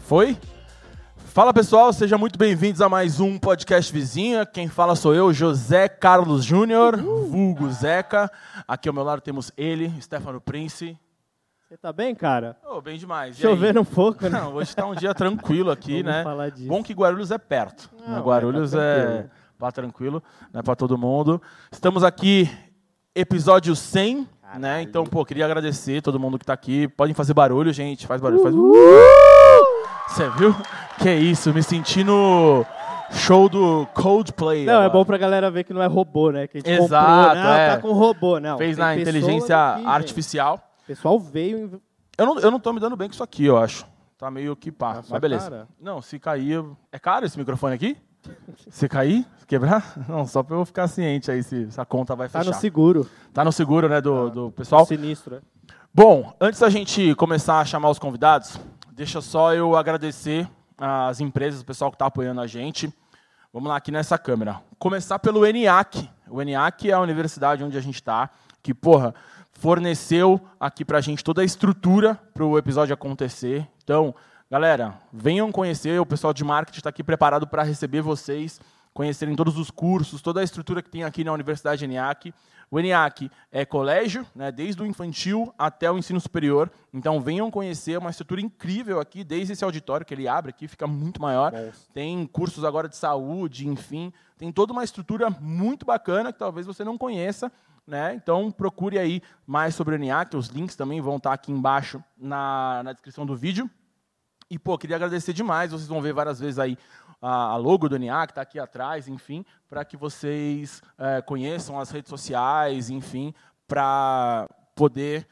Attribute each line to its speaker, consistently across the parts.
Speaker 1: Foi? Fala pessoal, sejam muito bem-vindos a mais um podcast Vizinha. Quem fala sou eu, José Carlos Júnior, vulgo Zeca. Aqui ao meu lado temos ele, Stefano Prince.
Speaker 2: Você tá bem, cara?
Speaker 1: Oh, bem demais. E
Speaker 2: Chovendo um pouco,
Speaker 1: aí?
Speaker 2: né?
Speaker 1: Não, hoje tá um dia tranquilo aqui,
Speaker 2: Vamos
Speaker 1: né?
Speaker 2: falar disso.
Speaker 1: Bom que Guarulhos é perto. né?
Speaker 2: Não, é,
Speaker 1: Guarulhos
Speaker 2: tá
Speaker 1: é
Speaker 2: tranquilo.
Speaker 1: pá tranquilo, né? Para todo mundo. Estamos aqui, episódio 100, né? Então, pô, queria agradecer todo mundo que tá aqui. Podem fazer barulho, gente. Faz barulho, faz. Você viu? Que isso, me senti no show do Coldplay.
Speaker 2: Não, é
Speaker 1: agora.
Speaker 2: bom pra galera ver que não é robô, né? Que a gente
Speaker 1: Exato,
Speaker 2: comprou, né? Ah,
Speaker 1: é.
Speaker 2: tá com robô, não.
Speaker 1: Fez
Speaker 2: tem
Speaker 1: na
Speaker 2: pessoas
Speaker 1: inteligência
Speaker 2: aqui, gente.
Speaker 1: artificial.
Speaker 2: O pessoal veio
Speaker 1: Eu não, eu não tô me dando bem com isso aqui, eu acho. Tá meio que pá.
Speaker 2: Na sua
Speaker 1: mas beleza.
Speaker 2: cara?
Speaker 1: Não, se cair. eu- É caro esse microfone aqui? Se cair, se quebrar? Não, só pra eu ficar ciente aí se, se a conta vai
Speaker 2: e tá
Speaker 1: fechar.
Speaker 2: no seguro.
Speaker 1: Tá no seguro, né, do, do pessoal?
Speaker 2: Sinistro, né?
Speaker 1: Bom, antes da gente começar a chamar os convidados, deixa só eu agradecer as empresas, o pessoal que está apoiando a gente. Vamos lá, aqui nessa câmera. Começar pelo ENIAC. O ENIAC é a universidade onde a gente está, que, porra, forneceu aqui para a gente toda a estrutura para o episódio acontecer. Então, galera, venham conhecer, o pessoal de marketing está aqui preparado para receber vocês conhecerem todos os cursos, toda a estrutura que tem aqui na Universidade ENIAC. O ENIAC é colégio, né, desde o infantil até o ensino superior. Então venham conhecer, é uma estrutura incrível aqui, desde esse auditório que ele abre aqui, fica muito maior. Tem cursos agora de saúde, enfim. Tem toda uma estrutura muito bacana que talvez você não conheça. Né? Então procure aí mais sobre o ENIAC, os links também vão estar aqui embaixo na- na descrição do vídeo. E, pô, queria agradecer demais. Vocês vão ver várias vezes aí a, a logo do NIAC, está aqui atrás, enfim, para que vocês eh, conheçam as redes sociais, enfim, para poder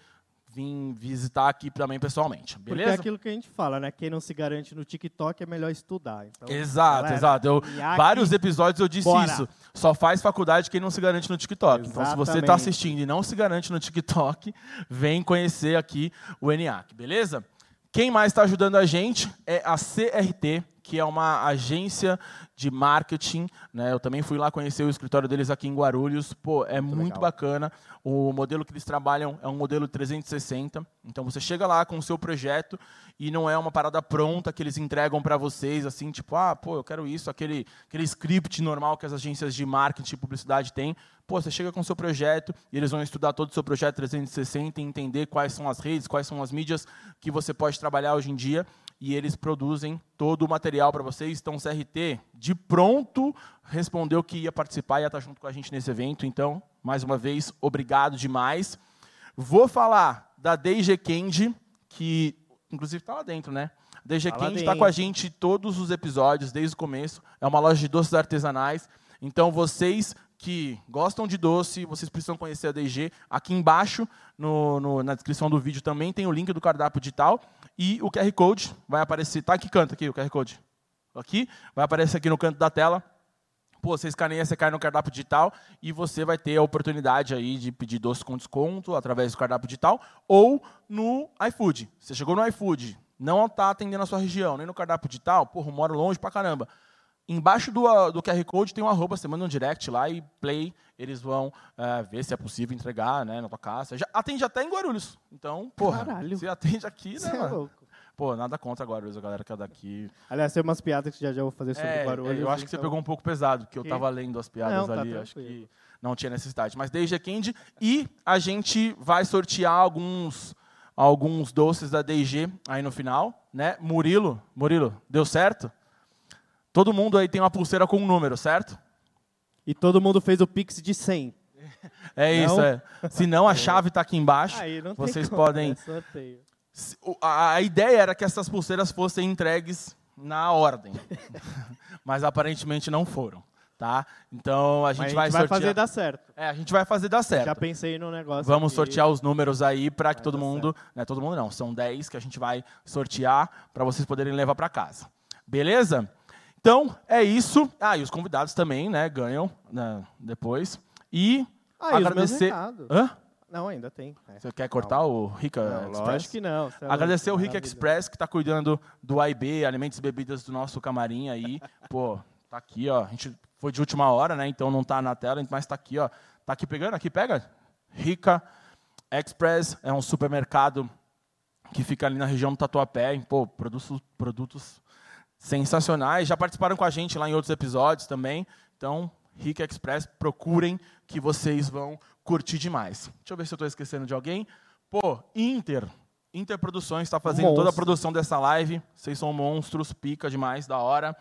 Speaker 1: vir visitar aqui também pessoalmente.
Speaker 2: Porque é
Speaker 1: Beleza?
Speaker 2: aquilo que a gente fala, né? Quem não se garante no TikTok é melhor estudar. Então,
Speaker 1: Exato,
Speaker 2: galera,
Speaker 1: exato. Eu-
Speaker 2: Niak-
Speaker 1: vários episódios eu disse
Speaker 2: Bora.
Speaker 1: isso. Só faz faculdade quem não se garante no TikTok. Então, se você está
Speaker 2: Exatamente.
Speaker 1: assistindo e não se garante no TikTok, vem conhecer aqui o ENIAC, beleza? Quem mais está ajudando a gente é a CRT, que é uma agência de marketing. né? Eu também fui lá conhecer o escritório deles aqui em Guarulhos. Pô, é muito,
Speaker 2: legal.
Speaker 1: bacana. O modelo que eles trabalham é um modelo 360. Então você chega lá com o seu projeto e não é uma parada pronta que eles entregam para vocês, assim, tipo, ah, pô, eu quero isso, aquele, aquele script normal que as agências de marketing e publicidade têm. Pô, você chega com o seu projeto e eles vão estudar todo o seu projeto 360 e entender quais são as redes, quais são as mídias que você pode trabalhar hoje em dia. E eles produzem todo o material para vocês. Então, o CRT, de pronto, respondeu que ia participar e ia estar junto com a gente nesse evento. Então, mais uma vez, obrigado demais. Vou falar da DG Candy, que inclusive está lá dentro, né? A DG
Speaker 2: Tá lá
Speaker 1: Candy está com a
Speaker 2: dentro.
Speaker 1: gente em todos os episódios, desde o começo. É uma loja de doces artesanais. Então, vocês que gostam de doce, vocês precisam conhecer a DG. Aqui embaixo, no- no- na descrição do vídeo, também tem o link do cardápio digital. E o QR Code vai aparecer. Tá aqui, canto aqui o QR Code. Aqui, vai aparecer aqui no canto da tela. Pô, você escaneia, você cai no cardápio digital e você vai ter a oportunidade aí de pedir doce com desconto através do cardápio digital ou no iFood. Você chegou no iFood, não está atendendo a sua região, nem no cardápio digital, porra, eu moro longe pra caramba. Embaixo do, ah, do QR Code tem um arroba, você manda um direct lá e play, eles vão ah, ver se é possível entregar né, na tua casa. Você Já atende até em Guarulhos. Então, porra,
Speaker 2: Caralho.
Speaker 1: você atende aqui,
Speaker 2: Cê
Speaker 1: né,
Speaker 2: é
Speaker 1: mano?
Speaker 2: louco.
Speaker 1: Pô, nada contra Guarulhos, a galera que é daqui.
Speaker 2: Aliás, tem umas piadas que já já vou fazer sobre
Speaker 1: É,
Speaker 2: o Guarulhos.
Speaker 1: eu acho que você
Speaker 2: então-
Speaker 1: pegou um pouco pesado, porque eu
Speaker 2: Que-
Speaker 1: tava lendo as piadas
Speaker 2: Não, tá
Speaker 1: ali, acho que
Speaker 2: tranquilo.
Speaker 1: não tinha necessidade. Mas desde a Candy e a gente vai sortear alguns alguns doces da DG aí no final, né? Murilo, Murilo, deu certo? Todo mundo aí tem uma pulseira com um número, certo?
Speaker 2: E todo mundo fez o Pix de 100.
Speaker 1: É
Speaker 2: Não?
Speaker 1: isso, é. Se não, a chave tá aqui embaixo.
Speaker 2: Aí não tem
Speaker 1: Vocês
Speaker 2: como,
Speaker 1: podem
Speaker 2: é sorteio.
Speaker 1: Se- o- A, a ideia era que essas pulseiras fossem entregues na ordem, mas aparentemente não foram, tá? Então a
Speaker 2: Mas
Speaker 1: gente vai sortear.
Speaker 2: fazer dar certo.
Speaker 1: É, a gente vai fazer dar certo.
Speaker 2: Já pensei no negócio.
Speaker 1: Vamos
Speaker 2: aqui.
Speaker 1: sortear os números aí para que todo
Speaker 2: dar
Speaker 1: mundo, né, todo mundo não, são 10 que a gente vai sortear para vocês poderem levar para casa. Beleza? Então, é isso. Ah, e os convidados também, né, ganham né, depois. E
Speaker 2: Ah, e os meus
Speaker 1: agradecer.
Speaker 2: recados?
Speaker 1: Hã?
Speaker 2: Não, ainda tem. É.
Speaker 1: Você quer cortar o Rica
Speaker 2: Não,
Speaker 1: Express?
Speaker 2: lógico que não. cê é louco,
Speaker 1: Agradecer o Rick
Speaker 2: maravilha.
Speaker 1: Express, que está cuidando do AIB, alimentos e bebidas do nosso camarim aí. Pô, tá aqui, ó. A gente foi de última hora, né? Então não tá na tela, mas tá aqui, ó. Tá aqui pegando? Aqui pega? Rica Express é um supermercado que fica ali na região do Tatuapé, em, pô, produtos, produtos sensacionais. Já participaram com a gente lá em outros episódios também. Então, Rick Express, procurem que vocês vão curtir demais. Deixa eu ver se eu estou esquecendo de alguém. Pô, Inter. Inter Produções está fazendo toda a
Speaker 2: Monstro.
Speaker 1: produção dessa live. Vocês são monstros, pica demais, da hora.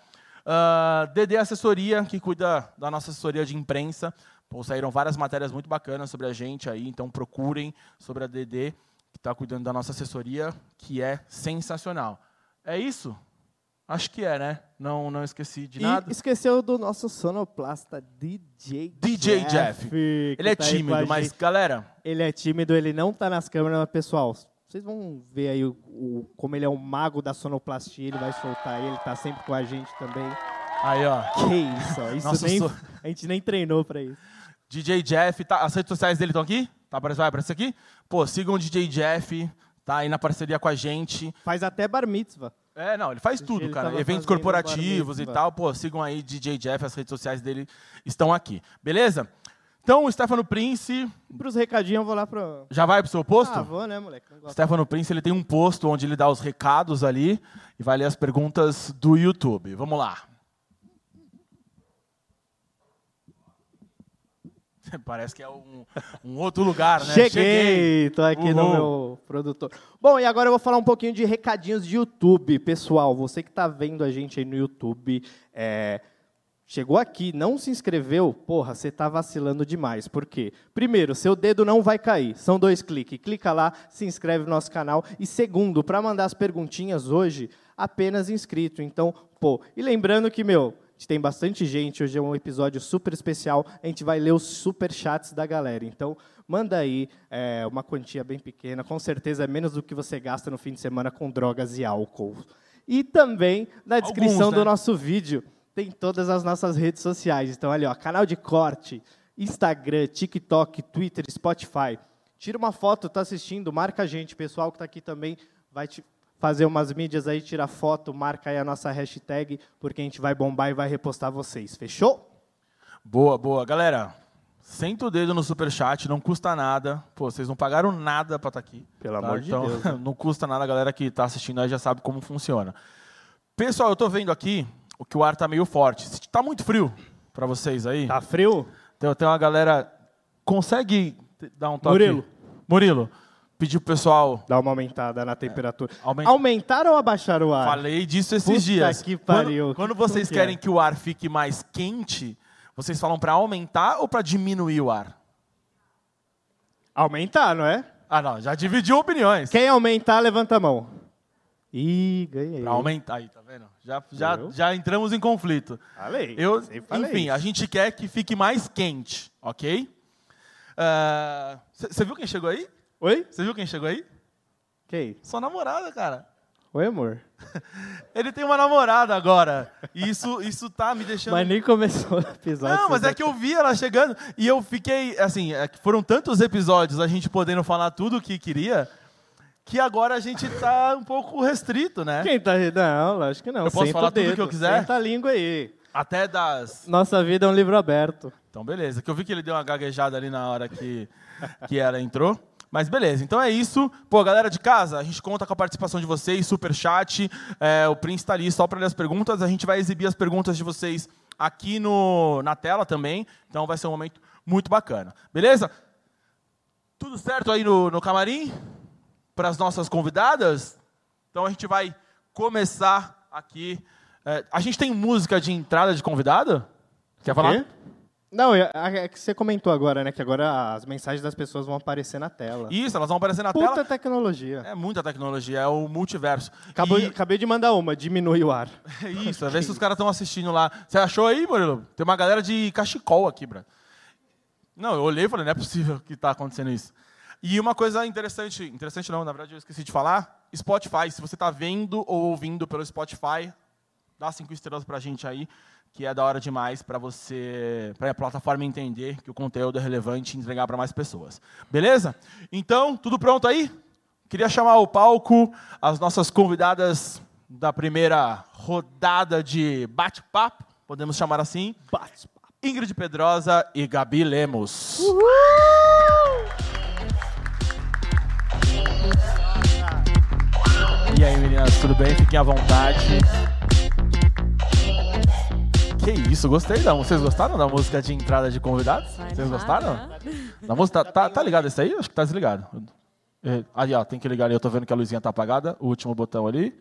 Speaker 1: Ah, DD Assessoria, que cuida da nossa assessoria de imprensa. Pô, saíram várias matérias muito bacanas sobre a gente aí, então procurem sobre a DD, que está cuidando da nossa assessoria, que é sensacional. É isso? Acho que é, né? Não, não esqueci de nada.
Speaker 2: E esqueceu do nosso sonoplasta DJ
Speaker 1: DJ Jeff.
Speaker 2: que
Speaker 1: Ele é
Speaker 2: tá aí com a
Speaker 1: tímido, mas
Speaker 2: gente.
Speaker 1: galera,
Speaker 2: Ele é tímido, ele não tá nas câmeras, mas, pessoal, vocês vão ver aí o, o- como ele é um mago da sonoplastia, ele vai soltar aí, ele tá sempre com a gente também.
Speaker 1: aí ó,
Speaker 2: Que isso, ó, isso
Speaker 1: Nossa,
Speaker 2: nem,
Speaker 1: sou-
Speaker 2: a gente nem treinou pra isso.
Speaker 1: DJ Jeff, tá- as redes sociais dele estão aqui? Tá aparecendo, vai aparecer aqui? Pô, sigam o DJ Jeff, tá aí na parceria com a gente.
Speaker 2: Faz até bar mitzvah.
Speaker 1: É, não, ele faz
Speaker 2: Esse dia
Speaker 1: tudo,
Speaker 2: ele
Speaker 1: cara.
Speaker 2: tava
Speaker 1: Eventos
Speaker 2: fazendo
Speaker 1: corporativos
Speaker 2: bar
Speaker 1: e
Speaker 2: mitzvah.
Speaker 1: tal. Pô, sigam aí DJ Jeff, as redes sociais dele estão aqui. Beleza? Então, o Stefano Prince
Speaker 2: Pros recadinhos eu vou lá pro...
Speaker 1: já vai pro seu posto?
Speaker 2: Ah, vou né, moleque? Não
Speaker 1: O
Speaker 2: gosto.
Speaker 1: Stefano Prince ele tem um posto onde ele dá os recados ali e vai ler as perguntas do YouTube. Vamos lá. Parece que é um, um outro lugar, né?
Speaker 2: Cheguei, tô aqui no
Speaker 1: Uhul.
Speaker 2: meu produtor. Bom, e agora eu vou falar um pouquinho de recadinhos de YouTube. Pessoal, você que tá vendo a gente aí no YouTube, é, chegou aqui, não se inscreveu, porra, você tá vacilando demais. Por quê? Primeiro, seu dedo não vai cair, são dois cliques. Clica lá, se inscreve no nosso canal. E segundo, para mandar as perguntinhas hoje, apenas inscrito. Então, pô, e lembrando que, meu, a gente tem bastante gente, hoje é um episódio super especial, a gente vai ler os super chats da galera. Então, manda aí é, uma quantia bem pequena, com certeza é menos do que você gasta no fim de semana com drogas e álcool. E também na
Speaker 1: Alguns,
Speaker 2: descrição do
Speaker 1: né?
Speaker 2: nosso vídeo tem todas as nossas redes sociais. Então, ali, ó, canal de corte, Instagram, TikTok, Twitter, Spotify. Tira uma foto, tá assistindo, marca a gente. O pessoal que tá aqui também vai te fazer umas mídias aí, tira foto, marca aí a nossa hashtag, porque a gente vai bombar e vai repostar vocês. Fechou?
Speaker 1: Boa, boa. Galera, senta o dedo no superchat, não custa nada. Pô, vocês não pagaram nada pra estar aqui.
Speaker 2: Pelo
Speaker 1: tá?
Speaker 2: amor de
Speaker 1: então,
Speaker 2: Deus, né?
Speaker 1: Não custa nada, a galera que tá assistindo aí já sabe como funciona. Pessoal, eu tô vendo aqui o que o ar tá meio forte. Se Tá muito frio pra vocês aí.
Speaker 2: Tá frio?
Speaker 1: Tem, tem uma galera. Consegue te- dar um toque?
Speaker 2: Murilo.
Speaker 1: Murilo, pedir pro pessoal.
Speaker 2: Dá uma aumentada na temperatura.
Speaker 1: aumenta-
Speaker 2: Aumentaram ou abaixaram o ar?
Speaker 1: Falei disso esses
Speaker 2: Puta
Speaker 1: dias.
Speaker 2: que
Speaker 1: Quando-
Speaker 2: pariu,
Speaker 1: Quando,
Speaker 2: que-
Speaker 1: vocês
Speaker 2: como que é?
Speaker 1: querem que o ar fique mais quente, vocês falam pra aumentar ou pra diminuir o ar?
Speaker 2: Aumentar, não é?
Speaker 1: Ah, não, já dividiu opiniões.
Speaker 2: Quem aumentar, levanta a mão. Ih, ganhei.
Speaker 1: Pra aumentar aí, tá vendo? Já, já,
Speaker 2: Eu?
Speaker 1: já entramos em conflito.
Speaker 2: Falei.
Speaker 1: Eu,
Speaker 2: sempre falei
Speaker 1: enfim,
Speaker 2: isso.
Speaker 1: a gente quer que fique mais quente, ok? Você viu quem chegou aí?
Speaker 2: Oi?
Speaker 1: Você viu quem chegou aí?
Speaker 2: Quem?
Speaker 1: Sua namorada, cara.
Speaker 2: Oi, amor.
Speaker 1: Ele tem uma namorada agora. E isso, isso tá me deixando.
Speaker 2: Mas nem começou o episódio. tá
Speaker 1: não, mas é que eu vi ela chegando e eu fiquei, assim, é que foram tantos episódios a gente podendo falar tudo o que queria, que agora a gente tá um pouco restrito, né?
Speaker 2: Quem tá... Não, lógico que não.
Speaker 1: Eu posso
Speaker 2: Senta
Speaker 1: falar
Speaker 2: o
Speaker 1: tudo
Speaker 2: dedo.
Speaker 1: que eu quiser?
Speaker 2: Senta a língua aí.
Speaker 1: Até das.
Speaker 2: Nossa vida é um livro aberto.
Speaker 1: Então, beleza. Que eu vi que ele deu uma gaguejada ali na hora que, que ela entrou. Mas beleza, então é isso. Pô, galera de casa, a gente conta com a participação de vocês, super chat. o Prince tá ali só para ler as perguntas. A gente vai exibir as perguntas de vocês aqui no, na tela também. Então vai ser um momento muito bacana. Beleza? Tudo certo aí no, no camarim? Para as nossas convidadas? Então a gente vai começar aqui. É, a gente tem música de entrada de convidada? Quer falar?
Speaker 2: Quê? Não, é- é que você comentou agora, né? Que agora as mensagens das pessoas vão aparecer na tela.
Speaker 1: Isso, elas vão aparecer na
Speaker 2: Tá Puta
Speaker 1: tela.
Speaker 2: tecnologia.
Speaker 1: É muita tecnologia, é o multiverso.
Speaker 2: Acabou-
Speaker 1: E-
Speaker 2: Acabei de mandar uma, diminui o ar.
Speaker 1: Isso, vê se os caras estão assistindo lá. Você achou aí, Murilo? Tem uma galera de cachecol aqui, Bran. Não, eu olhei e falei, não é possível que está acontecendo isso. E uma coisa interessante, interessante não, na verdade eu esqueci de falar, Spotify, se você está vendo ou ouvindo pelo Spotify, dá cinco estrelas pra gente aí, que é da hora demais para você, para a plataforma entender que o conteúdo é relevante e entregar para mais pessoas. Beleza? Então, tudo pronto aí? Queria chamar ao palco as nossas convidadas da primeira rodada de bate-papo, podemos chamar assim. Ingrid Pedrosa e Gabi Lemos. E aí, meninas, tudo bem? Fiquem à vontade. Que isso, gostei não. Vocês gostaram da música de entrada de convidados? Vocês gostaram? Da música, tá, tá ligado esse aí? Acho que tá desligado. É, Ali, ó, tem que ligar ali. Eu tô vendo que a luzinha tá apagada. O último botão ali.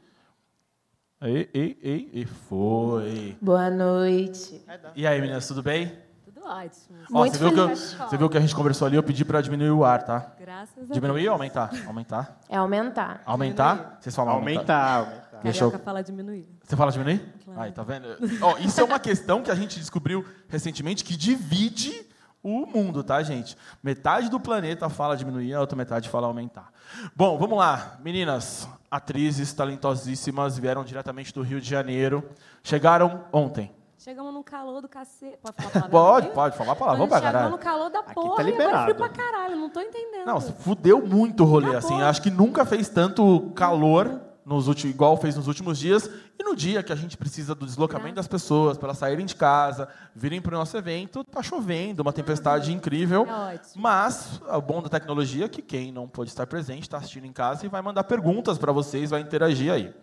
Speaker 1: Aí, e, e, e foi.
Speaker 3: Boa noite.
Speaker 1: E aí, meninas, tudo bem?
Speaker 4: Tudo ótimo.
Speaker 1: Ó,
Speaker 3: Muito
Speaker 1: você, viu que eu-
Speaker 3: feliz.
Speaker 1: você viu que a gente conversou ali, eu pedi pra diminuir o ar, tá?
Speaker 4: Graças a
Speaker 1: Diminuir ou aumentar? Aumentar.
Speaker 3: É aumentar.
Speaker 1: Aumentar? Vocês falam aumentar.
Speaker 2: Aumentar, aumentar.
Speaker 4: Deus.
Speaker 1: Deixa eu-
Speaker 4: Carioca fala diminuir.
Speaker 1: Você fala diminuir? Aí, tá vendo? Ó, isso é uma questão que a gente descobriu recentemente que divide o mundo, tá, gente? Metade do planeta fala diminuir, a outra metade fala aumentar. Bom, vamos lá. Meninas, atrizes talentosíssimas vieram diretamente do Rio de Janeiro. Chegaram ontem.
Speaker 4: Chegamos num calor do cacete. Pode falar palavrão
Speaker 1: Pode,
Speaker 4: aqui?
Speaker 1: pode falar palavrão
Speaker 4: Quando
Speaker 1: pra
Speaker 4: Chegamos no
Speaker 1: caralho.
Speaker 4: calor da
Speaker 2: tá
Speaker 4: porra e agora é
Speaker 2: liberado.
Speaker 4: frio pra caralho. Não tô entendendo.
Speaker 1: Não, fudeu muito o rolê,
Speaker 4: Acabou.
Speaker 1: assim. Acho que nunca fez tanto calor, nos últi- igual fez nos últimos dias. E no dia que a gente precisa do
Speaker 4: É.
Speaker 1: deslocamento das pessoas, para elas saírem de casa, virem para o nosso evento, tá chovendo, uma tempestade incrível.
Speaker 4: É ótimo.
Speaker 1: Mas o bom da tecnologia é que quem não pôde estar presente está assistindo em casa e vai mandar perguntas para vocês, vai interagir aí.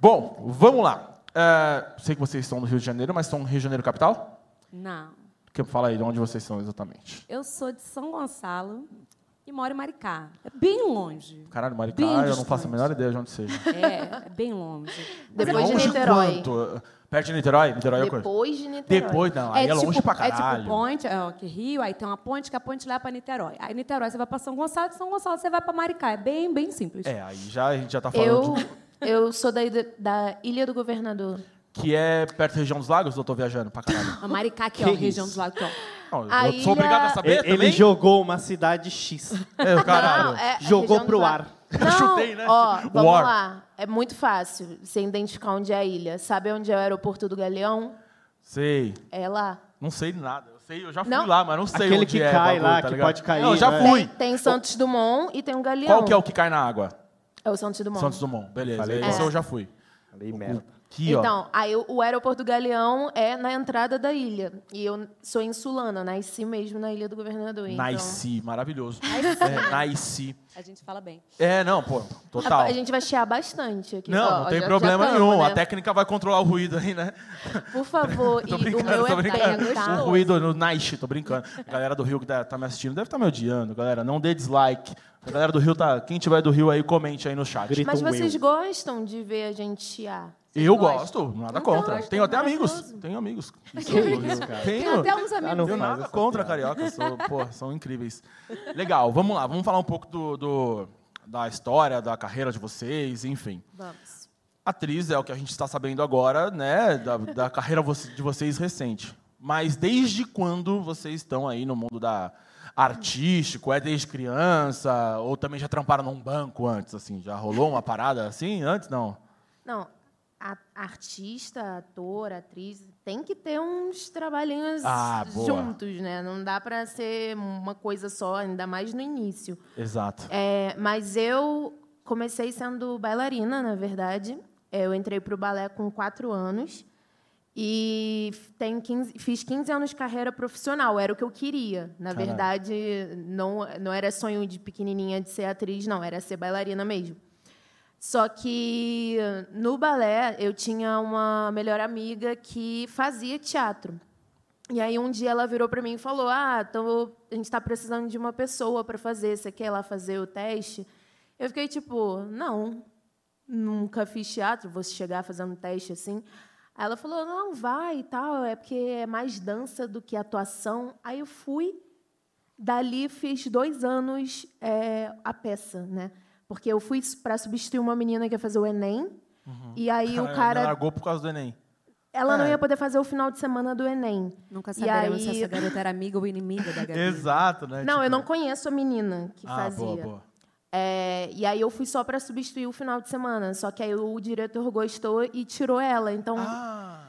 Speaker 1: Bom, vamos lá. É, sei que vocês são do Rio de Janeiro, mas são Rio de Janeiro capital?
Speaker 4: Não.
Speaker 1: Que fala aí de onde vocês são exatamente.
Speaker 4: Eu sou de São Gonçalo e moro em Maricá. É bem longe.
Speaker 1: Caralho, Maricá,
Speaker 4: Bem
Speaker 1: eu não faço a
Speaker 4: distante.
Speaker 1: menor ideia de onde seja.
Speaker 4: É, é bem longe.
Speaker 3: Depois
Speaker 1: Bem
Speaker 3: de
Speaker 1: longe
Speaker 3: Niterói.
Speaker 1: é quanto? Perto de Niterói? Niterói é coisa.
Speaker 3: Depois de Niterói.
Speaker 1: Depois, não, aí é longe pra
Speaker 4: É
Speaker 1: caralho.
Speaker 4: tipo ponte, é, ó, que Rio, aí tem uma ponte, que a ponte leva pra Niterói. Aí Niterói você vai pra São Gonçalo, de São Gonçalo você vai pra Maricá. É bem, bem simples.
Speaker 1: É, aí já, a gente já tá falando
Speaker 3: Eu,
Speaker 1: de-
Speaker 3: eu sou da, ilha- da Ilha do Governador.
Speaker 1: que é perto da região dos lagos, ou eu tô viajando pra caralho.
Speaker 4: A Maricá aqui,
Speaker 2: Que
Speaker 4: ó,
Speaker 2: isso?
Speaker 4: região dos lagos, aqui, ó.
Speaker 1: Não, eu
Speaker 3: A
Speaker 1: sou
Speaker 3: ilha-
Speaker 1: obrigado a saber
Speaker 2: Ele,
Speaker 1: Tá também?
Speaker 2: jogou uma cidade X.
Speaker 1: É, o caralho.
Speaker 3: Não, é- é
Speaker 2: jogou
Speaker 3: região
Speaker 2: pro
Speaker 3: do
Speaker 2: ar.
Speaker 3: Não,
Speaker 1: Chutei, né?
Speaker 3: Ó, vamos
Speaker 1: War.
Speaker 3: lá. É muito fácil você identificar onde é a ilha. Sabe onde é o aeroporto do Galeão?
Speaker 1: Sei.
Speaker 3: É lá.
Speaker 1: Não sei nada. Eu sei, eu já fui
Speaker 3: Não.
Speaker 1: lá, mas não sei
Speaker 2: Aquele
Speaker 1: onde
Speaker 2: que
Speaker 1: é o
Speaker 2: cai
Speaker 1: bagulho,
Speaker 2: lá,
Speaker 1: tá
Speaker 2: que
Speaker 1: ligado?
Speaker 2: pode cair,
Speaker 1: Não, eu já
Speaker 2: né?
Speaker 1: fui.
Speaker 3: Tem Santos Dumont e tem o Galeão.
Speaker 1: Qual que é o que cai na água?
Speaker 3: É o Santos Dumont.
Speaker 1: Santos Dumont. Beleza,
Speaker 2: Falei.
Speaker 1: esse
Speaker 3: É.
Speaker 1: eu já fui.
Speaker 2: Falei merda.
Speaker 1: Aqui, ó.
Speaker 3: então, aí o o aeroporto do Galeão é na entrada da ilha. E eu sou insulana, nasci mesmo na Ilha do Governador. então-
Speaker 1: Nice, maravilhoso. É, nice.
Speaker 4: A gente fala bem.
Speaker 1: É, não, pô, total.
Speaker 3: A gente vai chiar bastante aqui.
Speaker 1: Não,
Speaker 3: Ó,
Speaker 1: não
Speaker 3: ó,
Speaker 1: tem
Speaker 3: já-
Speaker 1: problema
Speaker 3: já tamo,
Speaker 1: nenhum.
Speaker 3: né?
Speaker 1: A técnica vai controlar o ruído aí, né?
Speaker 3: Por favor, e
Speaker 1: Tô
Speaker 3: o
Speaker 1: brincando,
Speaker 3: meu
Speaker 1: tô
Speaker 3: é
Speaker 1: brincando.
Speaker 3: tá?
Speaker 1: O ruído no night, tô brincando. A galera do Rio que tá tá me assistindo deve estar me odiando, galera. Não dê dislike. A galera do Rio tá. Quem tiver do Rio aí, comente aí no chat.
Speaker 2: Grita.
Speaker 3: Mas
Speaker 2: Então,
Speaker 3: vocês
Speaker 2: eu.
Speaker 3: gostam de ver a gente chiar?
Speaker 1: Eu gosto, nada
Speaker 3: Então,
Speaker 1: contra.
Speaker 4: acho
Speaker 1: Tenho
Speaker 3: é
Speaker 1: até
Speaker 4: maravilhoso.
Speaker 1: amigos. Tenho amigos.
Speaker 4: Tem
Speaker 1: Tenho.
Speaker 3: um
Speaker 4: até uns amigos.
Speaker 2: não
Speaker 1: Tenho
Speaker 2: faz
Speaker 1: nada
Speaker 2: essa
Speaker 1: contra
Speaker 2: piada.
Speaker 1: carioca, sou, pô, são incríveis. Legal, vamos lá, vamos falar um pouco do, do- da história, da carreira de vocês, enfim.
Speaker 4: Vamos.
Speaker 1: Atriz é o que a gente está sabendo agora, né? Da, da carreira vo- de vocês recente. Mas desde quando vocês estão aí no mundo da artístico? É desde criança? Ou também já tramparam num banco antes? Assim, já rolou uma parada assim antes? Não.
Speaker 3: Não, a artista, ator, atriz, tem que ter uns trabalhinhos
Speaker 1: Ah, boa.
Speaker 3: juntos, né? Não dá pra ser uma coisa só, ainda mais no início.
Speaker 1: Exato.
Speaker 3: É, mas eu comecei sendo bailarina, na verdade. É, Eu entrei para o balé com quatro anos e tenho 15 fiz 15 anos de carreira profissional. Era o que eu queria. Na
Speaker 1: Caralho.
Speaker 3: verdade, não, não era sonho de pequenininha de ser atriz, não. Era ser bailarina mesmo. Só que no balé eu tinha uma melhor amiga que fazia teatro. E aí um dia ela virou para mim e falou: "Ah, então a gente está precisando de uma pessoa para fazer, você quer ir lá fazer o teste?" Eu fiquei tipo: "Não, nunca fiz teatro, vou chegar fazendo teste assim". Aí ela falou: "Não, vai e tal, é porque é mais dança do que atuação". Aí eu fui Dali fiz dois anos é, a peça, né? Porque eu fui para substituir uma menina que ia fazer o Enem. E aí o cara.
Speaker 1: largou por causa do Enem.
Speaker 3: Ela não
Speaker 1: É.
Speaker 3: ia poder fazer o final de semana do Enem.
Speaker 4: Nunca
Speaker 3: E
Speaker 4: saberemos
Speaker 3: aí-
Speaker 4: se essa garota era amiga ou inimiga da garota.
Speaker 1: Exato, né?
Speaker 3: Não,
Speaker 1: Tipo,
Speaker 3: eu não conheço a menina que
Speaker 1: Ah,
Speaker 3: fazia.
Speaker 1: boa, boa.
Speaker 3: É, e aí eu fui só para substituir o final de semana. Só que aí o diretor gostou e tirou ela. Então,
Speaker 1: Ah,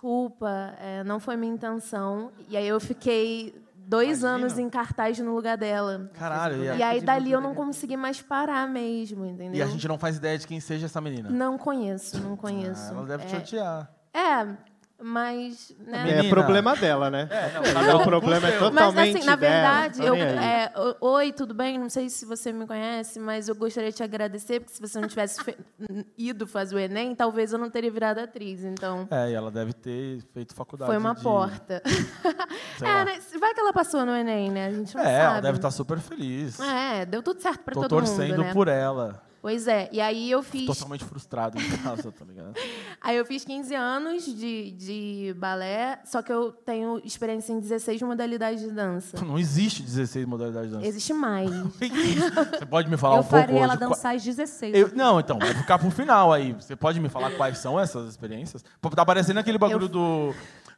Speaker 3: desculpa, é, não foi minha intenção. E aí eu fiquei dois
Speaker 1: Imagina.
Speaker 3: anos em cartaz no lugar dela.
Speaker 1: caralho. E
Speaker 3: E
Speaker 1: a,
Speaker 3: aí
Speaker 4: de
Speaker 3: dali eu
Speaker 4: bobeira.
Speaker 3: não consegui mais parar mesmo, entendeu?
Speaker 1: e a gente não faz ideia de quem seja essa menina.
Speaker 3: Não conheço, não
Speaker 1: Ah,
Speaker 3: conheço.
Speaker 1: ela deve te
Speaker 3: é,
Speaker 1: odiar.
Speaker 3: é, Mas, né?
Speaker 1: Menina.
Speaker 2: É problema dela, né?
Speaker 1: É, não,
Speaker 2: Mas
Speaker 1: cada
Speaker 2: o
Speaker 1: um
Speaker 2: problema
Speaker 1: com o
Speaker 2: é
Speaker 1: seu.
Speaker 3: Mas
Speaker 2: totalmente
Speaker 3: assim, na
Speaker 2: dela,
Speaker 3: verdade,
Speaker 2: não tô
Speaker 3: eu,
Speaker 2: nem aí.
Speaker 3: é, o- oi, tudo bem? Não sei se você me conhece, mas eu gostaria de te agradecer, porque se você não tivesse fe- ido fazer o Enem, talvez eu não teria virado atriz. Então,
Speaker 1: É, e ela deve ter feito faculdade.
Speaker 3: foi uma
Speaker 1: de-
Speaker 3: porta.
Speaker 1: sei lá.
Speaker 3: é, né? Vai que ela passou no Enem, né? A gente não
Speaker 1: É,
Speaker 3: sabe.
Speaker 1: ela deve estar super feliz.
Speaker 3: É, deu tudo certo pra
Speaker 1: Tô
Speaker 3: todo
Speaker 1: torcendo
Speaker 3: mundo, né?
Speaker 1: por ela.
Speaker 3: Pois é, e aí eu fiz.
Speaker 1: Totalmente frustrado em casa, tá ligado?
Speaker 3: Aí eu fiz 15 anos de, de balé, só que eu tenho experiência em 16 modalidades de dança.
Speaker 1: Não existe 16 modalidades de dança.
Speaker 3: Existe mais.
Speaker 1: Você pode me falar
Speaker 4: Eu
Speaker 1: um pouco
Speaker 4: farei ela
Speaker 1: de qua-
Speaker 4: dançar às 16.
Speaker 1: Eu- não, então, vai ficar pro final aí. Você pode me falar quais são essas experiências? Pô, Tá parecendo aquele bagulho do.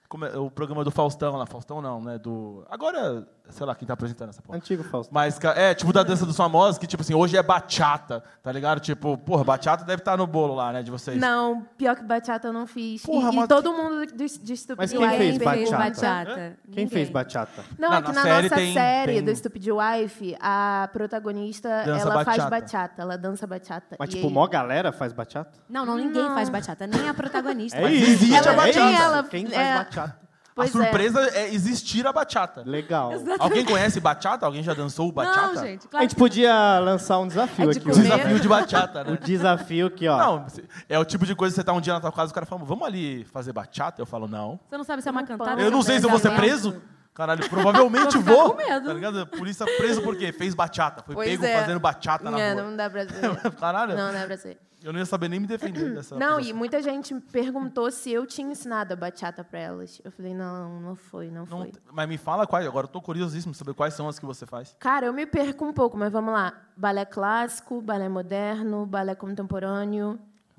Speaker 1: como é- o programa do Faustão lá. Faustão não, né? Do. Agora, sei lá quem tá apresentando essa porra.
Speaker 2: Antigo Fausto.
Speaker 1: Mas, ca- é, tipo da dança dos famosos, que, tipo assim, hoje é bachata, tá ligado? Tipo, porra, bachata deve estar no bolo lá, né, de vocês.
Speaker 3: Não, pior que bachata eu não fiz. E-
Speaker 1: Porra,
Speaker 3: e
Speaker 1: mas-
Speaker 3: todo mundo de, de Stupid
Speaker 2: Mas
Speaker 3: Wife
Speaker 2: quem fez bachata? Quem
Speaker 4: Ninguém.
Speaker 2: fez bachata?
Speaker 3: Não,
Speaker 1: Não,
Speaker 3: é que
Speaker 1: na
Speaker 3: na,
Speaker 1: série
Speaker 3: nossa
Speaker 1: tem-
Speaker 3: série
Speaker 1: tem-
Speaker 3: do Stupid Wife, a protagonista,
Speaker 1: Dança
Speaker 3: ela
Speaker 1: bachata.
Speaker 3: faz bachata, ela dança bachata.
Speaker 2: Mas,
Speaker 3: E
Speaker 2: tipo,
Speaker 3: aí-
Speaker 2: mó galera faz bachata?
Speaker 4: Não, não, ninguém faz bachata, nem a protagonista.
Speaker 2: É
Speaker 4: Mas
Speaker 2: isso,
Speaker 1: existe
Speaker 2: cara,
Speaker 1: a bachata.
Speaker 2: É isso.
Speaker 3: Ela-
Speaker 2: Quem faz
Speaker 3: é.
Speaker 2: bachata?
Speaker 1: A
Speaker 3: Pois é.
Speaker 1: surpresa é. existir a bachata.
Speaker 2: Legal.
Speaker 1: Alguém conhece bachata? Alguém já dançou o bachata?
Speaker 4: Não, gente,
Speaker 2: A
Speaker 4: claro
Speaker 2: gente
Speaker 4: que
Speaker 2: podia lançar um desafio
Speaker 4: É de
Speaker 2: aqui.
Speaker 4: comer.
Speaker 2: hoje, né?
Speaker 1: Desafio de bachata,
Speaker 2: O
Speaker 1: né?
Speaker 2: desafio aqui, ó.
Speaker 1: Não, é o tipo de coisa que você tá um dia na tua casa e o cara fala, vamos ali fazer bachata? Eu falo, não.
Speaker 4: você não sabe se é uma
Speaker 3: Ah,
Speaker 4: cantada.
Speaker 1: Eu não sei se é eu vou
Speaker 3: um
Speaker 1: ser preso. Caralho, provavelmente
Speaker 4: Vou ficar
Speaker 1: vou.
Speaker 4: com medo.
Speaker 1: Tá ligado? Polícia preso por quê? Fez bachata. Foi
Speaker 3: Pois
Speaker 1: pego
Speaker 3: é.
Speaker 1: fazendo bachata na
Speaker 3: É,
Speaker 1: rua.
Speaker 3: não dá pra ser.
Speaker 1: Caralho,
Speaker 3: Não, não é pra ser.
Speaker 1: eu não ia saber nem me defender dessa
Speaker 3: Não, e
Speaker 1: acusação.
Speaker 3: muita gente perguntou se eu tinha ensinado a bachata pra elas. Eu falei, não, não foi, não,
Speaker 1: Não
Speaker 3: foi.
Speaker 1: tem- mas me fala quais. Agora eu tô curiosíssimo saber quais são as que você faz.
Speaker 3: Cara, eu me perco um pouco, mas vamos lá. Balé clássico, balé moderno, balé contemporâneo.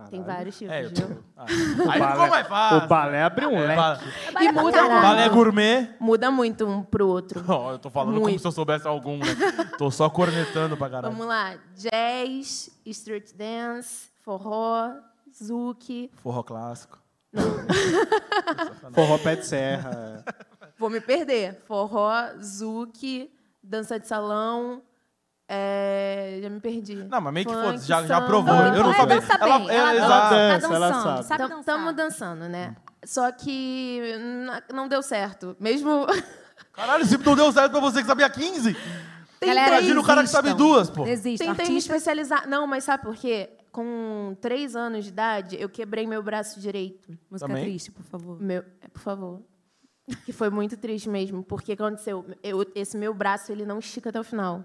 Speaker 3: Tem vários tipos,
Speaker 1: É, eu
Speaker 3: viu?
Speaker 1: tô... Ah, aí ficou mais fácil.
Speaker 2: o balé abriu um
Speaker 1: É,
Speaker 2: leque.
Speaker 1: ba-
Speaker 3: E muda
Speaker 1: Balé, gourmet.
Speaker 3: Muda muito um pro outro.
Speaker 1: Ó, eu tô falando como
Speaker 3: Muito.
Speaker 1: se eu soubesse algum, né? Tô só cornetando pra caralho.
Speaker 3: Vamos lá. Jazz, street dance, forró, zouk.
Speaker 1: Forró clássico.
Speaker 2: Forró pé de serra.
Speaker 3: Vou me perder. Forró, zouk, dança de salão. é, Já me perdi.
Speaker 1: Não, mas meio que
Speaker 3: Funk,
Speaker 1: foda-se, já, já
Speaker 3: samba.
Speaker 1: provou.
Speaker 4: Ela
Speaker 1: eu não
Speaker 4: é,
Speaker 1: sabia.
Speaker 4: dança bem,
Speaker 1: Ela,
Speaker 4: ela
Speaker 1: exato.
Speaker 2: dança,
Speaker 4: tá
Speaker 2: ela
Speaker 4: dançando,
Speaker 2: sabe.
Speaker 4: sabe dançar.
Speaker 3: Estamos dançando, né?
Speaker 1: Hum.
Speaker 3: Só que n- não deu certo. Mesmo.
Speaker 1: Caralho, se não deu certo pra você que sabia 15.
Speaker 3: Tem
Speaker 4: Galera,
Speaker 3: três-
Speaker 1: Imagina o cara que sabe
Speaker 4: desistam.
Speaker 1: duas, pô.
Speaker 4: Desiste,
Speaker 3: Tentei me
Speaker 4: artista.
Speaker 3: especializar. Não, mas sabe por quê? Com três anos de idade, eu quebrei meu braço direito.
Speaker 4: Música
Speaker 1: Também?
Speaker 4: triste, por favor.
Speaker 3: Meu, é, por favor. Que foi muito triste mesmo, porque aconteceu. Eu, esse meu braço ele não estica até o final.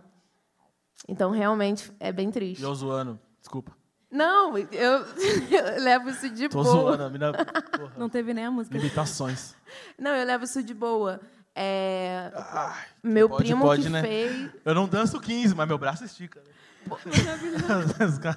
Speaker 3: Então realmente é bem
Speaker 1: E
Speaker 3: triste.
Speaker 1: eu zoando. Desculpa.
Speaker 3: Não, eu, eu levo isso de
Speaker 1: Tô
Speaker 3: boa.
Speaker 1: zoando. A mina... Porra.
Speaker 4: Não teve nem a música.
Speaker 1: Limitações.
Speaker 3: Não, eu levo isso de boa. É,
Speaker 1: Ai,
Speaker 3: meu
Speaker 1: Ah, pode,
Speaker 3: primo
Speaker 1: pode,
Speaker 3: que
Speaker 1: né?
Speaker 3: fez.
Speaker 1: eu não danço 15, mas meu braço estica. né? Os caras-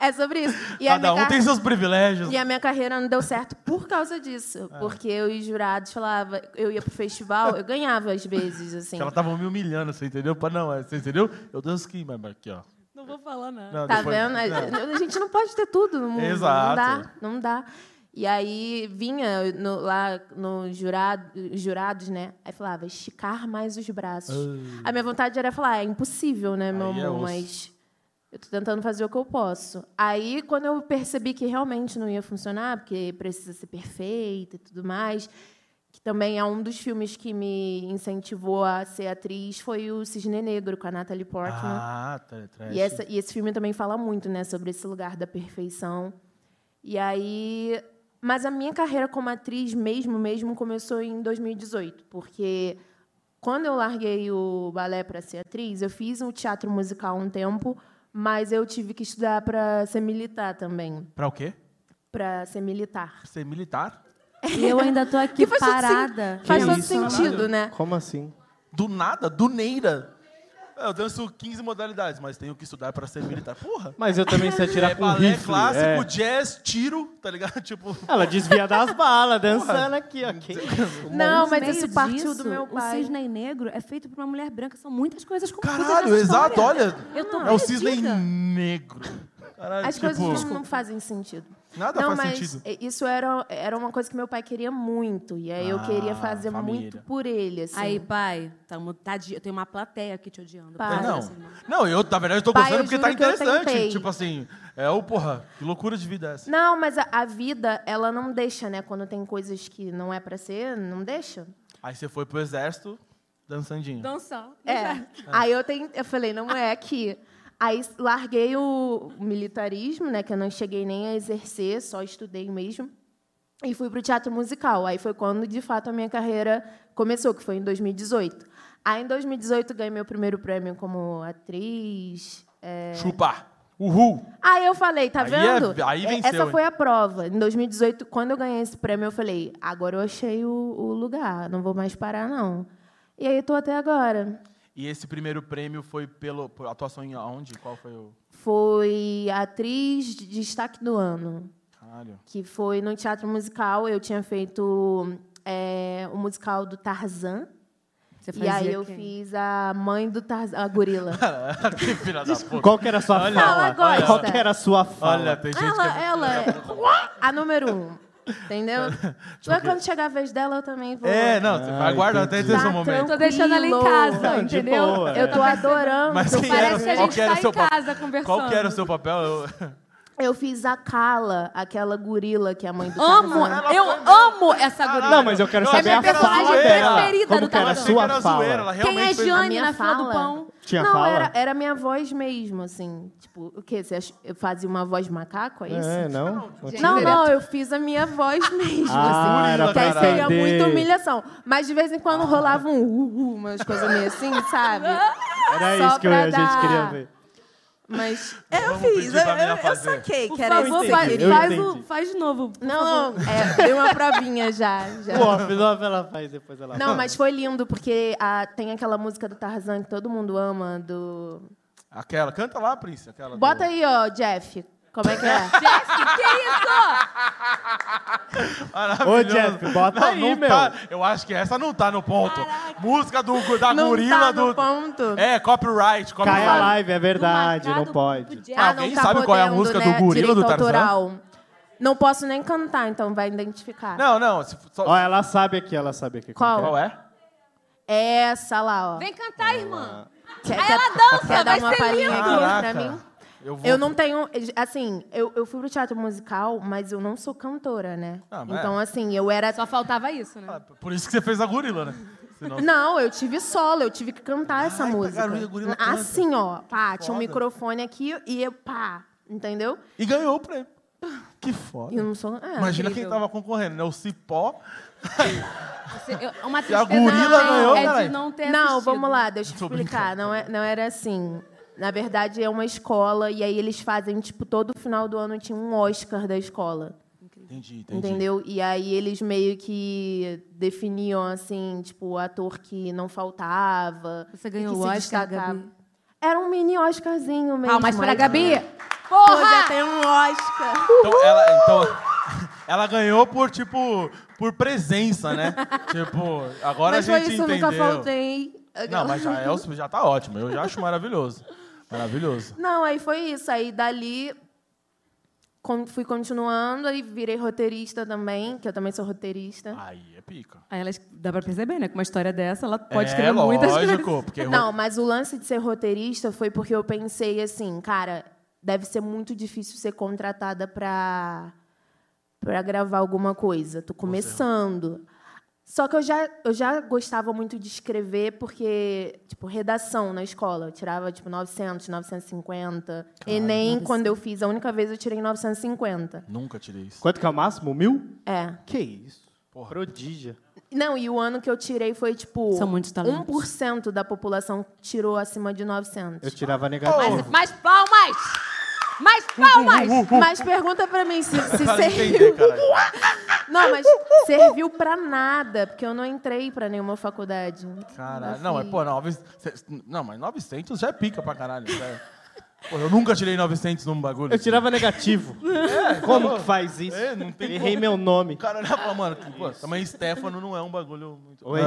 Speaker 3: É sobre isso. E a
Speaker 1: Cada
Speaker 3: minha
Speaker 1: um
Speaker 3: car-
Speaker 1: tem seus privilégios.
Speaker 3: E a minha carreira não deu certo por causa disso.
Speaker 1: É.
Speaker 3: Porque eu e os jurados falavam, eu ia pro festival, eu ganhava às vezes, assim.
Speaker 1: Que ela tava me humilhando, você entendeu? Pra não, é, você entendeu? Eu danço 15, mas mas aqui, ó.
Speaker 4: Não vou falar nada.
Speaker 1: Não,
Speaker 3: Tá
Speaker 1: depois-
Speaker 3: vendo?
Speaker 1: Não.
Speaker 3: A, a gente não pode ter tudo no mundo.
Speaker 1: Exato.
Speaker 3: Não dá, não dá. E aí vinha no- lá nos jurado, os jurados, né? Aí falava, esticar mais os braços. A minha vontade era falar, é impossível, né, meu
Speaker 1: Ah. Aí é
Speaker 3: amor?
Speaker 1: osso.
Speaker 3: mas eu tô tentando fazer o que eu posso. Aí, quando eu percebi que realmente não ia funcionar, porque precisa ser perfeita e tudo mais, que também é um dos filmes que me incentivou a ser atriz, foi o Cisne Negro, com a Natalie Portman.
Speaker 1: Ah, tá, trash.
Speaker 3: E, essa- e esse filme também fala muito, né, sobre esse lugar da perfeição. E aí, mas a minha carreira como atriz mesmo, mesmo começou em 2018, porque quando eu larguei o balé para ser atriz, eu fiz um teatro musical um tempo, mas eu tive que estudar para ser militar também,
Speaker 1: Pra o quê?
Speaker 3: para ser militar.
Speaker 1: Pra ser militar?
Speaker 4: E eu ainda tô aqui
Speaker 3: faz todo sen-
Speaker 4: parada.
Speaker 3: Faz
Speaker 1: Que
Speaker 3: todo
Speaker 1: isso,
Speaker 3: sentido,
Speaker 1: caralho.
Speaker 3: né?
Speaker 2: Como assim?
Speaker 1: Do nada, do neira. É, Eu danço 15 modalidades, mas tenho que estudar pra ser militar. Porra!
Speaker 2: Mas eu também sei atirar
Speaker 1: É
Speaker 2: com
Speaker 1: balé
Speaker 2: rifle.
Speaker 1: clássico,
Speaker 2: é.
Speaker 1: jazz, tiro, tá ligado? Tipo,
Speaker 2: Ela desvia das balas, dançando aqui, ó. Que isso?
Speaker 3: Não,
Speaker 4: No
Speaker 3: mas
Speaker 4: meio
Speaker 3: isso partiu
Speaker 4: disso,
Speaker 3: do meu
Speaker 4: O
Speaker 3: pai.
Speaker 4: cisne negro é feito por uma mulher branca. São muitas coisas confusas
Speaker 1: caralho,
Speaker 4: nessa
Speaker 1: exato,
Speaker 4: história.
Speaker 1: olha.
Speaker 4: Eu tô
Speaker 1: é o cisne
Speaker 4: perdida.
Speaker 1: negro. Caralho,
Speaker 3: As
Speaker 1: tipo,
Speaker 3: coisas não, não fazem sentido.
Speaker 1: Nada
Speaker 3: não,
Speaker 1: faz
Speaker 3: mas
Speaker 1: sentido.
Speaker 3: eh, Isso era, era uma coisa que meu pai queria muito. E aí eu
Speaker 1: Ah,
Speaker 3: queria fazer
Speaker 1: família.
Speaker 3: muito por ele. Assim.
Speaker 4: Aí, pai, tamo, tá de- eu tenho uma plateia aqui te odiando. assim,
Speaker 3: Pai.
Speaker 4: Para,
Speaker 1: é, não.
Speaker 4: seu irmão.
Speaker 1: Não, eu, na verdade, eu tô
Speaker 3: Pai,
Speaker 1: gostando
Speaker 3: eu
Speaker 1: porque tá
Speaker 3: juro né? que eu
Speaker 1: interessante.
Speaker 3: tentei.
Speaker 1: Tipo assim, é o porra, que loucura de vida é essa.
Speaker 3: Não, mas a, a vida, ela não deixa, né? Quando tem coisas que não é pra ser, não deixa.
Speaker 1: Aí você foi pro exército dançandinho.
Speaker 4: Dançar.
Speaker 3: É. Aí eu, ten- eu falei, não é aqui. Aí larguei o militarismo, né? Que eu não cheguei nem a exercer, só estudei mesmo. E fui para o teatro musical. Aí foi quando, de fato, a minha carreira começou, que foi em 2018. Aí, em 2018, ganhei meu primeiro prêmio como atriz. é.
Speaker 1: Chupa! Uhul!
Speaker 3: Aí eu falei, tá
Speaker 1: Aí é-
Speaker 3: vendo?
Speaker 1: aí
Speaker 3: É-
Speaker 1: venceu,
Speaker 3: Essa
Speaker 1: hein?
Speaker 3: foi a prova. Em 2018, quando eu ganhei esse prêmio, eu falei, agora eu achei o, o lugar, não vou mais parar, não. E aí, estou até agora.
Speaker 1: E esse primeiro prêmio foi pelo, por atuação em aonde? Qual foi o.
Speaker 3: foi atriz de destaque do ano,
Speaker 1: Caralho.
Speaker 3: que foi no teatro musical. Eu tinha feito é, o musical do Tarzan.
Speaker 4: Você
Speaker 3: E aí
Speaker 4: fazia
Speaker 3: eu
Speaker 4: quem?
Speaker 3: fiz a mãe do Tarzan, a gorila.
Speaker 1: que filha da puta.
Speaker 2: Qual que era a sua
Speaker 1: Olha,
Speaker 2: fala?
Speaker 3: Ela gosta.
Speaker 2: Qual que era a sua fala?
Speaker 1: Olha, tem gente
Speaker 3: ela,
Speaker 1: que. é-
Speaker 3: ela é a número um, entendeu? Mas quando chegar a vez dela, eu também vou.
Speaker 1: É, não, você vai
Speaker 2: Ah,
Speaker 1: aguardar até
Speaker 2: entendi.
Speaker 1: ter seu
Speaker 3: Tá
Speaker 1: momento.
Speaker 4: Tô deixando ela em
Speaker 3: Tranquilo.
Speaker 4: casa,
Speaker 2: Não, de
Speaker 4: entendeu?
Speaker 2: boa.
Speaker 3: Eu tô adorando.
Speaker 1: Mas quem
Speaker 4: Parece
Speaker 1: era,
Speaker 4: que
Speaker 1: qual
Speaker 4: a gente
Speaker 1: que era
Speaker 4: tá em
Speaker 1: seu papel?
Speaker 4: casa conversando.
Speaker 1: Qual que era o seu papel? Eu-
Speaker 3: Eu fiz a Kala, aquela gorila que é a mãe do
Speaker 4: Amo,
Speaker 3: Tarzan.
Speaker 4: eu amo essa
Speaker 1: Caralho,
Speaker 4: guria.
Speaker 2: Não, mas eu quero
Speaker 1: eu
Speaker 2: saber
Speaker 1: achei
Speaker 2: a
Speaker 1: que é era
Speaker 2: fala
Speaker 1: zoeira.
Speaker 2: dela.
Speaker 4: preferida
Speaker 2: Como
Speaker 4: do
Speaker 2: que era a
Speaker 4: Tarzan.
Speaker 1: Achei que
Speaker 2: sua
Speaker 1: era
Speaker 2: fila
Speaker 1: zoeira, ela
Speaker 4: Quem é
Speaker 1: realmente fez- um-
Speaker 3: A
Speaker 4: Jane
Speaker 3: minha
Speaker 4: na fila do
Speaker 3: fala?
Speaker 4: pão?
Speaker 2: Tinha
Speaker 3: não,
Speaker 2: fala?
Speaker 3: Era, era minha voz mesmo, assim. Tipo, o quê? Você ach- eu fazia uma voz de macaco, é isso?
Speaker 2: É, não?
Speaker 3: Não, não, eu fiz a minha voz mesmo.
Speaker 2: Ah,
Speaker 3: assim,
Speaker 2: era
Speaker 3: que
Speaker 1: pra
Speaker 3: aí seria
Speaker 2: entender.
Speaker 3: muita humilhação. Mas de vez em quando rolava um uh, uh, umas coisas meio assim, sabe?
Speaker 2: Era
Speaker 3: Só
Speaker 2: isso que eu-
Speaker 3: pra
Speaker 2: a gente
Speaker 3: dar-
Speaker 2: queria ver.
Speaker 3: Mas.
Speaker 5: Eu
Speaker 1: Vamos
Speaker 5: fiz,
Speaker 1: pedir
Speaker 5: eu,
Speaker 1: pra mina
Speaker 5: eu, eu
Speaker 1: fazer.
Speaker 5: saquei que
Speaker 4: Por
Speaker 5: era
Speaker 4: favor,
Speaker 5: isso.
Speaker 2: fa-
Speaker 4: faz,
Speaker 2: entendi.
Speaker 4: faz,
Speaker 2: Eu
Speaker 4: o-
Speaker 2: entendi.
Speaker 4: faz de novo. por
Speaker 3: Não,
Speaker 4: favor.
Speaker 3: é, dei uma provinha já. já.
Speaker 2: Pô, a Filofa, ela faz depois ela
Speaker 3: Não, mas foi lindo, porque ah, tem aquela música do Tarzan que todo mundo ama, do.
Speaker 1: Aquela, canta lá, Prince. Aquela
Speaker 3: Bota aí, ó, Jeff. Como é que é?
Speaker 4: Jéssica, que isso?
Speaker 2: Ô, Jeff, bota aí,
Speaker 1: não
Speaker 2: meu.
Speaker 1: Tá, eu acho que essa não tá no ponto. Música do, da
Speaker 3: Não
Speaker 1: gorila
Speaker 3: tá no
Speaker 1: do.
Speaker 3: ponto.
Speaker 1: É, copyright,
Speaker 2: Cai a
Speaker 1: copyright.
Speaker 2: live, é verdade,
Speaker 4: Do
Speaker 2: não
Speaker 4: marcado
Speaker 2: pode.
Speaker 4: do Jeff.
Speaker 1: Ah, alguém sabe qual é a música do gorila do
Speaker 3: tá né? direito
Speaker 1: Tarzan?
Speaker 3: autoral. Não posso nem cantar, então vai identificar.
Speaker 1: Não, não. se- só-
Speaker 2: Ó, ela sabe aqui, ela sabe aqui.
Speaker 3: Qual?
Speaker 1: Qual é?
Speaker 3: É Essa lá, ó.
Speaker 4: Vem cantar, irmã.
Speaker 3: Quer,
Speaker 4: Aí ela dança,
Speaker 3: quer dar
Speaker 4: vai
Speaker 3: uma
Speaker 4: ser
Speaker 3: palhinha
Speaker 4: lindo.
Speaker 3: aqui pra mim?
Speaker 1: Eu, vou-
Speaker 3: Eu não tenho. Assim, eu, eu fui pro teatro musical, mas eu não sou cantora, né?
Speaker 1: Ah, mas-
Speaker 3: então, assim, eu era.
Speaker 4: Só faltava isso, né?
Speaker 1: Por isso que você fez a gorila, né? Senão-
Speaker 3: Não, eu tive solo, eu tive que cantar essa
Speaker 1: Ai,
Speaker 3: música.
Speaker 1: pegaram, e a gorila canta.
Speaker 3: assim, ó. Pá, tinha um
Speaker 1: Foda.
Speaker 3: microfone aqui e eu, pá, entendeu?
Speaker 1: E ganhou o prêmio. Que
Speaker 3: E eu
Speaker 1: foda.
Speaker 3: não sou. é,
Speaker 1: Imagina
Speaker 3: incrível.
Speaker 1: quem tava concorrendo, né? O Cipó.
Speaker 4: Você- eu- Uma
Speaker 1: Se a
Speaker 4: tristeza
Speaker 1: gorila
Speaker 4: não,
Speaker 1: ganhou,
Speaker 4: é
Speaker 1: caralho.
Speaker 4: de não ter
Speaker 3: Não,
Speaker 4: assistido.
Speaker 3: vamos lá, deixa eu
Speaker 1: Tô
Speaker 3: explicar. Não, é- não era assim. Na verdade, é uma escola, e aí eles fazem, tipo, todo final do ano tinha um Oscar da escola.
Speaker 1: Entendi, entendi.
Speaker 3: Entendeu? E aí eles meio que definiam, assim, tipo, o ator que não faltava.
Speaker 4: Você
Speaker 3: e
Speaker 4: ganhou
Speaker 3: que
Speaker 4: o
Speaker 3: se
Speaker 4: Oscar,
Speaker 3: destacava.
Speaker 4: Gabi?
Speaker 3: Era um mini Oscarzinho mesmo. é.
Speaker 4: Palmas pra Gabi.
Speaker 3: Pô, já
Speaker 4: Porra!
Speaker 3: tem um Oscar.
Speaker 1: Então, ela, então, ela ganhou por, tipo, por presença, né? tipo, agora
Speaker 3: Mas
Speaker 1: a
Speaker 3: foi
Speaker 1: gente
Speaker 3: isso, eu
Speaker 1: entendeu.
Speaker 3: nunca faltei.
Speaker 1: Não, mas já, é, o- já tá ótimo. Eu já acho maravilhoso. Maravilhoso.
Speaker 3: Não, aí foi isso. Aí dali con- fui continuando, aí virei roteirista também, que eu também sou roteirista.
Speaker 1: Aí é pica.
Speaker 4: Aí ela, dá pra perceber, né? Com uma história dessa, ela pode
Speaker 1: é,
Speaker 4: escrever
Speaker 1: lógico,
Speaker 4: muitas coisas.
Speaker 1: porque
Speaker 3: Não, mas o lance de ser roteirista foi porque eu pensei assim, cara, deve ser muito difícil ser contratada pra para gravar alguma coisa. Tô começando. Só que eu já, eu já gostava muito de escrever porque, tipo, redação na escola, eu tirava tipo 900, 950. Enem, quando eu fiz a única vez eu tirei 950.
Speaker 1: Nunca tirei isso.
Speaker 2: Quanto que é o máximo? Mil?
Speaker 3: É.
Speaker 2: Que isso?
Speaker 1: Porra.
Speaker 2: Prodígia.
Speaker 3: Não, e o ano que eu tirei foi tipo
Speaker 4: São muitos talentos.
Speaker 3: 1% da população tirou acima de 900.
Speaker 2: Eu tirava negativo.
Speaker 4: Mais palmas! Mais palmas!
Speaker 3: Mas pergunta pra mim se, se
Speaker 1: Para
Speaker 3: serviu.
Speaker 1: entender, caralho.
Speaker 3: Não, mas serviu pra nada, porque eu não entrei pra nenhuma faculdade.
Speaker 1: Caralho. Não, mas pô, 900. Não, mas 900 já é pica pra caralho. sério. Pô, eu nunca tirei 900 num bagulho. assim.
Speaker 2: Eu tirava negativo.
Speaker 3: É,
Speaker 2: Como que faz isso?
Speaker 1: É, não tem
Speaker 2: Errei
Speaker 1: como.
Speaker 2: meu nome.
Speaker 1: O cara olhava e falava, mano, que, pô, tamanho Stefano não é um bagulho muito.
Speaker 2: Oi?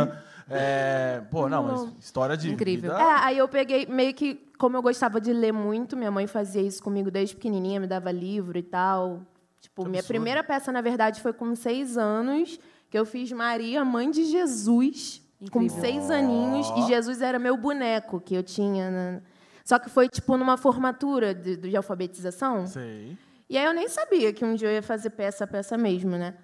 Speaker 1: É, pô, não, mas história de.
Speaker 4: Incrível.
Speaker 1: vida-
Speaker 3: É, aí eu peguei meio que, como eu gostava de ler muito, minha mãe fazia isso comigo desde pequenininha, me dava livro e tal. Tipo, minha primeira peça, na verdade, foi com seis anos, que eu fiz Maria, mãe de Jesus, com
Speaker 4: Incrível.
Speaker 3: seis aninhos, e Jesus era meu boneco que eu tinha. na- Só que foi, tipo, numa formatura de, de alfabetização.
Speaker 1: Sei.
Speaker 3: E aí eu nem sabia que um dia eu ia fazer peça a peça mesmo, né?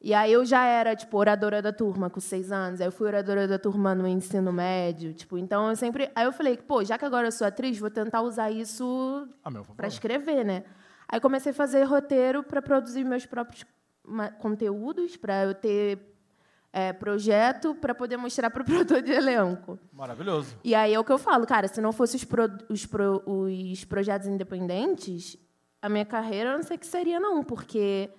Speaker 3: E aí eu já era, tipo, oradora da turma com seis anos. Aí eu fui oradora da turma no ensino médio, tipo, então eu sempre... Aí eu falei, pô, já que agora eu sou atriz, vou tentar usar isso
Speaker 1: Ah, meu, por
Speaker 3: para
Speaker 1: favor.
Speaker 3: escrever, né? Aí comecei a fazer roteiro para produzir meus próprios ma- conteúdos, para eu ter eh, projeto, para poder mostrar para o produtor de elenco.
Speaker 1: Maravilhoso.
Speaker 3: E aí é o que eu falo, cara, se não fosse os, pro, os, pro, os projetos independentes, a minha carreira eu não sei o que seria, não, porque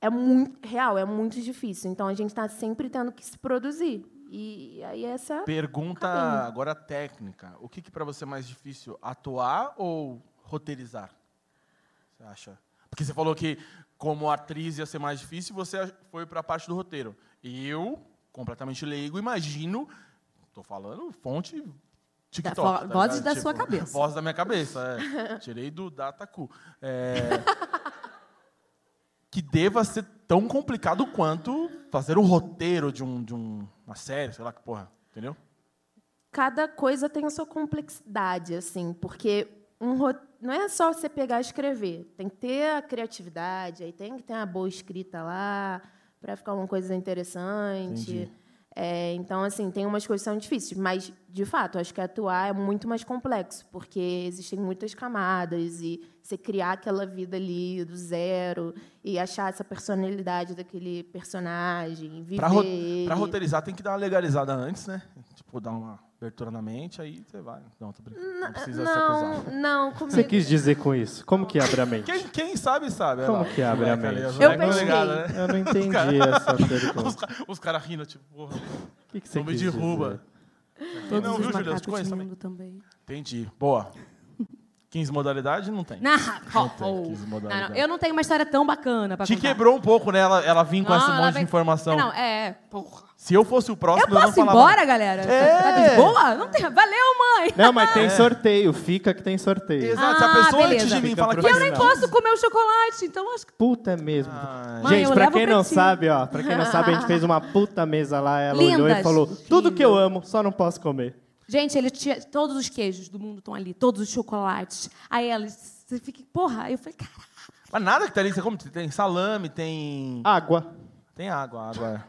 Speaker 3: é muito real, é muito difícil. Então a gente está sempre tendo que se produzir. E aí essa é a
Speaker 1: Pergunta
Speaker 3: Caramba.
Speaker 1: agora técnica. O que, que para você é mais difícil, atuar ou roteirizar? Você acha? Porque você falou que como atriz ia ser mais difícil, você a- foi para a parte do roteiro. E eu, completamente leigo, imagino, tô falando fonte TikTok. tá
Speaker 4: Da- vo- vozes
Speaker 1: ligado? Tipo,
Speaker 4: da sua cabeça.
Speaker 1: Vozes da minha cabeça, é. Tirei do Dataku. É, que deva ser tão complicado quanto fazer o roteiro de, um, de um- uma série, sei lá que porra, entendeu?
Speaker 3: cada coisa tem a sua complexidade, assim, porque um ro- não é só você pegar e escrever, tem que ter a criatividade, aí tem que ter uma boa escrita lá para ficar uma coisa interessante.
Speaker 1: Entendi.
Speaker 3: É, então, assim, tem umas coisas que são difíceis, mas de fato, acho que atuar é muito mais complexo, porque existem muitas camadas e você criar aquela vida ali do zero e achar essa personalidade daquele personagem, viver.
Speaker 1: Pra, ro-
Speaker 3: ele.
Speaker 1: pra roteirizar tem que dar uma legalizada antes, né? Tipo, dar uma abertura na mente, aí você vai. Não, tô brincando. Não precisa se
Speaker 3: Ah, não,
Speaker 1: acusar.
Speaker 3: não, comigo.
Speaker 2: Você quis dizer com isso? Como que abre a mente?
Speaker 1: Quem, quem sabe, sabe.
Speaker 2: Como
Speaker 1: Olha lá,
Speaker 2: que
Speaker 1: os
Speaker 2: abre a
Speaker 1: moleque ali,
Speaker 2: mente?
Speaker 1: os
Speaker 2: Eu
Speaker 1: moleque não
Speaker 3: pesquei.
Speaker 1: ligado, né?
Speaker 2: Eu não entendi essa
Speaker 1: Os,
Speaker 2: pergunta.
Speaker 1: ca- os caras rindo, tipo, porra,
Speaker 2: O que, que você
Speaker 1: não me
Speaker 2: quis dizer?
Speaker 1: derruba. Quem
Speaker 4: Todos
Speaker 1: não,
Speaker 4: os
Speaker 1: viu, Juliana? Te
Speaker 4: macacos
Speaker 1: conheço
Speaker 4: do
Speaker 1: também.
Speaker 4: mundo também.
Speaker 1: Entendi. Boa. 15 modalidades não tem.
Speaker 4: Na,
Speaker 1: Não
Speaker 4: oh,
Speaker 1: tem
Speaker 4: oh.
Speaker 1: 15
Speaker 4: Não,
Speaker 1: modalidades.
Speaker 4: não, eu não tenho uma história tão bacana pra
Speaker 1: Te
Speaker 4: contar.
Speaker 1: quebrou um pouco, né? Ela, ela vinha com
Speaker 4: Não,
Speaker 1: esse
Speaker 4: ela
Speaker 1: monte
Speaker 4: vem-
Speaker 1: de informação.
Speaker 4: Não, é, porra.
Speaker 1: Se eu fosse o próximo,
Speaker 4: Eu
Speaker 1: eu, não
Speaker 4: posso ir
Speaker 1: falava.
Speaker 4: embora, galera?
Speaker 1: É.
Speaker 4: Tá de boa? Não tem... Valeu, mãe!
Speaker 2: Não, mas tem sorteio. Fica que tem sorteio.
Speaker 1: Exato, se a
Speaker 4: Ah,
Speaker 1: pessoa antes
Speaker 4: beleza.
Speaker 1: de mim
Speaker 2: Fica
Speaker 1: fala que
Speaker 2: pro
Speaker 1: vai
Speaker 4: Eu
Speaker 1: ser
Speaker 4: nem posso comer o chocolate, então acho que...
Speaker 2: Puta mesmo.
Speaker 1: Ah,
Speaker 4: Mãe,
Speaker 2: gente,
Speaker 4: eu
Speaker 2: pra
Speaker 4: levo
Speaker 2: quem não
Speaker 4: pretinho.
Speaker 2: sabe, ó, pra quem não sabe, a gente fez uma puta mesa lá, ela olhou e
Speaker 4: Lindas.
Speaker 2: falou: tudo que eu amo, só não posso comer.
Speaker 4: Gente, ele tinha... Todos os queijos do mundo estão ali, todos os chocolates. Aí ela... Você fica... Porra! Aí eu falei, cara...
Speaker 1: Mas nada que tá ali, você come. Tem salame, tem.
Speaker 2: Água.
Speaker 1: Tem água, água.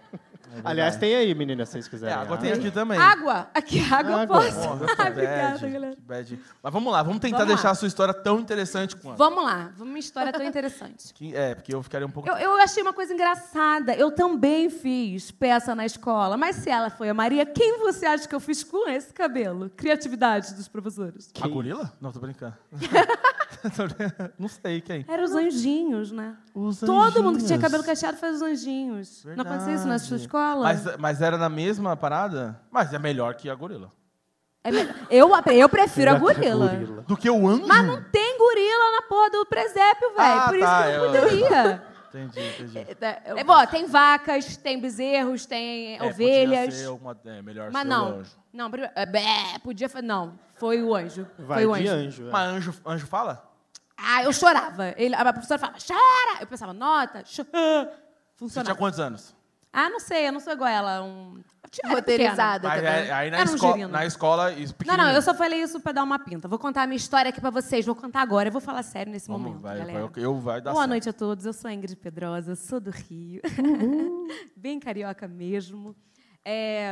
Speaker 2: Aliás, tem aí, né? menina, se vocês
Speaker 1: É,
Speaker 2: quiserem.
Speaker 1: água tem aqui também.
Speaker 4: Água! Aqui, água, eu
Speaker 2: Água.
Speaker 4: posso.
Speaker 1: Porra, bad,
Speaker 4: Ai, Obrigada, galera.
Speaker 1: que bad. Mas vamos lá, vamos tentar
Speaker 4: Vamos lá.
Speaker 1: deixar a sua história tão interessante quanto.
Speaker 4: Vamos lá. Vamos uma história tão interessante.
Speaker 1: Que- é, porque eu ficaria um pouco.
Speaker 4: Eu, eu achei uma coisa engraçada. Eu também fiz peça na escola, mas se ela foi a Maria, quem você acha que eu fiz com esse cabelo? Criatividade dos professores.
Speaker 1: A gorila? Não, tô brincando. não sei quem.
Speaker 4: Eram os anjinhos, né?
Speaker 1: Os
Speaker 4: Todo mundo que tinha
Speaker 1: anjinhos.
Speaker 4: cabelo cacheado fez os anjinhos. É, Não aconteceu isso na sua
Speaker 1: Verdade.
Speaker 4: escola?
Speaker 1: Mas, mas era na mesma parada? Mas é melhor que a gorila.
Speaker 4: É melhor. eu, ap- eu prefiro É a gorila.
Speaker 1: Do que o anjo?
Speaker 4: Mas não tem gorila na porra do presépio, velho.
Speaker 1: Ah,
Speaker 4: Por
Speaker 1: tá,
Speaker 4: isso que eu não
Speaker 1: eu-
Speaker 4: poderia.
Speaker 1: Entendi, entendi.
Speaker 3: Eu-
Speaker 4: É, bom, tem vacas, tem bezerros, tem
Speaker 1: É, podia
Speaker 4: ovelhas.
Speaker 1: ser alguma- é, melhor
Speaker 4: Mas
Speaker 1: ser
Speaker 4: não.
Speaker 1: o anjo.
Speaker 4: Não, pri- é, bé, podia. fa- Não, foi o anjo.
Speaker 2: Vai
Speaker 4: foi o
Speaker 2: de
Speaker 4: anjo.
Speaker 2: anjo. é.
Speaker 1: Mas anjo, anjo fala?
Speaker 4: Ah, eu chorava. Ele, a professora falava, chora! Eu pensava, nota, chora.
Speaker 1: Você tinha
Speaker 4: Funcionava.
Speaker 1: quantos anos?
Speaker 4: Ah, não sei, eu não sou igual ela. Um... Eu tinha- era
Speaker 3: Roteirizada
Speaker 1: Aí,
Speaker 3: também.
Speaker 1: aí- é, aí na,
Speaker 4: Era um
Speaker 1: esco-
Speaker 4: girino.
Speaker 1: na escola, isso
Speaker 4: pequena. Não, não, eu só falei isso pra dar uma pinta. Vou contar a minha história aqui pra vocês, vou contar agora. Eu vou falar sério nesse
Speaker 1: Vamos,
Speaker 4: momento,
Speaker 1: vai,
Speaker 4: galera.
Speaker 1: vai, eu, vai dar
Speaker 4: Boa
Speaker 1: certo.
Speaker 4: noite a todos, eu sou a Ingrid Pedrosa, sou do Rio. Bem carioca mesmo. É,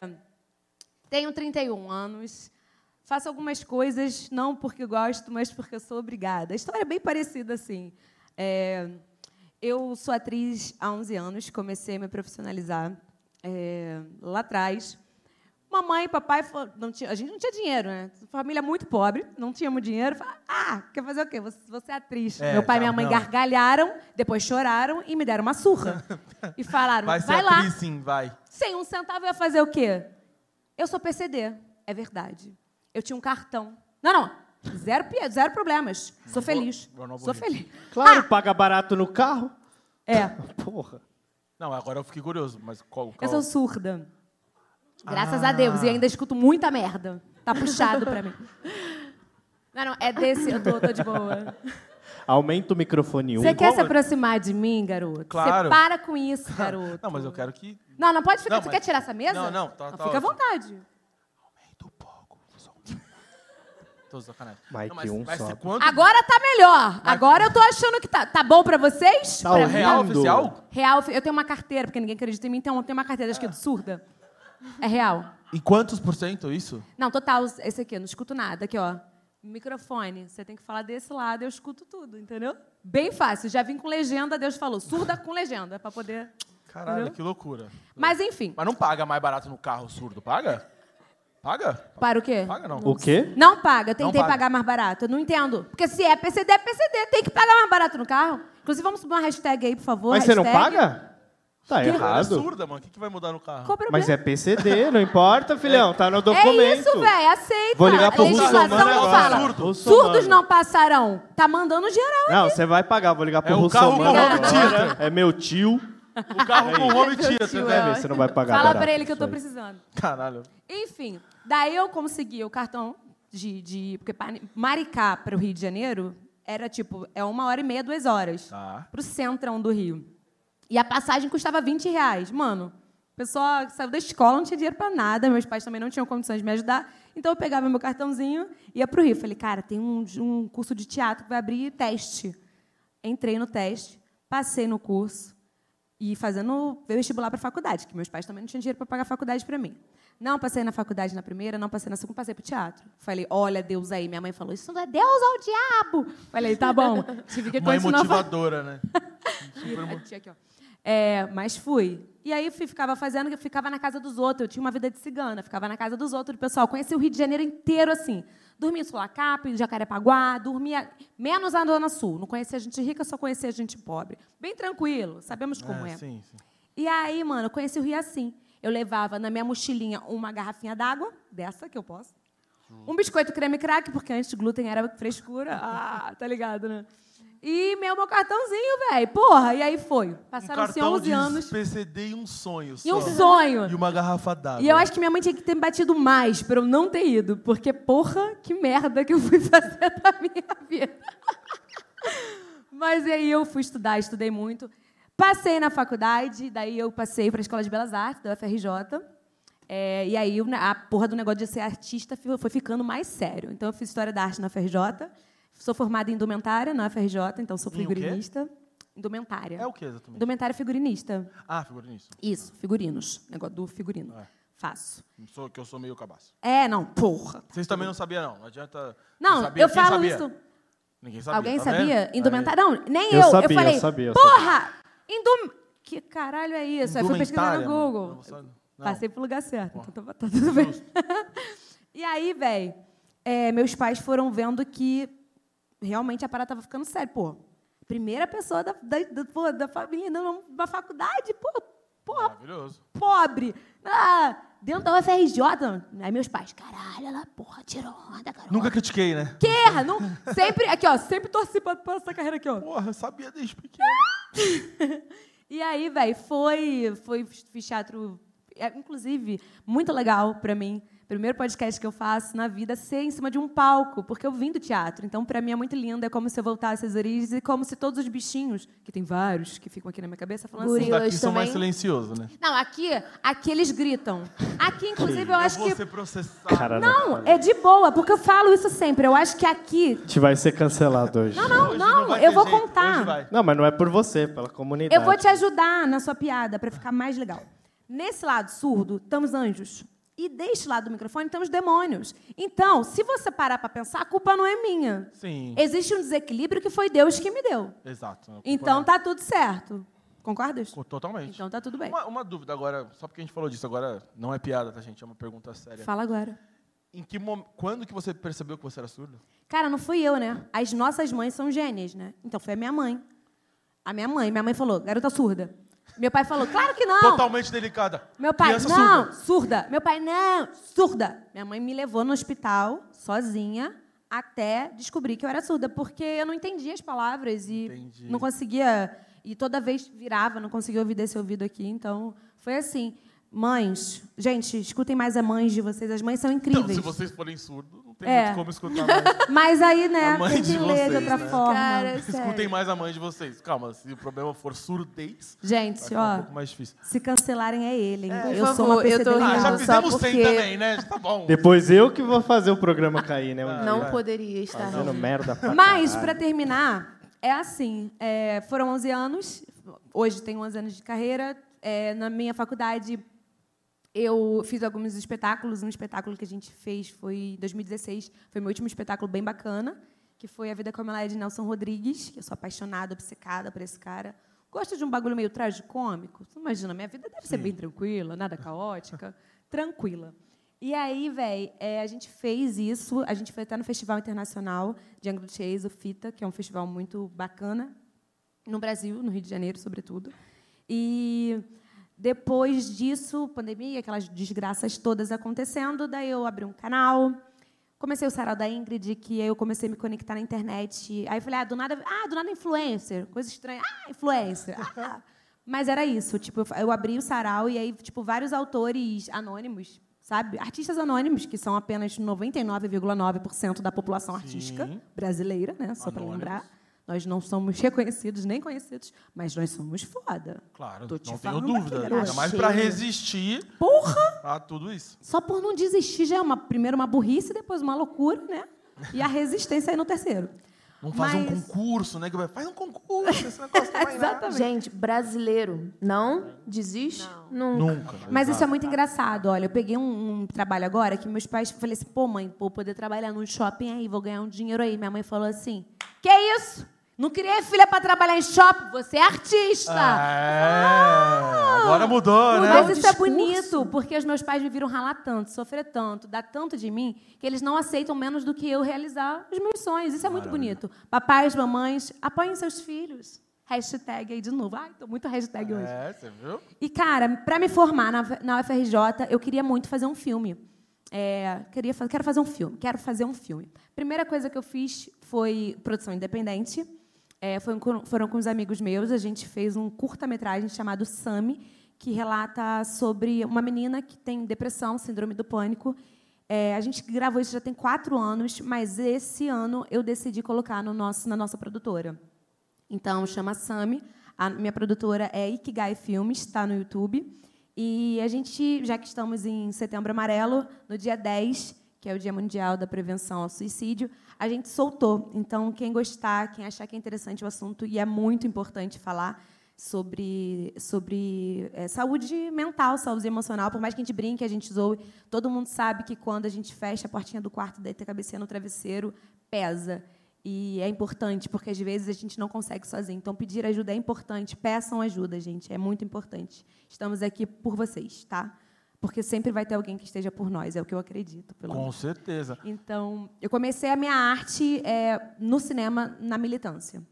Speaker 4: tenho 31 anos. Faço algumas coisas, não porque gosto, mas porque eu sou obrigada. A história é bem parecida, assim. É, eu sou atriz há 11 anos, comecei a me profissionalizar é, lá atrás. Mamãe e papai, fo- não tinha, a gente não tinha dinheiro, né? Família muito pobre, não tínhamos dinheiro. Fala, ah, quer fazer o quê? Você, você é atriz.
Speaker 1: É,
Speaker 4: Meu pai
Speaker 1: já-
Speaker 4: e minha mãe
Speaker 1: não.
Speaker 4: gargalharam, depois choraram e me deram uma surra. E falaram,
Speaker 1: Vai
Speaker 4: vai,
Speaker 1: ser
Speaker 4: lá.
Speaker 1: atriz, sim, vai.
Speaker 4: Sem um centavo eu ia fazer o quê? Eu sou PCD. É verdade. Eu tinha um cartão. Não, não. Zero, pie- zero problemas. Sou feliz.
Speaker 1: eu não vou
Speaker 4: Sou
Speaker 1: rir.
Speaker 4: feliz. Ah!
Speaker 2: Claro, paga barato no carro.
Speaker 4: É.
Speaker 2: Porra.
Speaker 1: Não, agora eu fiquei curioso, mas qual.
Speaker 4: Eu
Speaker 1: qual... Ah.
Speaker 4: sou surda. Graças a Deus. E ainda escuto muita merda. Tá puxado pra mim. Não, não, é desse. Eu tô, tô de boa.
Speaker 2: Aumenta o microfone um.
Speaker 4: Você quer
Speaker 1: como?
Speaker 4: se aproximar de mim, garoto?
Speaker 1: Claro.
Speaker 4: Você para com isso, garoto.
Speaker 1: Não, mas eu quero que.
Speaker 4: Não, não pode ficar.
Speaker 1: Não,
Speaker 4: tu
Speaker 1: mas-
Speaker 4: quer tirar essa mesa?
Speaker 1: Não, não, tá- tá
Speaker 4: Fica à
Speaker 1: ótimo.
Speaker 4: vontade.
Speaker 1: Aumenta um pouco. Só um Tô sacanagem.
Speaker 2: Mike,
Speaker 1: não, mas
Speaker 2: um
Speaker 1: vai
Speaker 2: só.
Speaker 1: ser quanto?
Speaker 4: Agora tá melhor. Agora eu tô achando que tá. Tá bom pra vocês?
Speaker 2: Tá
Speaker 4: Pra
Speaker 1: É
Speaker 2: horrível.
Speaker 4: mim?
Speaker 1: real
Speaker 2: Lindo.
Speaker 1: oficial?
Speaker 4: Real, eu tenho uma carteira, porque ninguém acredita em mim, então eu tenho uma carteira escrito surda. É real.
Speaker 1: E quantos por cento é isso?
Speaker 4: Não, total, esse aqui, eu não escuto nada. Aqui, ó. Microfone. Você tem que falar desse lado, eu escuto tudo, entendeu? Bem fácil. Já vim com legenda, Deus falou. Surda com legenda, pra poder.
Speaker 1: Caralho,
Speaker 4: Entendeu?
Speaker 1: que loucura.
Speaker 4: Mas enfim.
Speaker 1: Mas não paga mais barato no carro surdo, paga? Paga?
Speaker 4: Para o quê?
Speaker 1: Paga não.
Speaker 2: O quê?
Speaker 4: Não paga, eu tentei
Speaker 1: paga.
Speaker 4: pagar mais barato. Eu não entendo. Porque se é PCD, é PCD, tem que pagar mais barato no carro. Inclusive, vamos subir uma hashtag aí, por favor.
Speaker 2: Mas você não
Speaker 4: hashtag.
Speaker 2: paga? Tá
Speaker 1: Ela é
Speaker 2: errado.
Speaker 1: surda, mano. O que, que vai mudar no carro?
Speaker 4: Qual o problema?
Speaker 2: Mas é PCD, não importa, filhão. Tá no documento.
Speaker 4: né? É isso, velho. Aceita.
Speaker 2: Vou ligar pro um
Speaker 4: a legislação
Speaker 2: Russomano
Speaker 4: não
Speaker 2: agora.
Speaker 4: fala.
Speaker 1: Surdo.
Speaker 4: Surdos não passarão. Tá mandando geral.
Speaker 2: Não, você vai pagar. Vou ligar pro
Speaker 1: É o carro
Speaker 2: Russomano.
Speaker 1: com home
Speaker 2: agora. É meu tio.
Speaker 1: O carro com home tira,
Speaker 2: Você
Speaker 1: você
Speaker 2: vai
Speaker 1: deve.
Speaker 2: ver, você não vai pagar
Speaker 4: Fala
Speaker 2: barato
Speaker 4: pra ele que eu tô
Speaker 2: isso aí.
Speaker 4: precisando.
Speaker 1: Caralho.
Speaker 4: Enfim, daí eu consegui o cartão de... de porque pa- Maricá para o Rio de Janeiro era tipo... É uma hora e meia, duas horas.
Speaker 1: Tá.
Speaker 4: Pro centrão do Rio. E a passagem custava 20 reais. Mano, o pessoal saiu da escola, não tinha dinheiro pra nada. Meus pais também não tinham condições de me ajudar. Então eu pegava meu cartãozinho e ia pro Rio. Falei, cara, tem um, um curso de teatro que vai abrir teste. Entrei no teste, passei no curso e fazendo vestibular para faculdade, que meus pais também não tinham dinheiro para pagar a faculdade para mim. Não passei na faculdade na primeira, não passei na segunda, passei pro teatro. Falei, olha Deus aí. Minha mãe falou, isso não é Deus, é o diabo. Falei, tá bom. Tive que
Speaker 1: Mãe
Speaker 4: continuar fa-
Speaker 1: motivadora, né?
Speaker 4: Ih, a tia aqui, ó. É, mas fui. E aí fui- ficava fazendo, eu ficava na casa dos outros. Eu tinha uma vida de cigana, ficava na casa dos outros. do Pessoal, conheci o Rio de Janeiro inteiro assim. Dormia em Sulacap, em Jacarepaguá, dormia menos na Zona Sul. Não conhecia gente rica, só conhecia gente pobre. Bem tranquilo, sabemos como é.
Speaker 1: Ah, Sim, sim.
Speaker 4: E aí, mano, eu conheci o Rio assim. Eu levava na minha mochilinha uma garrafinha d'água, dessa que eu posso. Um biscoito creme crack, porque antes glúten era frescura. Ah, tá ligado, né? E meu, meu cartãozinho, velho. Porra, e aí foi.
Speaker 1: Um
Speaker 4: Passaram-se 11 anos.
Speaker 1: PCD e um sonho
Speaker 4: E um
Speaker 1: só.
Speaker 4: sonho.
Speaker 1: E uma garrafa d'água.
Speaker 4: E eu acho que minha mãe tinha que ter me batido mais pra eu não ter ido. Porque, porra, que merda que eu fui fazer da minha vida. Mas aí eu fui estudar, estudei muito. Passei na faculdade, daí eu passei para a Escola de Belas Artes, da UFRJ. É, e aí o ne- a porra do negócio de ser artista fi- foi ficando mais sério. Então eu fiz História da Arte na UFRJ. Sou formada em indumentária na UFRJ, então sou
Speaker 1: Em o quê?
Speaker 4: figurinista. Indumentária.
Speaker 1: É o que exatamente?
Speaker 4: Indumentária figurinista.
Speaker 1: Ah, figurinista.
Speaker 4: Isso, figurinos. Negócio do figurino.
Speaker 1: É.
Speaker 4: Faço.
Speaker 1: Não Sou, que eu sou meio cabaço.
Speaker 4: É, não, porra.
Speaker 1: Vocês também não sabiam, não. Não adianta.
Speaker 4: Não,
Speaker 1: Quem sabia?
Speaker 4: eu
Speaker 1: Quem
Speaker 4: falo
Speaker 1: sabia?
Speaker 4: isso.
Speaker 1: Ninguém sabia.
Speaker 4: Alguém
Speaker 1: tá
Speaker 4: sabia?
Speaker 1: vendo?
Speaker 4: Indumentária? Não, nem
Speaker 2: Eu
Speaker 4: eu. Eu,
Speaker 2: sabia, eu
Speaker 4: falei,
Speaker 2: sabia, eu
Speaker 4: porra, indum... Que caralho é isso? Aí fui pesquisar no
Speaker 1: Indumentária, mano.
Speaker 4: Google.
Speaker 1: Não, só- não.
Speaker 4: Passei pro lugar certo, então tá, tá tudo bem. e aí, velho, meus pais foram vendo que realmente a parada tava ficando séria. Pô, primeira pessoa da, da, da, pô, da família, não, da faculdade, pô, porra,
Speaker 1: Maravilhoso.
Speaker 4: pobre. Ah, dentro da UFRJ. Aí meus pais, caralho, ela, porra, tirou onda, garota.
Speaker 1: Nunca critiquei, né?
Speaker 4: Querra, não, sempre, aqui, ó, sempre torci pra, pra essa carreira aqui, ó.
Speaker 1: Porra, eu sabia desde pequeno.
Speaker 4: E aí, velho, foi, foi, fiz teatro, é, inclusive, muito legal pra mim. Primeiro podcast que eu faço na vida ser em cima de um palco, porque eu vim do teatro. Então, pra mim é muito lindo, é como se eu voltasse às origens e como se todos os bichinhos, que tem vários que ficam aqui na minha cabeça, falando
Speaker 1: Os
Speaker 4: assim.
Speaker 3: Guri. Frilas
Speaker 1: daqui são mais
Speaker 3: também.
Speaker 1: silenciosos, né?
Speaker 4: Não, aqui, aqui eles gritam. Aqui, inclusive, eu acho
Speaker 1: vou
Speaker 4: que.
Speaker 1: ser processado.
Speaker 2: Cara, não.
Speaker 4: Não, é de boa, porque eu falo isso sempre. Eu acho que aqui.
Speaker 2: A gente vai ser cancelado hoje.
Speaker 4: Não, não,
Speaker 1: Hoje
Speaker 4: não,
Speaker 1: vai
Speaker 4: eu
Speaker 1: ter
Speaker 4: vou
Speaker 1: jeito, Hoje
Speaker 4: contar.
Speaker 1: vai.
Speaker 2: Não, mas não é por você, pela comunidade.
Speaker 4: Eu vou te ajudar na sua piada pra ficar mais legal. Nesse lado surdo, estamos anjos. E deste lado do microfone, estamos demônios. Então, se você parar pra pensar, a culpa não é minha.
Speaker 1: Sim,
Speaker 4: Existe um desequilíbrio que foi Deus que me deu.
Speaker 1: exato. Eu
Speaker 4: Então
Speaker 1: concordo.
Speaker 4: tá tudo certo. Concordas?
Speaker 1: Totalmente.
Speaker 4: Então tá tudo bem.
Speaker 1: Uma, uma dúvida agora, só porque a gente falou disso agora, não é piada, tá, gente? É uma pergunta séria.
Speaker 4: Fala agora.
Speaker 1: Em que mom- Quando que você percebeu que você era surdo?
Speaker 4: Cara, não fui eu, né? As nossas mães são gênias, né? Então foi a minha mãe. A minha mãe. Minha mãe falou, garota surda. Meu pai falou, claro que não.
Speaker 1: Totalmente delicada.
Speaker 4: Meu pai,
Speaker 1: Criança
Speaker 4: não,
Speaker 1: surda.
Speaker 4: surda. Meu pai, não, surda. Minha mãe me levou no hospital, sozinha, até descobrir que eu era surda, porque eu não entendia as palavras e
Speaker 6: Entendi.
Speaker 4: não conseguia. E toda vez virava, não conseguia ouvir desse ouvido aqui. Então, foi assim. Mães, gente, escutem mais as mães de vocês. As mães são
Speaker 6: Então,
Speaker 4: incríveis.
Speaker 6: se vocês forem surdos, não tem
Speaker 4: É.
Speaker 6: muito como escutar mais.
Speaker 4: Mas aí,
Speaker 6: A
Speaker 4: né,
Speaker 6: mãe
Speaker 4: tem
Speaker 6: de
Speaker 4: que ler
Speaker 6: vocês,
Speaker 4: de outra
Speaker 6: né?
Speaker 4: forma.
Speaker 3: Cara, sério.
Speaker 6: Escutem mais a mãe de vocês. Calma, se o problema for surdez, vai
Speaker 4: Gente,
Speaker 6: ficar um
Speaker 4: ó,
Speaker 6: pouco mais difícil.
Speaker 4: se cancelarem é ele. hein?
Speaker 3: É,
Speaker 4: eu
Speaker 3: por
Speaker 4: sou uma
Speaker 3: favor, eu tô
Speaker 4: perseguidora.
Speaker 6: Ah, já
Speaker 3: rindo só
Speaker 6: fizemos 100
Speaker 3: porque-
Speaker 6: também, né? Já tá bom.
Speaker 2: Depois eu que vou fazer o programa cair, né? um dia.
Speaker 3: Não poderia estar.
Speaker 2: Fazendo merda
Speaker 6: né?
Speaker 2: pra
Speaker 4: Mas,
Speaker 2: caralho.
Speaker 4: pra terminar, é assim: é, foram 11 anos, hoje tenho 11 anos de carreira. é, na minha faculdade, eu fiz alguns espetáculos. Um espetáculo que a gente fez foi em 2016, foi meu último espetáculo bem bacana, que foi A Vida Como Ela É de Nelson Rodrigues. que Eu sou apaixonada, obcecada por esse cara. Gosto de um bagulho meio tragicômico. Tu imagina, minha vida deve ser bem tranquila, nada caótica. tranquila. E aí, véi, é, a gente fez isso, a gente foi até no Festival Internacional de Anglo Chase, o FITA, que é um festival muito bacana, no Brasil, no Rio de Janeiro, sobretudo. E depois disso, pandemia, aquelas desgraças todas acontecendo, daí eu abri um canal, comecei o sarau da Ingrid, que aí eu comecei a me conectar na internet. Aí eu falei, ah, do nada, ah, do nada influencer, coisa estranha. Ah, influencer. Ah. Mas era isso, tipo, eu fa- eu abri o sarau e aí, tipo, vários autores anônimos, sabe? Artistas anônimos, que são apenas 99,9% da população artística
Speaker 6: Sim.
Speaker 4: brasileira, né? Só para
Speaker 6: Anônimos.
Speaker 4: lembrar. Nós não somos reconhecidos nem conhecidos, mas nós somos foda.
Speaker 6: Claro,
Speaker 4: Tô te
Speaker 6: não tenho
Speaker 4: falando
Speaker 6: dúvida.
Speaker 4: aqui,
Speaker 6: Ainda mais
Speaker 3: achei.
Speaker 6: pra resistir
Speaker 4: Porra!
Speaker 6: a tudo isso.
Speaker 4: Só por não desistir já é uma, primeiro uma burrice, depois uma loucura, né? E a resistência aí no terceiro.
Speaker 6: Não faz um
Speaker 4: Mas-
Speaker 6: concurso, né? que vai- Faz um concurso, esse negócio não vai nada.
Speaker 4: Exatamente.
Speaker 3: Gente, brasileiro, não desiste nunca.
Speaker 6: Nunca.
Speaker 4: Mas isso é muito engraçado. Olha, eu peguei um, um trabalho agora que meus pais falei assim: pô, mãe, vou poder trabalhar num shopping aí, vou ganhar um dinheiro aí. Minha mãe falou assim: que isso? Não criei filha pra trabalhar em shopping, você é artista.
Speaker 1: Ah,
Speaker 6: É, agora mudou, né?
Speaker 1: um
Speaker 4: Mas
Speaker 3: o
Speaker 4: isso é
Speaker 3: discurso.
Speaker 4: bonito, porque os meus pais me viram ralar tanto, sofrer tanto, dar tanto de mim, que eles não aceitam menos do que eu realizar os meus sonhos. Isso é muito bonito. Papais, mamães, apoiem seus filhos. Hashtag aí de novo. Ai, tô muito hashtag hoje.
Speaker 6: É, você viu?
Speaker 4: E, cara, pra me formar na, na UFRJ, eu queria muito fazer um filme. É, queria, fa- quero fazer um filme, quero fazer um filme. Primeira coisa que eu fiz foi produção independente. É, foi um co- foram com os amigos meus, a gente fez um curta-metragem chamado Sami, que relata sobre uma menina que tem depressão, síndrome do pânico. É, a gente gravou isso já tem quatro anos, mas esse ano eu decidi colocar no nosso, na nossa produtora. Então, chama Sami. A minha produtora é Ikigai Filmes, está no YouTube. E a gente, já que estamos em Setembro Amarelo, no dia 10, que é o Dia Mundial da Prevenção ao Suicídio, a gente soltou. Então, quem gostar, quem achar que é interessante o assunto, e é muito importante falar sobre, sobre é, saúde mental, saúde emocional, por mais que a gente brinque, a gente zoe, todo mundo sabe que quando a gente fecha a portinha do quarto, daí ter a cabecinha no travesseiro, pesa. E é importante, porque às vezes a gente não consegue sozinho. Então, pedir ajuda é importante. Peçam ajuda, gente. É muito importante. Estamos aqui por vocês, tá? Porque sempre vai ter alguém que esteja por nós. É o que eu acredito, pelo
Speaker 6: Com
Speaker 4: menos.
Speaker 6: certeza.
Speaker 4: Então, eu comecei a minha arte é, no cinema, na militância.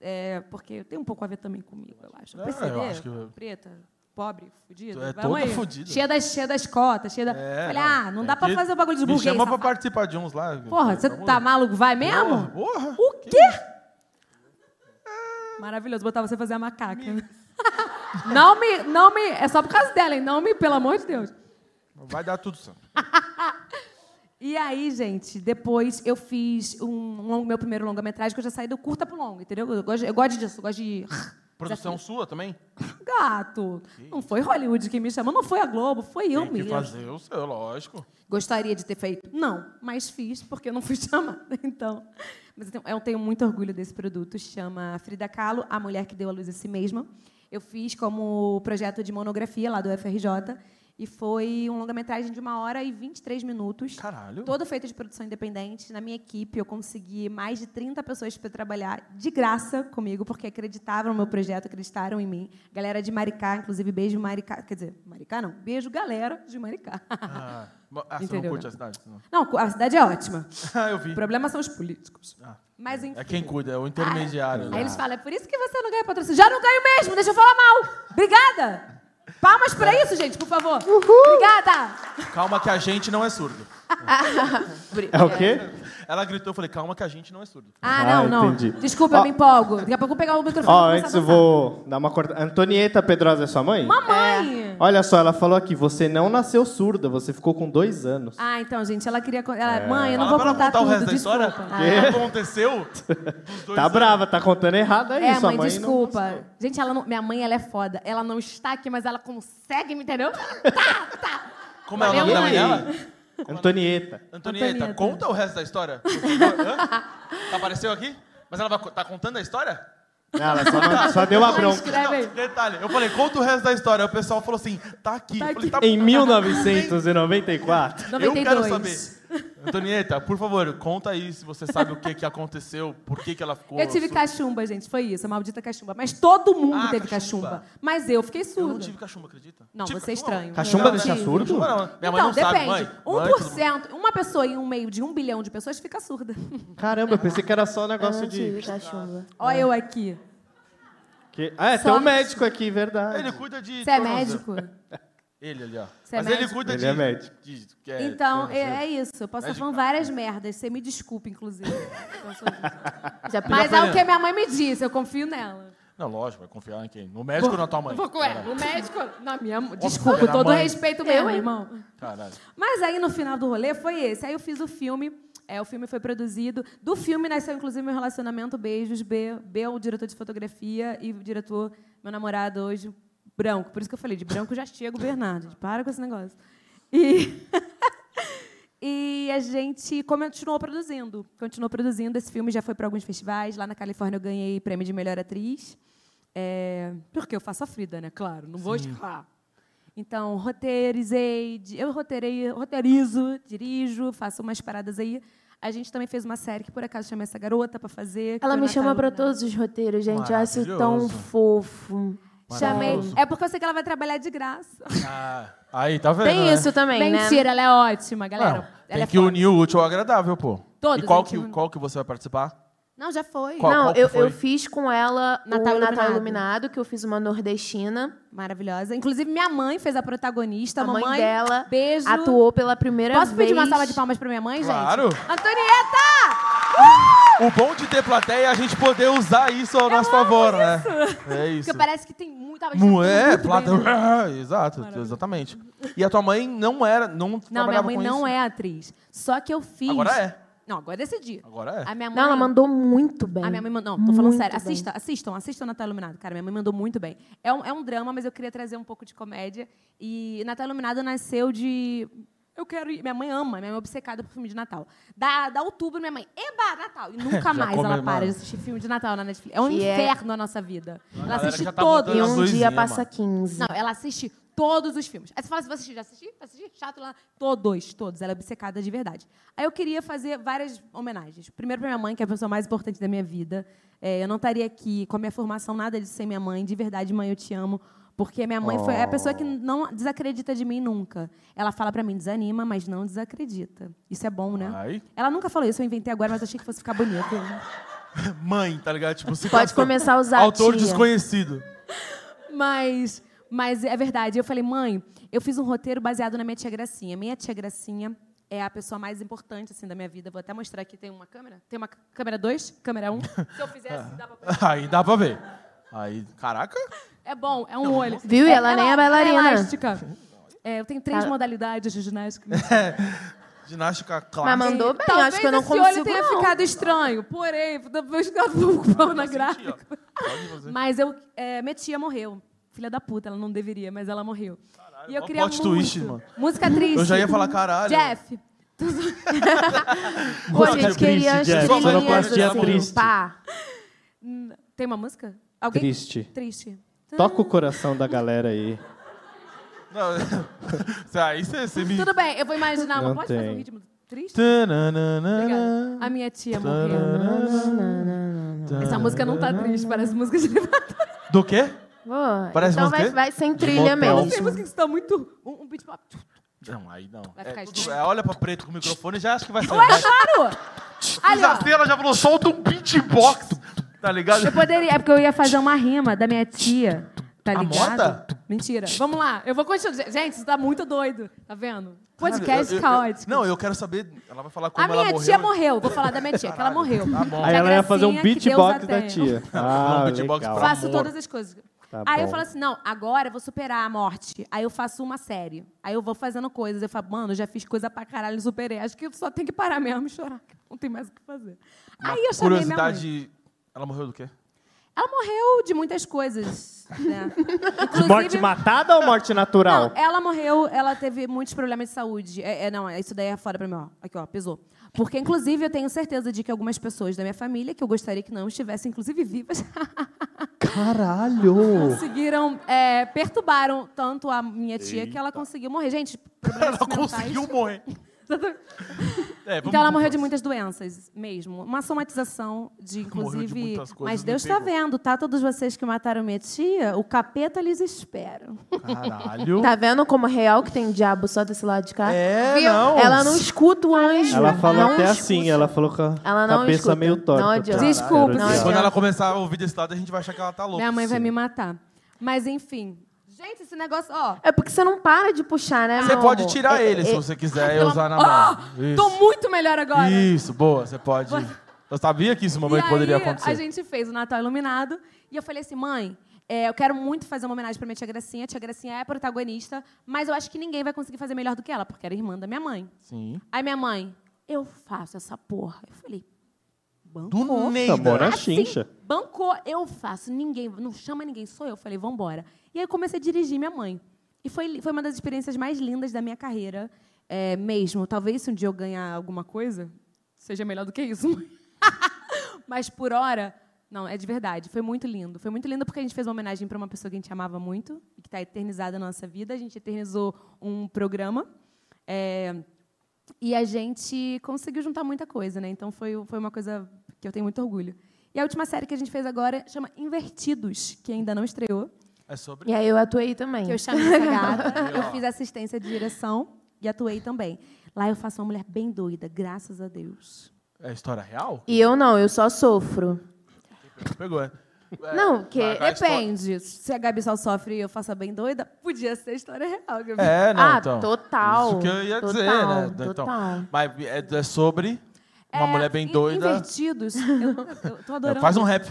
Speaker 4: É, porque tem um pouco a ver também comigo, eu acho.
Speaker 6: É,
Speaker 4: PCD,
Speaker 6: eu acho que-
Speaker 4: preta, pobre, fudida.
Speaker 6: Tu é
Speaker 4: vamos
Speaker 6: toda
Speaker 4: aí.
Speaker 6: fudida.
Speaker 4: Cheia das, cheia das cotas, cheia da...
Speaker 6: É,
Speaker 4: Falei, ah, não
Speaker 6: tem
Speaker 4: dá pra
Speaker 6: que-
Speaker 4: fazer o bagulho de
Speaker 6: Me
Speaker 4: burguês.
Speaker 6: chamou pra
Speaker 4: safado.
Speaker 6: participar de uns lá.
Speaker 4: Porra, você
Speaker 6: Vamos
Speaker 4: tá
Speaker 6: lá.
Speaker 4: maluco? Vai mesmo?
Speaker 6: Porra, porra.
Speaker 4: O quê? Maravilhoso, botar você fazer a macaca. Não me, não me. É só por causa dela, hein? Não me, pelo amor de Deus.
Speaker 6: Vai dar tudo certo.
Speaker 4: E aí, gente, depois eu fiz um, um longo- meu primeiro longa-metragem, que eu já saí do curta pro longo, entendeu? Eu gosto, eu gosto disso, eu gosto de.
Speaker 6: Produção sua também?
Speaker 4: Gato! Não foi Hollywood que me chamou, não foi a Globo, foi eu
Speaker 6: Tem que
Speaker 4: mesmo.
Speaker 6: fazer o seu, lógico.
Speaker 4: Gostaria de ter feito? Não, mas fiz porque eu não fui chamada. Então, mas eu tenho, eu tenho muito orgulho desse produto. Chama Frida Kahlo, a mulher que deu à luz a si mesma. Eu fiz como projeto de monografia lá do FRJ e foi um longa-metragem de uma hora e 23 minutos.
Speaker 6: Caralho.
Speaker 4: Todo feito de produção independente. Na minha equipe, eu consegui mais de 30 pessoas para trabalhar de graça comigo, porque acreditavam no meu projeto, acreditaram em mim. Galera de Maricá, inclusive, beijo Maricá. Quer dizer, Maricá não, beijo galera de Maricá.
Speaker 6: Ah, ma- ah, você não
Speaker 4: Entendeu? né?
Speaker 6: curte a cidade? não?
Speaker 4: Não, a cidade é ótima.
Speaker 6: Ah, eu vi.
Speaker 4: O problema são os políticos.
Speaker 6: Ah,
Speaker 4: Mas enfim.
Speaker 6: É quem cuida, é o intermediário.
Speaker 4: Aí
Speaker 6: né?
Speaker 4: eles falam, é por isso que você não ganha patrocínio. Já não ganho mesmo, deixa eu falar mal. Obrigada. Palmas pra isso, gente, por favor. Obrigada.
Speaker 6: Calma que a gente não é surdo.
Speaker 2: É o quê?
Speaker 1: Ela gritou, eu falei, calma que a gente não é surdo.
Speaker 4: Ah,
Speaker 2: Ah,
Speaker 4: não, não.
Speaker 2: entendi.
Speaker 4: Desculpa,
Speaker 2: Ó.
Speaker 4: eu me empolgo. Daqui a pouco eu vou pegar o microfone.
Speaker 2: Ó,
Speaker 4: e
Speaker 2: antes
Speaker 4: começar a
Speaker 2: eu
Speaker 4: dançar.
Speaker 2: vou dar uma corta. Antonieta Pedrosa é sua mãe? É.
Speaker 4: Mamãe!
Speaker 2: Olha só, ela falou aqui, você não nasceu surda, você ficou com dois anos.
Speaker 4: Ah, então, gente, ela queria. co- Ela, Mãe, eu não
Speaker 1: Fala
Speaker 4: vou
Speaker 1: pra ela
Speaker 4: contar,
Speaker 1: contar o
Speaker 4: tudo.
Speaker 1: resto
Speaker 4: desculpa.
Speaker 1: da história. O
Speaker 4: Ah,
Speaker 1: que aconteceu? Dos dois
Speaker 2: Tá
Speaker 1: anos.
Speaker 2: brava, tá contando errado aí,
Speaker 4: É,
Speaker 2: sua
Speaker 4: mãe,
Speaker 2: mãe. não-
Speaker 4: desculpa. Gente, ela não- minha mãe, ela é foda. Ela não está aqui, mas ela consegue, me entendeu? Tá, tá.
Speaker 1: Como é o nome
Speaker 2: E
Speaker 1: da mãe
Speaker 2: aí?
Speaker 1: dela?
Speaker 2: Antonieta.
Speaker 1: Antonieta,
Speaker 4: Antonieta.
Speaker 1: conta o resto da história. por favor. Hã? Tá, Apareceu aqui? Mas ela vai co- tá contando a história?
Speaker 2: Não, ela só, não- só deu a bronca.
Speaker 4: Escreve aí.
Speaker 1: detalhe, eu falei, conta o resto da história. O pessoal falou assim, tá aqui. Eu falei, tá
Speaker 2: Em 1994,
Speaker 4: 92.
Speaker 1: Eu quero saber. Antonieta, por favor, conta aí se você sabe o que, que aconteceu, por que, que ela ficou.
Speaker 4: Eu tive
Speaker 1: surda.
Speaker 4: cachumba, gente, foi isso, a maldita cachumba. Mas todo mundo
Speaker 1: Ah,
Speaker 4: teve
Speaker 1: cachumba.
Speaker 4: cachumba. Mas eu fiquei
Speaker 1: Eu não
Speaker 4: surda.
Speaker 1: tive cachumba, acredita?
Speaker 4: Não,
Speaker 1: Tive
Speaker 4: você é estranho.
Speaker 2: Cachumba
Speaker 4: Não,
Speaker 2: deixa
Speaker 4: tive.
Speaker 2: surdo?
Speaker 1: Cachumba não. Minha mãe
Speaker 4: então,
Speaker 1: não sabe, mãe.
Speaker 4: depende.
Speaker 1: Mãe, todo mundo-
Speaker 4: 1%, uma pessoa em um meio de um bilhão de pessoas fica surda.
Speaker 2: Caramba, eu pensei que era só um
Speaker 3: Eu
Speaker 2: negócio
Speaker 3: não tive
Speaker 2: de.
Speaker 3: cachumba.
Speaker 4: Olha eu aqui.
Speaker 2: que- Ah, é, tem
Speaker 4: Só-
Speaker 2: um médico aqui, verdade.
Speaker 1: Ele cuida de.
Speaker 4: Você é
Speaker 1: tornozelo.
Speaker 4: médico?
Speaker 1: Ele ali, ó.
Speaker 4: Você é
Speaker 1: Mas ele
Speaker 4: médico?
Speaker 1: cuida
Speaker 2: Ele
Speaker 1: de.
Speaker 2: é médico.
Speaker 1: de- de- que é
Speaker 4: então, é,
Speaker 1: tornozelo.
Speaker 4: é isso. Eu posso estar
Speaker 1: Médico.
Speaker 4: falando várias merdas. Você me desculpa, inclusive. Eu sou-
Speaker 3: Já
Speaker 4: Mas
Speaker 1: pra
Speaker 4: é o
Speaker 1: ele.
Speaker 4: que minha mãe me disse, eu confio nela.
Speaker 1: Não, lógico, vai confiar em quem? No médico ou na tua mãe?
Speaker 4: Vou com ela. O médico. Na minha.
Speaker 1: que
Speaker 4: Desculpa,
Speaker 1: era
Speaker 4: todo
Speaker 1: mãe.
Speaker 4: respeito mesmo,
Speaker 3: hein?
Speaker 4: irmão.
Speaker 1: Caralho.
Speaker 4: Mas aí no final do rolê foi esse. Aí eu fiz o filme. É, o filme foi produzido. Do filme nasceu, inclusive, meu relacionamento. Beijos. B, B é o diretor de fotografia e o diretor, meu namorado hoje, branco. Por isso que eu falei, de branco já chega o Bernardo. gente. Para com esse negócio. E. E a gente continuou produzindo. Continuou produzindo. Esse filme já foi para alguns festivais. Lá na Califórnia eu ganhei prêmio de melhor atriz. É, porque eu faço a Frida, né? Claro, não vou escapar. Então, roteirizei, di- eu roteirei, roteirizo, dirijo, faço umas paradas aí. A gente também fez uma série que por acaso chamei essa garota para fazer. que
Speaker 3: Ela
Speaker 4: foi
Speaker 3: me
Speaker 4: na
Speaker 3: chama pra
Speaker 4: Taluna.
Speaker 3: todos os roteiros, gente. Eu acho tão
Speaker 1: Maravilhoso. Uhum.
Speaker 3: fofo.
Speaker 4: Chamei. É porque eu sei que ela vai trabalhar de graça.
Speaker 1: Ah, aí, tá vendo?
Speaker 3: Tem
Speaker 1: né?
Speaker 3: isso também, né?
Speaker 4: Mentira, ela é ótima, galera.
Speaker 1: Não,
Speaker 4: ela
Speaker 1: tem
Speaker 4: é
Speaker 1: que
Speaker 4: foda.
Speaker 1: unir o útil ao agradável, pô.
Speaker 4: Todos,
Speaker 1: e qual
Speaker 4: gente,
Speaker 1: que,
Speaker 4: unir.
Speaker 1: qual que você vai participar?
Speaker 4: Não, já foi.
Speaker 1: Qual-
Speaker 3: não,
Speaker 1: qual que
Speaker 3: eu,
Speaker 1: foi?
Speaker 3: eu fiz com ela
Speaker 4: Natal
Speaker 3: o Natal
Speaker 4: Iluminado.
Speaker 3: Iluminado, que eu fiz uma nordestina.
Speaker 4: Maravilhosa. Inclusive, minha mãe fez a protagonista.
Speaker 3: a mãe
Speaker 4: Mamãe,
Speaker 3: dela
Speaker 4: beijo.
Speaker 3: atuou pela primeira
Speaker 4: Posso
Speaker 3: vez.
Speaker 4: pedir uma salva de palmas pra minha mãe,
Speaker 1: Claro.
Speaker 4: gente? Antonieta!
Speaker 1: O bom de ter plateia é a gente poder usar isso ao nosso favor, né? É isso.
Speaker 4: Porque parece que tem muita...
Speaker 1: Mu- É,
Speaker 4: muito bem,
Speaker 1: plateia.
Speaker 4: né?
Speaker 1: Exato, exatamente. E a tua mãe não era, não,
Speaker 4: Não, minha
Speaker 1: trabalhava
Speaker 4: mãe
Speaker 1: com
Speaker 4: não
Speaker 1: isso.
Speaker 4: é atriz. Só que eu fiz...
Speaker 1: Agora é.
Speaker 4: Não, agora eu decidi.
Speaker 1: Agora é.
Speaker 4: A minha mãe...
Speaker 3: Não, ela mandou muito bem.
Speaker 4: A Ah, minha mãe mandou... Não, tô falando
Speaker 3: Muito
Speaker 4: sério.
Speaker 3: bem.
Speaker 4: Assista, assistam, assistam Natal Iluminado. Cara, minha mãe mandou muito bem. É um, é um drama, mas eu queria trazer um pouco de comédia. E Natal Iluminado nasceu de... Eu quero ir... Minha mãe ama, minha mãe é obcecada por filme de Natal. Dá, dá outubro, minha mãe... Eba, Natal! E nunca mais
Speaker 1: come,
Speaker 4: ela
Speaker 1: mano.
Speaker 4: para de assistir filme de Natal na Netflix. É um
Speaker 3: Que é-
Speaker 4: inferno a nossa vida. Ela
Speaker 1: galera
Speaker 4: assiste
Speaker 1: já tá
Speaker 4: todos.
Speaker 1: botando
Speaker 3: E
Speaker 1: as
Speaker 3: um
Speaker 1: luzinhas,
Speaker 3: dia passa
Speaker 1: mano.
Speaker 3: 15.
Speaker 4: Não, ela assiste todos os filmes. Aí você fala assim, vou assistir, já assisti, já assisti, chato lá. Todos, todos. Ela é obcecada de verdade. Aí eu queria fazer várias homenagens. Primeiro pra minha mãe, que é a pessoa mais importante da minha vida. É, eu não estaria aqui com a minha formação, nada de sem minha mãe. De verdade, mãe, eu te amo. Porque minha mãe foi a pessoa que não desacredita de mim nunca. Ela fala pra mim, desanima, mas não desacredita. Isso é bom, né?
Speaker 1: Ai.
Speaker 4: Ela nunca falou isso, eu inventei agora, mas achei que fosse ficar bonito. é.
Speaker 1: Mãe, tá ligado? Tipo, se
Speaker 3: Pode
Speaker 1: casou.
Speaker 3: começar a usar a
Speaker 1: Autor
Speaker 3: tia.
Speaker 1: desconhecido.
Speaker 4: Mas, mas é verdade. Eu falei, mãe, eu fiz um roteiro baseado na minha tia Gracinha. Minha tia Gracinha é a pessoa mais importante assim da minha vida. Vou até mostrar aqui. Tem uma câmera? Tem uma c- câmera 2? Câmera 1? Um. Se eu fizesse, dá pra...
Speaker 1: Aí dá pra ver. Aí, caraca.
Speaker 4: É bom, é um olho.
Speaker 3: Viu? E ela nem é bailarina.
Speaker 4: É elástica. É, eu tenho três
Speaker 3: Tá.
Speaker 4: modalidades de ginástica.
Speaker 1: Ginástica
Speaker 3: Mas
Speaker 1: clássica.
Speaker 3: mandou bem,
Speaker 4: Talvez
Speaker 3: acho que eu não
Speaker 4: esse
Speaker 3: consigo.
Speaker 4: olho tenha
Speaker 3: não.
Speaker 4: ficado estranho. Porém, depois que eu fui pornográfico.
Speaker 1: Pode fazer.
Speaker 4: Mas eu, é, minha tia morreu. Filha da puta, ela não deveria, mas ela morreu. e eu
Speaker 1: mó
Speaker 4: queria
Speaker 1: plot
Speaker 4: muito.
Speaker 1: twist, mano.
Speaker 4: Música triste.
Speaker 1: Eu já ia falar, caralho.
Speaker 4: Jeff.
Speaker 3: Pô, a gente
Speaker 2: Música
Speaker 3: queria
Speaker 2: triste,
Speaker 1: Jack.
Speaker 3: as meninas
Speaker 1: Sonoplastia
Speaker 3: assim,
Speaker 2: triste.
Speaker 3: pá.
Speaker 4: Hum, Tem uma música? Alguém?
Speaker 2: Triste.
Speaker 4: Triste.
Speaker 3: Hum.
Speaker 2: Toca o coração da galera aí.
Speaker 1: Não, aí você você me.
Speaker 4: Tudo bem, eu vou imaginar uma.
Speaker 2: Não
Speaker 4: Pode fazer
Speaker 2: tem.
Speaker 4: um ritmo triste? Obrigada.
Speaker 1: Tananana.
Speaker 4: A minha tia morreu. Essa música não tá triste, parece música de levantar.
Speaker 1: Do quê?
Speaker 3: Pô,
Speaker 1: Parece
Speaker 3: então
Speaker 1: música o
Speaker 3: vai,
Speaker 1: quê?
Speaker 3: vai sem trilha
Speaker 2: motel.
Speaker 4: Tem
Speaker 3: mesmo.
Speaker 4: música que está muito. Um, um beat pop.
Speaker 1: Não, aí não.
Speaker 4: Vai
Speaker 1: É
Speaker 4: ficar
Speaker 1: tudo-
Speaker 4: estranho.
Speaker 1: é, olha pra preto com o microfone e já acha que vai ser.
Speaker 4: Ué, claro! Ali, ó.
Speaker 1: ela já falou, solta um beatbox. Tá ligado?
Speaker 4: Eu poderia, é porque eu ia fazer uma rima da minha tia, tá
Speaker 1: A
Speaker 4: ligado?
Speaker 1: moda?
Speaker 4: Mentira. Vamos lá. Eu vou continuar. Gente, isso tá muito doido. Tá vendo? Podcast
Speaker 1: eu- eu-
Speaker 4: caótico.
Speaker 1: Não, eu quero saber. Ela vai falar como
Speaker 4: a minha
Speaker 1: ela morreu.
Speaker 4: tia morreu. Vou falar da minha tia, que ela morreu.
Speaker 1: Tá bom.
Speaker 2: Aí
Speaker 4: Que a
Speaker 2: ela ia fazer um
Speaker 4: gracinha que Deus
Speaker 2: beatbox
Speaker 4: a
Speaker 2: da
Speaker 4: tenha.
Speaker 2: tia. Ah,
Speaker 1: Um beatbox
Speaker 2: legal.
Speaker 1: pra-
Speaker 4: faço
Speaker 1: amor.
Speaker 4: todas as coisas.
Speaker 2: Tá
Speaker 4: aí eu
Speaker 2: bom.
Speaker 4: falo assim, não, agora eu vou superar a morte. Aí eu faço uma série. Aí eu vou fazendo coisas. Eu falo, mano, eu já fiz coisa pra caralho, superei. Acho que eu só tenho que parar mesmo e chorar. que Não tem mais o que fazer.
Speaker 1: Uma
Speaker 4: aí eu chamei minha mãe.
Speaker 1: curiosidade. Ela morreu do quê?
Speaker 4: Ela morreu de muitas coisas. Né?
Speaker 2: De morte
Speaker 4: Inclusive-
Speaker 2: matada ou morte natural?
Speaker 4: Não, ela morreu, ela teve muitos problemas de saúde. É, é, não, isso daí é fora pra mim, ó. Aqui, ó, pesou. Porque, inclusive, eu tenho certeza de que algumas pessoas da minha família, que eu gostaria que não estivessem, inclusive, vivas,
Speaker 2: Caralho!
Speaker 4: conseguiram, é, perturbaram tanto a minha tia que ela conseguiu morrer. Gente, problemas
Speaker 1: Ela
Speaker 4: mentais.
Speaker 1: conseguiu morrer. É, vamos
Speaker 4: Então ela
Speaker 1: pro
Speaker 4: morreu de
Speaker 1: próximo.
Speaker 4: muitas doenças mesmo. Uma somatização de,
Speaker 1: Morreu
Speaker 4: inclusive.
Speaker 1: de muitas coisas,
Speaker 4: mas
Speaker 1: me
Speaker 4: Deus está
Speaker 1: pegou.
Speaker 4: vendo, tá? Todos vocês que mataram minha tia, o capeta lhes espera.
Speaker 2: Caralho!
Speaker 3: Tá vendo como é real que tem diabo só desse lado de cá?
Speaker 1: É,
Speaker 3: Viu?
Speaker 1: não.
Speaker 3: Ela não escuta o anjo.
Speaker 2: Ela falou
Speaker 3: Tá Não
Speaker 2: até
Speaker 3: escuta.
Speaker 2: assim, ela falou com a
Speaker 3: Ela não
Speaker 2: cabeça
Speaker 3: escuta.
Speaker 2: meio torta.
Speaker 3: Não adianta.
Speaker 2: Caralho,
Speaker 4: Desculpa,
Speaker 2: era
Speaker 3: não
Speaker 2: isso.
Speaker 3: adianta.
Speaker 1: Quando ela começar a ouvir desse lado, a gente vai achar que ela tá louca.
Speaker 4: Minha mãe vai me matar. Mas enfim. Gente, esse negócio, ó.
Speaker 3: É porque você não para de puxar, né,
Speaker 1: Você
Speaker 3: meu
Speaker 1: pode
Speaker 3: amor? é,
Speaker 1: tirar
Speaker 4: É,
Speaker 1: ele se você quiser e usar na mão.
Speaker 4: Ah, Tô muito melhor agora.
Speaker 1: Isso, boa, você pode. Eu sabia que esse
Speaker 4: E
Speaker 1: momento poderia
Speaker 4: aí,
Speaker 1: acontecer.
Speaker 4: A gente fez o Natal Iluminado e eu falei assim, mãe, é, eu quero muito fazer uma homenagem pra minha tia Gracinha. A tia Gracinha é protagonista, mas eu acho que ninguém vai conseguir fazer melhor do que ela, porque era irmã da minha mãe.
Speaker 1: Sim.
Speaker 4: Aí minha mãe, eu faço essa porra. Eu falei, bancou.
Speaker 1: Do
Speaker 2: Tá bom,
Speaker 1: Neida.
Speaker 2: né,
Speaker 3: Assim,
Speaker 2: chincha?
Speaker 4: Assim, Bancou, eu faço, ninguém, não chama ninguém, sou eu. Falei, vambora. E aí eu comecei a dirigir minha mãe. E foi, li- foi uma das experiências mais lindas da minha carreira, é, mesmo. Talvez se um dia eu ganhar alguma coisa, seja melhor do que isso. Mas por hora, não, é de verdade. Foi muito lindo. Foi muito lindo porque a gente fez uma homenagem para uma pessoa que a gente amava muito e que está eternizada na nossa vida. A gente eternizou um programa. é, e a gente conseguiu juntar muita coisa, né? Então foi, foi uma coisa que eu tenho muito orgulho. E a última série que a gente fez agora chama Invertidos, que ainda não estreou.
Speaker 1: É sobre.
Speaker 3: E aí eu atuei também.
Speaker 4: Que eu chamei essa gata. eu fiz assistência de direção e atuei também. Lá eu faço uma mulher bem doida, graças a Deus.
Speaker 1: É história real?
Speaker 3: E eu não, eu só sofro.
Speaker 1: Pegou, né?
Speaker 3: não, porque
Speaker 1: vai- vai- A história-
Speaker 4: Depende. Se a Gabi só sofre e eu faço a bem doida, podia ser história real, Gabi.
Speaker 1: É, não,
Speaker 3: ah,
Speaker 1: então.
Speaker 3: total.
Speaker 1: Isso que eu ia
Speaker 3: total,
Speaker 1: dizer, né? Então,
Speaker 3: Total.
Speaker 1: mas é, é sobre uma
Speaker 4: É,
Speaker 1: mulher bem
Speaker 4: in-
Speaker 1: doida.
Speaker 4: Invertidos. Eu, eu tô adorando.
Speaker 1: Faz um rap.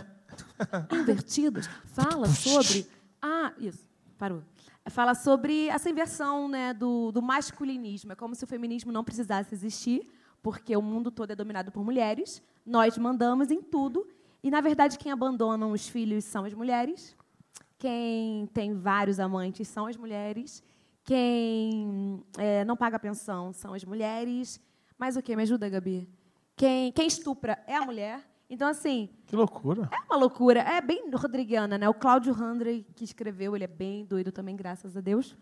Speaker 4: Invertidos fala sobre. Ah, isso, parou. Fala sobre essa inversão né, do, do masculinismo. É como se o feminismo não precisasse existir, porque o mundo todo é dominado por mulheres. Nós mandamos em tudo. E, na verdade, quem abandona os filhos são as mulheres. Quem tem vários amantes são as mulheres. Quem eh, não paga pensão são as mulheres. Mas o que? Me ajuda, Gabi? Quem, quem estupra é a mulher. Então, assim,
Speaker 1: Que loucura.
Speaker 4: é uma loucura. É bem rodriguiana, né? O Cláudio Handrey, que escreveu, ele é bem doido também, graças a Deus.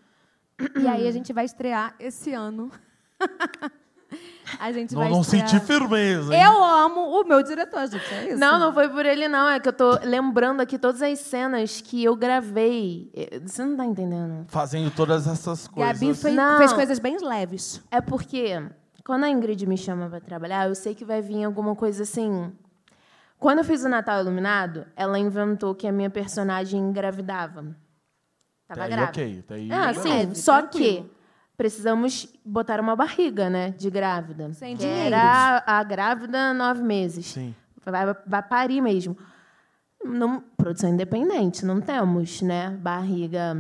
Speaker 4: E aí a gente vai estrear esse ano. a gente
Speaker 1: Não,
Speaker 4: vai
Speaker 1: não
Speaker 4: estrear...
Speaker 1: senti firmeza. hein?
Speaker 4: Eu amo o meu diretor, gente. É isso.
Speaker 3: Não, não foi por ele, não. É que eu tô lembrando aqui todas as cenas que eu gravei. Eh, Você não tá entendendo?
Speaker 1: Fazendo todas essas coisas.
Speaker 4: Gabi fez,
Speaker 3: Não.
Speaker 4: fez coisas bem leves.
Speaker 3: É porque quando a Ingrid me chama pra trabalhar, eu sei que vai vir alguma coisa assim. Quando eu fiz o Natal Iluminado, ela inventou que a minha personagem engravidava.
Speaker 1: Até Tá
Speaker 3: Tava
Speaker 1: aí,
Speaker 3: grave.
Speaker 1: ok, até aí. é
Speaker 3: Ah, sim.
Speaker 4: É leve,
Speaker 3: só
Speaker 4: tranquilo.
Speaker 3: que precisamos botar uma barriga, né? De grávida.
Speaker 4: Sem
Speaker 3: Que
Speaker 4: dinheiro.
Speaker 3: Era a grávida nove meses.
Speaker 1: Sim.
Speaker 3: Vai, vai parir mesmo. Não, produção independente, não temos, né? Barriga.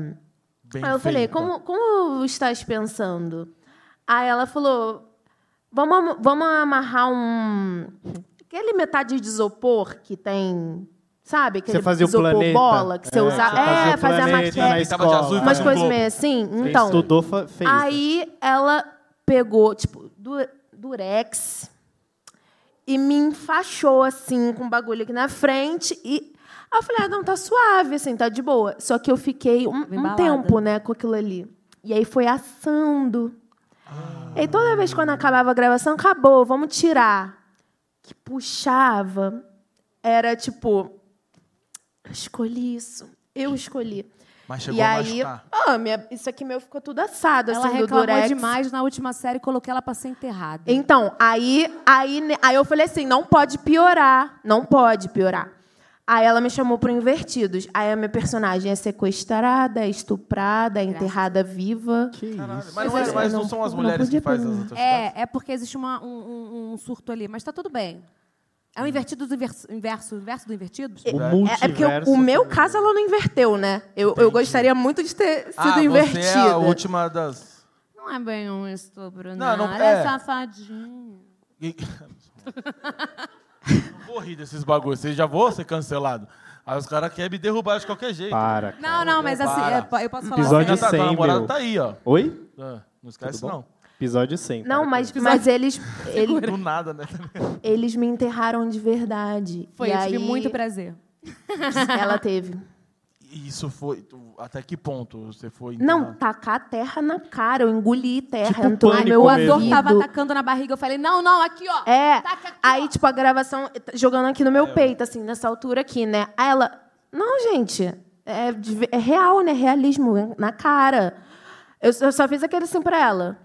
Speaker 1: Bem
Speaker 3: Aí eu falei,
Speaker 1: feita.
Speaker 3: como, como estás pensando? Aí ela falou, vamos, am- vamos amarrar um... Aquele metade de isopor que tem, sabe? Aquele
Speaker 2: Você fazia o
Speaker 3: isopor
Speaker 2: planeta.
Speaker 3: bola que você
Speaker 2: É, você
Speaker 3: usava.
Speaker 2: fazia
Speaker 3: É,
Speaker 2: o
Speaker 3: fazer a
Speaker 2: planeta na
Speaker 3: maquete.
Speaker 1: Tava de azul e
Speaker 2: escola.
Speaker 3: Umas
Speaker 1: fazia um
Speaker 3: coisas
Speaker 1: globo.
Speaker 3: meio assim.
Speaker 2: Quem
Speaker 3: Então,
Speaker 2: estudou, fa- fez. né?
Speaker 3: Aí ela pegou, tipo, du- durex e me enfaixou, assim, com o bagulho aqui na frente. E aí eu falei, ah, não, tá suave, assim, tá de boa. Só que eu fiquei um,
Speaker 4: Tava
Speaker 3: um
Speaker 4: embalada.
Speaker 3: tempo, né, com aquilo ali. E aí foi assando. E aí toda vez quando acabava a gravação, acabou, vamos tirar. Que puxava. Era tipo, eu escolhi isso. Eu escolhi.
Speaker 1: Mas chegou
Speaker 3: e
Speaker 1: a
Speaker 3: aí,
Speaker 1: machucar.
Speaker 3: ah, minha, isso aqui meu ficou tudo assado,
Speaker 4: Ela
Speaker 3: assim, do
Speaker 4: reclamou
Speaker 3: durex.
Speaker 4: demais na última série e coloquei ela pra ser enterrada.
Speaker 3: Então, aí, aí, ne- aí eu falei assim, não pode piorar, não pode piorar. Aí ela me chamou pro Invertidos. Aí a minha personagem é sequestrada, é estuprada, é enterrada viva.
Speaker 2: Que isso.
Speaker 1: Mas, não, é- mas não são as
Speaker 3: não
Speaker 1: mulheres
Speaker 3: podia
Speaker 1: que fazem
Speaker 3: perguntar.
Speaker 1: as outras coisas.
Speaker 4: É, é porque existe uma- um, um- um surto ali, mas tá tudo bem.
Speaker 1: Hum.
Speaker 4: É o invertido do inverso, inverso, inverso do invertido?
Speaker 2: O
Speaker 3: É, é porque o,
Speaker 2: multiverso
Speaker 3: o meu caso ela não inverteu, né? Eu, eu gostaria muito de ter sido
Speaker 1: Ah,
Speaker 3: invertida.
Speaker 1: você é a última das...
Speaker 4: Não é bem um estupro,
Speaker 1: Não,
Speaker 4: não.
Speaker 1: não-
Speaker 4: Ela é,
Speaker 1: é.
Speaker 4: safadinha.
Speaker 1: Não vou rir desses bagulhos. Vocês já vão ser cancelados. Aí os caras querem me derrubar de qualquer jeito.
Speaker 2: Para.
Speaker 4: Não, não, mas assim,
Speaker 1: Para.
Speaker 4: é, po- eu posso falar
Speaker 2: Episódio
Speaker 1: Já
Speaker 4: sério.
Speaker 1: tá, tua
Speaker 2: 100,
Speaker 1: namorada
Speaker 2: meu.
Speaker 1: tá aí, ó.
Speaker 2: Oi?
Speaker 1: Ah, Não esquece,
Speaker 2: Tudo bom?
Speaker 1: não.
Speaker 2: Episódio tá? 100.
Speaker 3: Não,
Speaker 2: cara.
Speaker 3: mas, mas eles, ele-
Speaker 1: Do nada, né?
Speaker 3: eles me enterraram de verdade.
Speaker 4: Foi,
Speaker 3: e
Speaker 4: eu
Speaker 3: aí,
Speaker 4: tive muito prazer.
Speaker 3: Ela teve.
Speaker 1: E Isso foi... tu- Até que ponto você foi...
Speaker 3: Não,
Speaker 1: internado?
Speaker 3: tacar terra na cara. Eu engoli terra, então,
Speaker 2: Tipo
Speaker 3: entrou no
Speaker 2: pânico
Speaker 3: meu
Speaker 4: O ator
Speaker 2: mesmo.
Speaker 4: tava
Speaker 3: ouvido.
Speaker 4: atacando na barriga, eu falei, não, não, aqui, ó.
Speaker 3: É.
Speaker 4: Tipo, Taca aqui,
Speaker 3: Aí,
Speaker 4: ó.
Speaker 3: tipo, a gravação tá jogando aqui no meu
Speaker 2: É.
Speaker 3: peito, assim, nessa altura aqui, né? Aí ela. Não, gente. É, de ve- é real, né? Realismo na cara. Eu, só- eu só fiz aquele assim pra ela.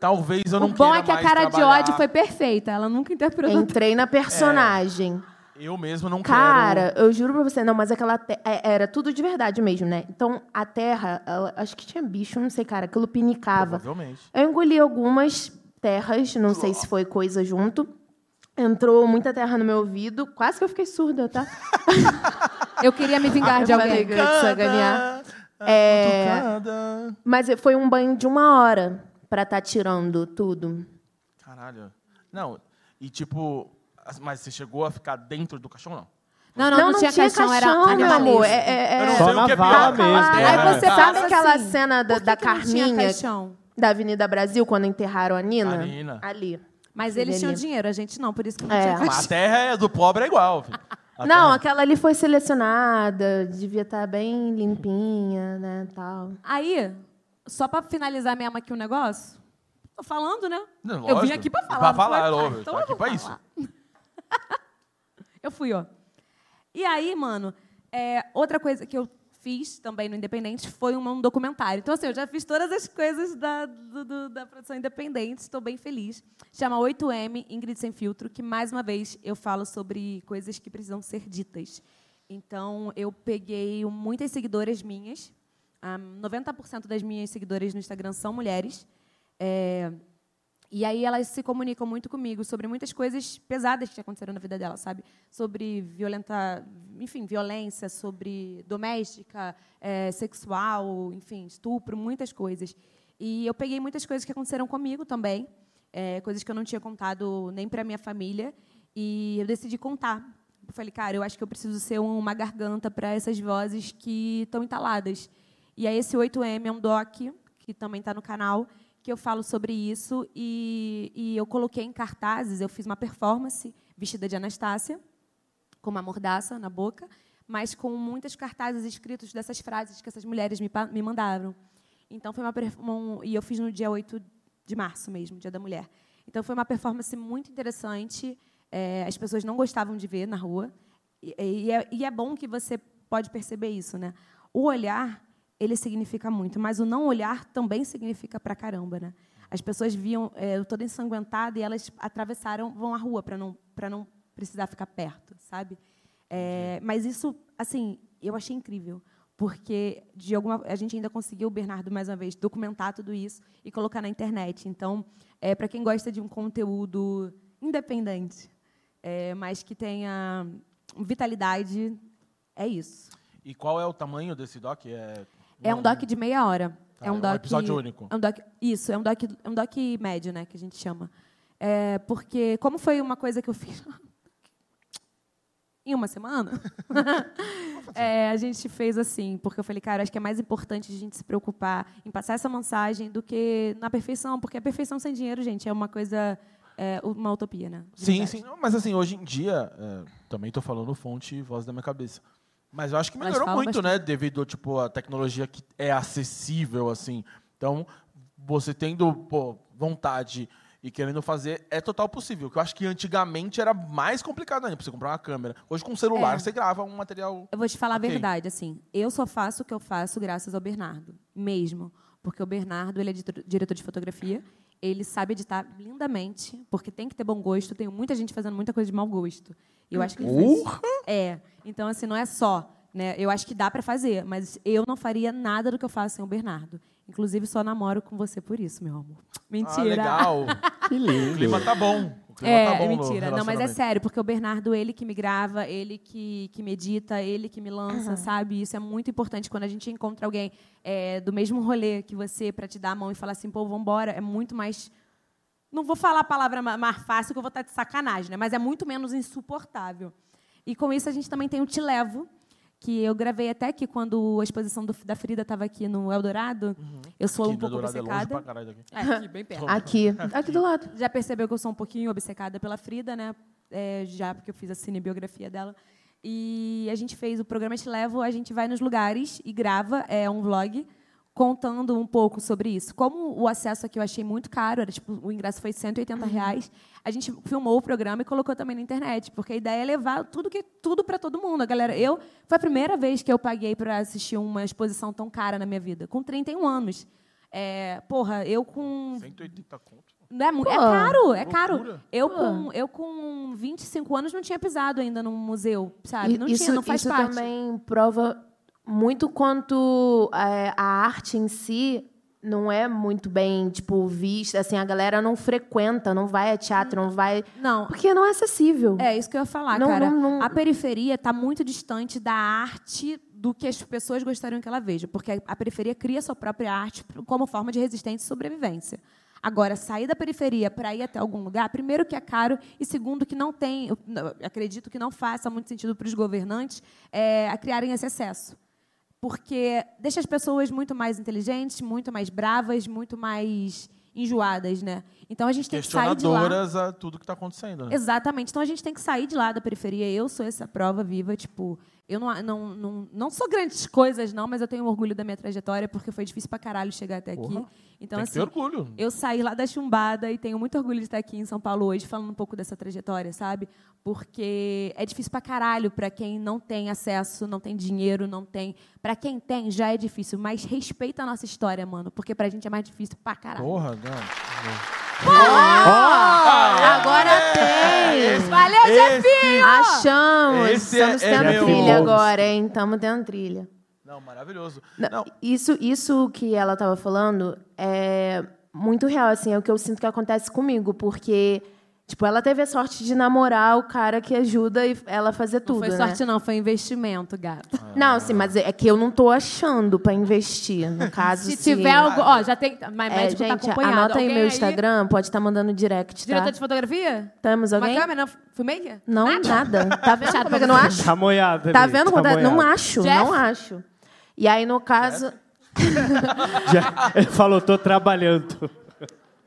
Speaker 1: Talvez eu
Speaker 4: O
Speaker 1: não
Speaker 4: bom
Speaker 1: queira
Speaker 4: é que a
Speaker 1: mais
Speaker 4: cara
Speaker 1: trabalhar.
Speaker 4: de ódio foi perfeita. Ela nunca interpretou.
Speaker 3: Entrei na personagem.
Speaker 2: É.
Speaker 1: Eu mesmo não quero...
Speaker 3: Cara, eu juro pra você, não, mas aquela te- é- era tudo de verdade mesmo, né? Então a terra, ela- acho que tinha bicho, não sei, cara, aquilo pinicava.
Speaker 1: Provavelmente.
Speaker 3: Eu engoli algumas terras, não sei se foi coisa junto. Entrou muita terra no meu ouvido, quase que eu fiquei surda, tá?
Speaker 4: Ah, Eu queria me vingar de
Speaker 3: Eu falei,
Speaker 4: alguém.
Speaker 3: "Grande sacanear."
Speaker 1: É...
Speaker 3: É, mas foi um banho de uma hora pra estar tirando tudo.
Speaker 1: Caralho. Não, e tipo... as- Mas você chegou a ficar dentro do caixão, não?
Speaker 4: Não, não, não, tinha, caixão, era
Speaker 3: meu
Speaker 4: animalista.
Speaker 3: amor. É, é-
Speaker 1: Eu não
Speaker 3: é-
Speaker 2: Só
Speaker 1: sei o
Speaker 2: na
Speaker 1: que é
Speaker 2: vala
Speaker 1: pior.
Speaker 2: mesmo.
Speaker 4: Aí
Speaker 1: Terra.
Speaker 4: você
Speaker 1: Tá.
Speaker 3: Sabe
Speaker 4: passa
Speaker 3: aquela
Speaker 4: assim,
Speaker 3: cena da,
Speaker 4: Por que
Speaker 3: da
Speaker 4: que não tinha
Speaker 3: Carminha,
Speaker 4: caixão?
Speaker 3: da Avenida Brasil, quando enterraram a Nina?
Speaker 1: A Nina.
Speaker 3: Ali.
Speaker 4: Mas eles tinham
Speaker 3: Ele-
Speaker 4: dinheiro, a gente não, por isso que não
Speaker 3: É.
Speaker 4: tinha caixão.
Speaker 1: Mas A terra é do pobre é igual, filho. A
Speaker 3: Não,
Speaker 1: terra- é-
Speaker 3: aquela ali foi selecionada, devia estar bem limpinha, né, tal.
Speaker 4: Aí, só pra finalizar mesmo aqui o negócio, tô falando, né?
Speaker 1: Não,
Speaker 4: eu vim
Speaker 1: lógico.
Speaker 4: aqui pra falar.
Speaker 1: Pra
Speaker 4: não
Speaker 1: falar,
Speaker 4: foi?
Speaker 1: é óbvio,
Speaker 4: Ah, então
Speaker 1: tá
Speaker 4: eu
Speaker 1: aqui
Speaker 4: vou
Speaker 1: pra isso.
Speaker 4: Eu fui, ó. E aí, mano, é, outra coisa que eu fiz também no Independente foi um, um documentário. Então, assim, eu já fiz todas as coisas da, do- do- da produção Independente, estou bem feliz. Chama 8M, Ingrid Sem Filtro, que, mais uma vez, eu falo sobre coisas que precisam ser ditas. Então, eu peguei muitas seguidoras minhas, ah, 90% das minhas seguidoras no Instagram são mulheres, é, e aí elas se comunicam muito comigo sobre muitas coisas pesadas que aconteceram na vida dela, sabe? Sobre violenta, enfim, violência, sobre doméstica, eh, sexual, enfim, estupro, muitas coisas. E eu peguei muitas coisas que aconteceram comigo também, eh, coisas que eu não tinha contado nem para minha família, e eu decidi contar. Eu falei, cara, eu acho que eu preciso ser uma garganta para essas vozes que estão entaladas. E aí esse 8M é um doc que também está no canal, que eu falo sobre isso. E, e eu coloquei em cartazes, eu fiz uma performance vestida de Anastácia, com uma mordaça na boca, mas com muitos cartazes escritos dessas frases que essas mulheres me, pa- me mandaram. Então, foi uma... perf- um- e eu fiz no dia 8 de março mesmo, Dia da Mulher. Então, foi uma performance muito interessante. eh, as pessoas não gostavam de ver na rua. E, e é, e é bom que você pode perceber isso, né? O olhar ele significa muito, mas o não olhar também significa pra caramba, né? As pessoas viam é, eu toda ensanguentada e elas atravessaram, vão à rua para não para não precisar ficar perto, sabe? É, mas isso, assim, eu achei incrível, porque de alguma a gente ainda conseguiu, Bernardo, mais uma vez, documentar tudo isso e colocar na internet. Então, é, para quem gosta de um conteúdo independente, é, mas que tenha vitalidade, é isso.
Speaker 1: E qual é o tamanho desse doc? É,
Speaker 4: É um doc de meia hora.
Speaker 1: Tá,
Speaker 4: é um
Speaker 1: é um
Speaker 4: doc.
Speaker 1: episódio único.
Speaker 4: é um doc- isso, é um doc, é um doc médio, né, que a gente chama. É, porque como foi uma coisa que eu fiz em uma semana, é, a gente fez assim, porque eu falei, cara, acho que é mais importante a gente se preocupar em passar essa mensagem do que na perfeição, porque a perfeição sem dinheiro, gente, é uma coisa, é, uma utopia, né? de
Speaker 1: Sim,
Speaker 4: verdade.
Speaker 1: sim. Não, Mas assim, hoje em dia, é, também tô falando fonte e voz da minha cabeça. Mas eu acho que
Speaker 4: Mas
Speaker 1: melhorou
Speaker 4: fala
Speaker 1: muito, né? Devido, tipo, à tecnologia que é acessível, assim. Então, você tendo pô, vontade e querendo fazer, é total possível. Que eu acho que antigamente era mais complicado ainda pra você comprar uma câmera. Hoje, com o celular,
Speaker 4: É.
Speaker 1: você grava um material.
Speaker 4: Eu vou te falar
Speaker 1: Ok.
Speaker 4: a verdade, assim. Eu só faço o que eu faço graças ao Bernardo, mesmo. Porque o Bernardo, ele é diretor- diretor de fotografia. ele sabe editar lindamente, porque tem que ter bom gosto. Tem muita gente fazendo muita coisa de mau gosto. Eu acho que ele faz-
Speaker 1: Porra!
Speaker 4: É. Então, assim, não é só. Né? Eu acho que dá para fazer, mas eu não faria nada do que eu faço sem o Bernardo. Inclusive, só namoro com você por isso, meu amor. Mentira.
Speaker 1: Ah, legal.
Speaker 2: Que
Speaker 1: O
Speaker 2: lindo.
Speaker 1: clima tá bom. O clima
Speaker 4: É,
Speaker 1: tá bom no
Speaker 4: mentira. Não, mas é
Speaker 1: relacionamento.
Speaker 4: sério, porque o Bernardo, ele que me grava, ele que, que medita, ele que me lança, sabe? Isso é muito importante quando a gente encontra alguém é, do mesmo rolê que você pra te dar a mão e falar assim, pô, vambora. É muito mais. Não vou falar a palavra ma- mais fácil, que eu vou estar de sacanagem, né? Mas é muito menos insuportável. E com isso a gente também tem o Te Levo, que eu gravei até que quando a exposição do- da Frida estava aqui no Eldorado, eu sou um
Speaker 1: Uhum. Aqui,
Speaker 4: pouco
Speaker 1: Dourado é longe pra
Speaker 4: obcecada.
Speaker 1: caralho daqui.
Speaker 4: É, aqui, bem perto.
Speaker 3: Aqui. Aqui do lado.
Speaker 4: Já percebeu que eu sou um pouquinho obcecada pela Frida, né? É, já porque eu fiz a cinebiografia dela. E a gente fez o programa Te Levo, a gente vai nos lugares e grava é, um vlog contando um pouco sobre isso. Como o acesso aqui eu achei muito caro, era tipo, o ingresso foi 180 reais, a gente filmou o programa e colocou também na internet, porque a ideia é levar tudo que tudo para todo mundo. A galera, eu foi a primeira vez que eu paguei para assistir uma exposição tão cara na minha vida, com 31 anos. É, porra, eu com
Speaker 1: 180 conto.
Speaker 4: não é, mu- é
Speaker 3: Pô,
Speaker 4: caro, é caro.
Speaker 1: loucura.
Speaker 4: Eu
Speaker 3: Pô.
Speaker 4: com, eu com 25 anos não tinha pisado ainda num museu, sabe?
Speaker 3: E-
Speaker 4: Não
Speaker 3: isso,
Speaker 4: tinha, não faz
Speaker 3: isso
Speaker 4: parte.
Speaker 3: também prova muito quanto é, a arte em si não é muito bem, tipo, vista. Assim, a galera não frequenta, não vai a teatro, não vai...
Speaker 4: Não,
Speaker 3: Porque não é acessível.
Speaker 4: é isso que eu ia falar,
Speaker 3: Não,
Speaker 4: cara.
Speaker 3: não, não.
Speaker 4: A periferia está muito distante da arte do que as pessoas gostariam que ela veja, porque a- a periferia cria sua própria arte como forma de resistência e sobrevivência. Agora, sair da periferia para ir até algum lugar, primeiro que é caro e segundo que não tem, eu não- acredito que não faça muito sentido para os governantes é, a criarem esse acesso. porque deixa as pessoas muito mais inteligentes, muito mais bravas, muito mais enjoadas, né? Então a gente tem que sair de lá.
Speaker 1: Questionadoras a tudo que tá acontecendo. né?
Speaker 4: Exatamente. Então a gente tem que sair de lá da periferia. Eu sou essa prova viva, tipo, eu não não, não, não sou grandes coisas não, mas eu tenho orgulho da minha trajetória porque foi difícil pra caralho chegar até aqui.
Speaker 1: Porra.
Speaker 4: Então
Speaker 1: Tem que ter
Speaker 4: assim,
Speaker 1: orgulho.
Speaker 4: eu saí lá da chumbada e tenho muito orgulho de estar aqui em São Paulo hoje falando um pouco dessa trajetória, sabe? Porque é difícil pra caralho pra quem não tem acesso, não tem dinheiro, não tem. Pra quem tem, já é difícil, mas respeita a nossa história, mano, porque pra gente é mais difícil pra caralho.
Speaker 1: Porra, não.
Speaker 3: Ah,
Speaker 1: Ah!
Speaker 3: Agora tem!
Speaker 4: Valeu,
Speaker 1: Esse...
Speaker 3: Achamos!
Speaker 1: Esse
Speaker 3: Estamos
Speaker 1: é- é
Speaker 3: tendo
Speaker 1: meu-
Speaker 3: trilha agora, hein? Estamos tendo trilha.
Speaker 1: Não, maravilhoso.
Speaker 3: Não,
Speaker 1: Não,
Speaker 3: Isso, isso que ela estava falando é muito real, assim, é o que eu sinto que acontece comigo, porque, tipo, ela teve a sorte de namorar o cara que ajuda e ela a fazer
Speaker 4: Não
Speaker 3: tudo,
Speaker 4: foi
Speaker 3: né?
Speaker 4: sorte, não, foi investimento, gato.
Speaker 3: Não, assim, mas é que eu não tô achando para investir, no caso,
Speaker 4: Se tiver algo. Ó, já tem. Mas
Speaker 3: É,
Speaker 4: médico tá
Speaker 3: gente,
Speaker 4: acompanhado.
Speaker 3: anota aí
Speaker 4: Alguém
Speaker 3: meu Instagram, pode estar mandando direct, tá?
Speaker 4: Diretor de fotografia?
Speaker 3: Temos
Speaker 4: Uma
Speaker 3: alguém?
Speaker 4: câmera? Filmmaker?
Speaker 3: Não, nada. Tá vendo como é que eu não acho?
Speaker 2: Tá moiada.
Speaker 3: Tá
Speaker 2: ali,
Speaker 3: vendo como é? Não
Speaker 2: moiada.
Speaker 3: acho,
Speaker 4: Jeff?
Speaker 3: não acho. E aí, no caso...
Speaker 2: Já- Ele falou, tô trabalhando.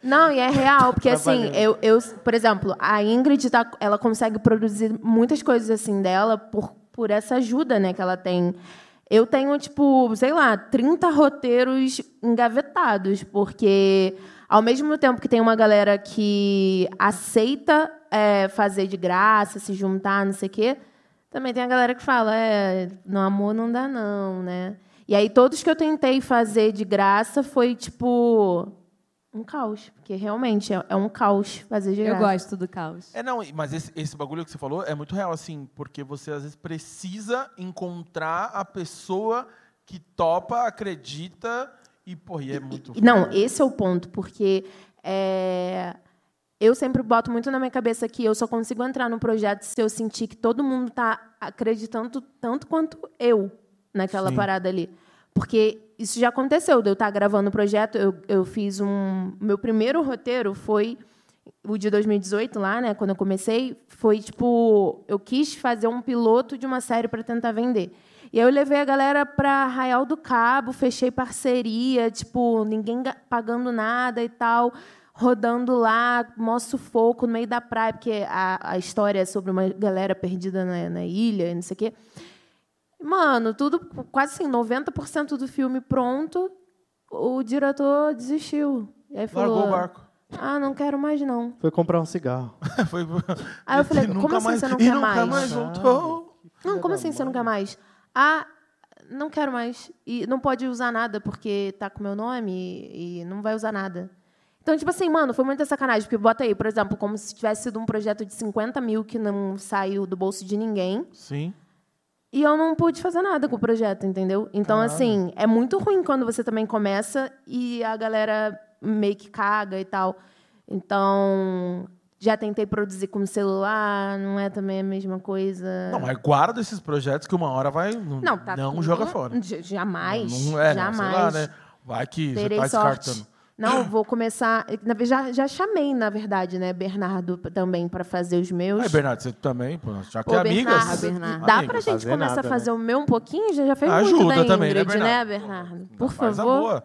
Speaker 3: Não, e é real, porque assim,
Speaker 2: Trabalhando.
Speaker 3: eu, eu, por exemplo, a Ingrid, tá, ela consegue produzir muitas coisas assim dela por, por essa ajuda, né, que ela tem. Eu tenho, tipo, sei lá, 30 roteiros engavetados, porque ao mesmo tempo que tem uma galera que aceita é, fazer de graça, se juntar, não sei o quê, também tem a galera que fala, é, no amor não dá não, né? E aí todos que eu tentei fazer de graça foi, tipo, um caos, porque realmente é, é um caos fazer de
Speaker 4: Eu
Speaker 3: graça.
Speaker 4: gosto do caos.
Speaker 1: É, não, e- mas esse, esse bagulho que você falou é muito real, assim, porque você às vezes precisa encontrar a pessoa que topa, acredita e, porra, e é muito.
Speaker 3: E, Não, esse é o ponto, porque é, eu sempre boto muito na minha cabeça que eu só consigo entrar no projeto se eu sentir que todo mundo está acreditando tanto quanto eu naquela
Speaker 1: Sim.
Speaker 3: parada ali. Porque isso já aconteceu, de eu estar gravando o projeto, eu, eu fiz um... Meu primeiro roteiro foi o de 2018 lá, né, quando eu comecei, foi tipo, eu quis fazer um piloto de uma série para tentar vender. E aí eu levei a galera para Arraial do Cabo, fechei parceria, tipo, ninguém ga- pagando nada e tal, rodando lá, mó sufoco no meio da praia, porque a, a história é sobre uma galera perdida na, na ilha e não sei o quê. Mano, tudo quase assim, 90% do filme pronto, o diretor desistiu. E aí falou,
Speaker 1: Largou o barco.
Speaker 3: ah, não quero mais não.
Speaker 2: Foi comprar um cigarro.
Speaker 1: Foi...
Speaker 3: Aí eu falei,
Speaker 1: E
Speaker 3: como
Speaker 1: nunca
Speaker 3: assim
Speaker 1: mais-
Speaker 3: você não
Speaker 1: e
Speaker 3: quer
Speaker 1: nunca
Speaker 3: mais?
Speaker 1: mais voltou.
Speaker 3: Não, como assim você não quer mais? Ah, não quero mais. E não pode usar nada porque tá com meu nome e, e não vai usar nada. Então, tipo assim, mano, foi muita sacanagem, porque bota aí, por exemplo, como se tivesse sido um projeto de 50 mil que não saiu do bolso de ninguém.
Speaker 1: Sim.
Speaker 3: E eu não pude fazer nada com o projeto, entendeu? Então, assim, é muito ruim quando você também começa e a galera meio que caga e tal. Então, já tentei produzir com celular, não é também a mesma coisa.
Speaker 1: Não, mas guarda esses projetos que uma hora vai. Não, não,
Speaker 3: É. tá tudo-
Speaker 1: joga fora.
Speaker 3: J- Jamais.
Speaker 1: Não é, não,
Speaker 3: jamais.
Speaker 1: sei lá, né? Vai que você
Speaker 3: Terei
Speaker 1: tá
Speaker 3: sorte.
Speaker 1: descartando.
Speaker 3: Não, vou começar. na ve- Já, já chamei, na verdade, né, Bernardo p- também para fazer os meus.
Speaker 1: Aí, É, Bernardo, você também, pô, já que
Speaker 3: Ô,
Speaker 1: é amiga.
Speaker 3: Bernardo,
Speaker 1: você-
Speaker 3: dá
Speaker 1: amiga,
Speaker 3: pra gente
Speaker 2: fazer
Speaker 3: começar
Speaker 2: nada, né?
Speaker 3: a fazer o meu um pouquinho? Já, já fez muito
Speaker 1: Ajuda
Speaker 3: da
Speaker 1: também, né,
Speaker 3: Ingrid, né,
Speaker 1: Bernardo?
Speaker 3: Bernardo? Por
Speaker 1: faz a
Speaker 3: favor.
Speaker 1: boa.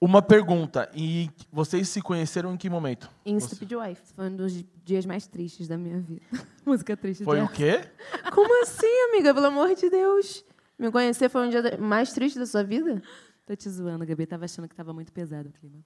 Speaker 1: Uma pergunta. E vocês se conheceram em que momento?
Speaker 3: Em Stupid Wife.
Speaker 4: Foi um dos dias mais tristes da minha vida. Música triste. né?
Speaker 1: Foi
Speaker 4: de-
Speaker 1: o quê?
Speaker 3: Como assim, amiga? Pelo amor de Deus. Me conhecer foi um dia da- mais triste da sua vida?
Speaker 4: Tô te zoando, Gabi. Tava achando que tava muito pesado o clima.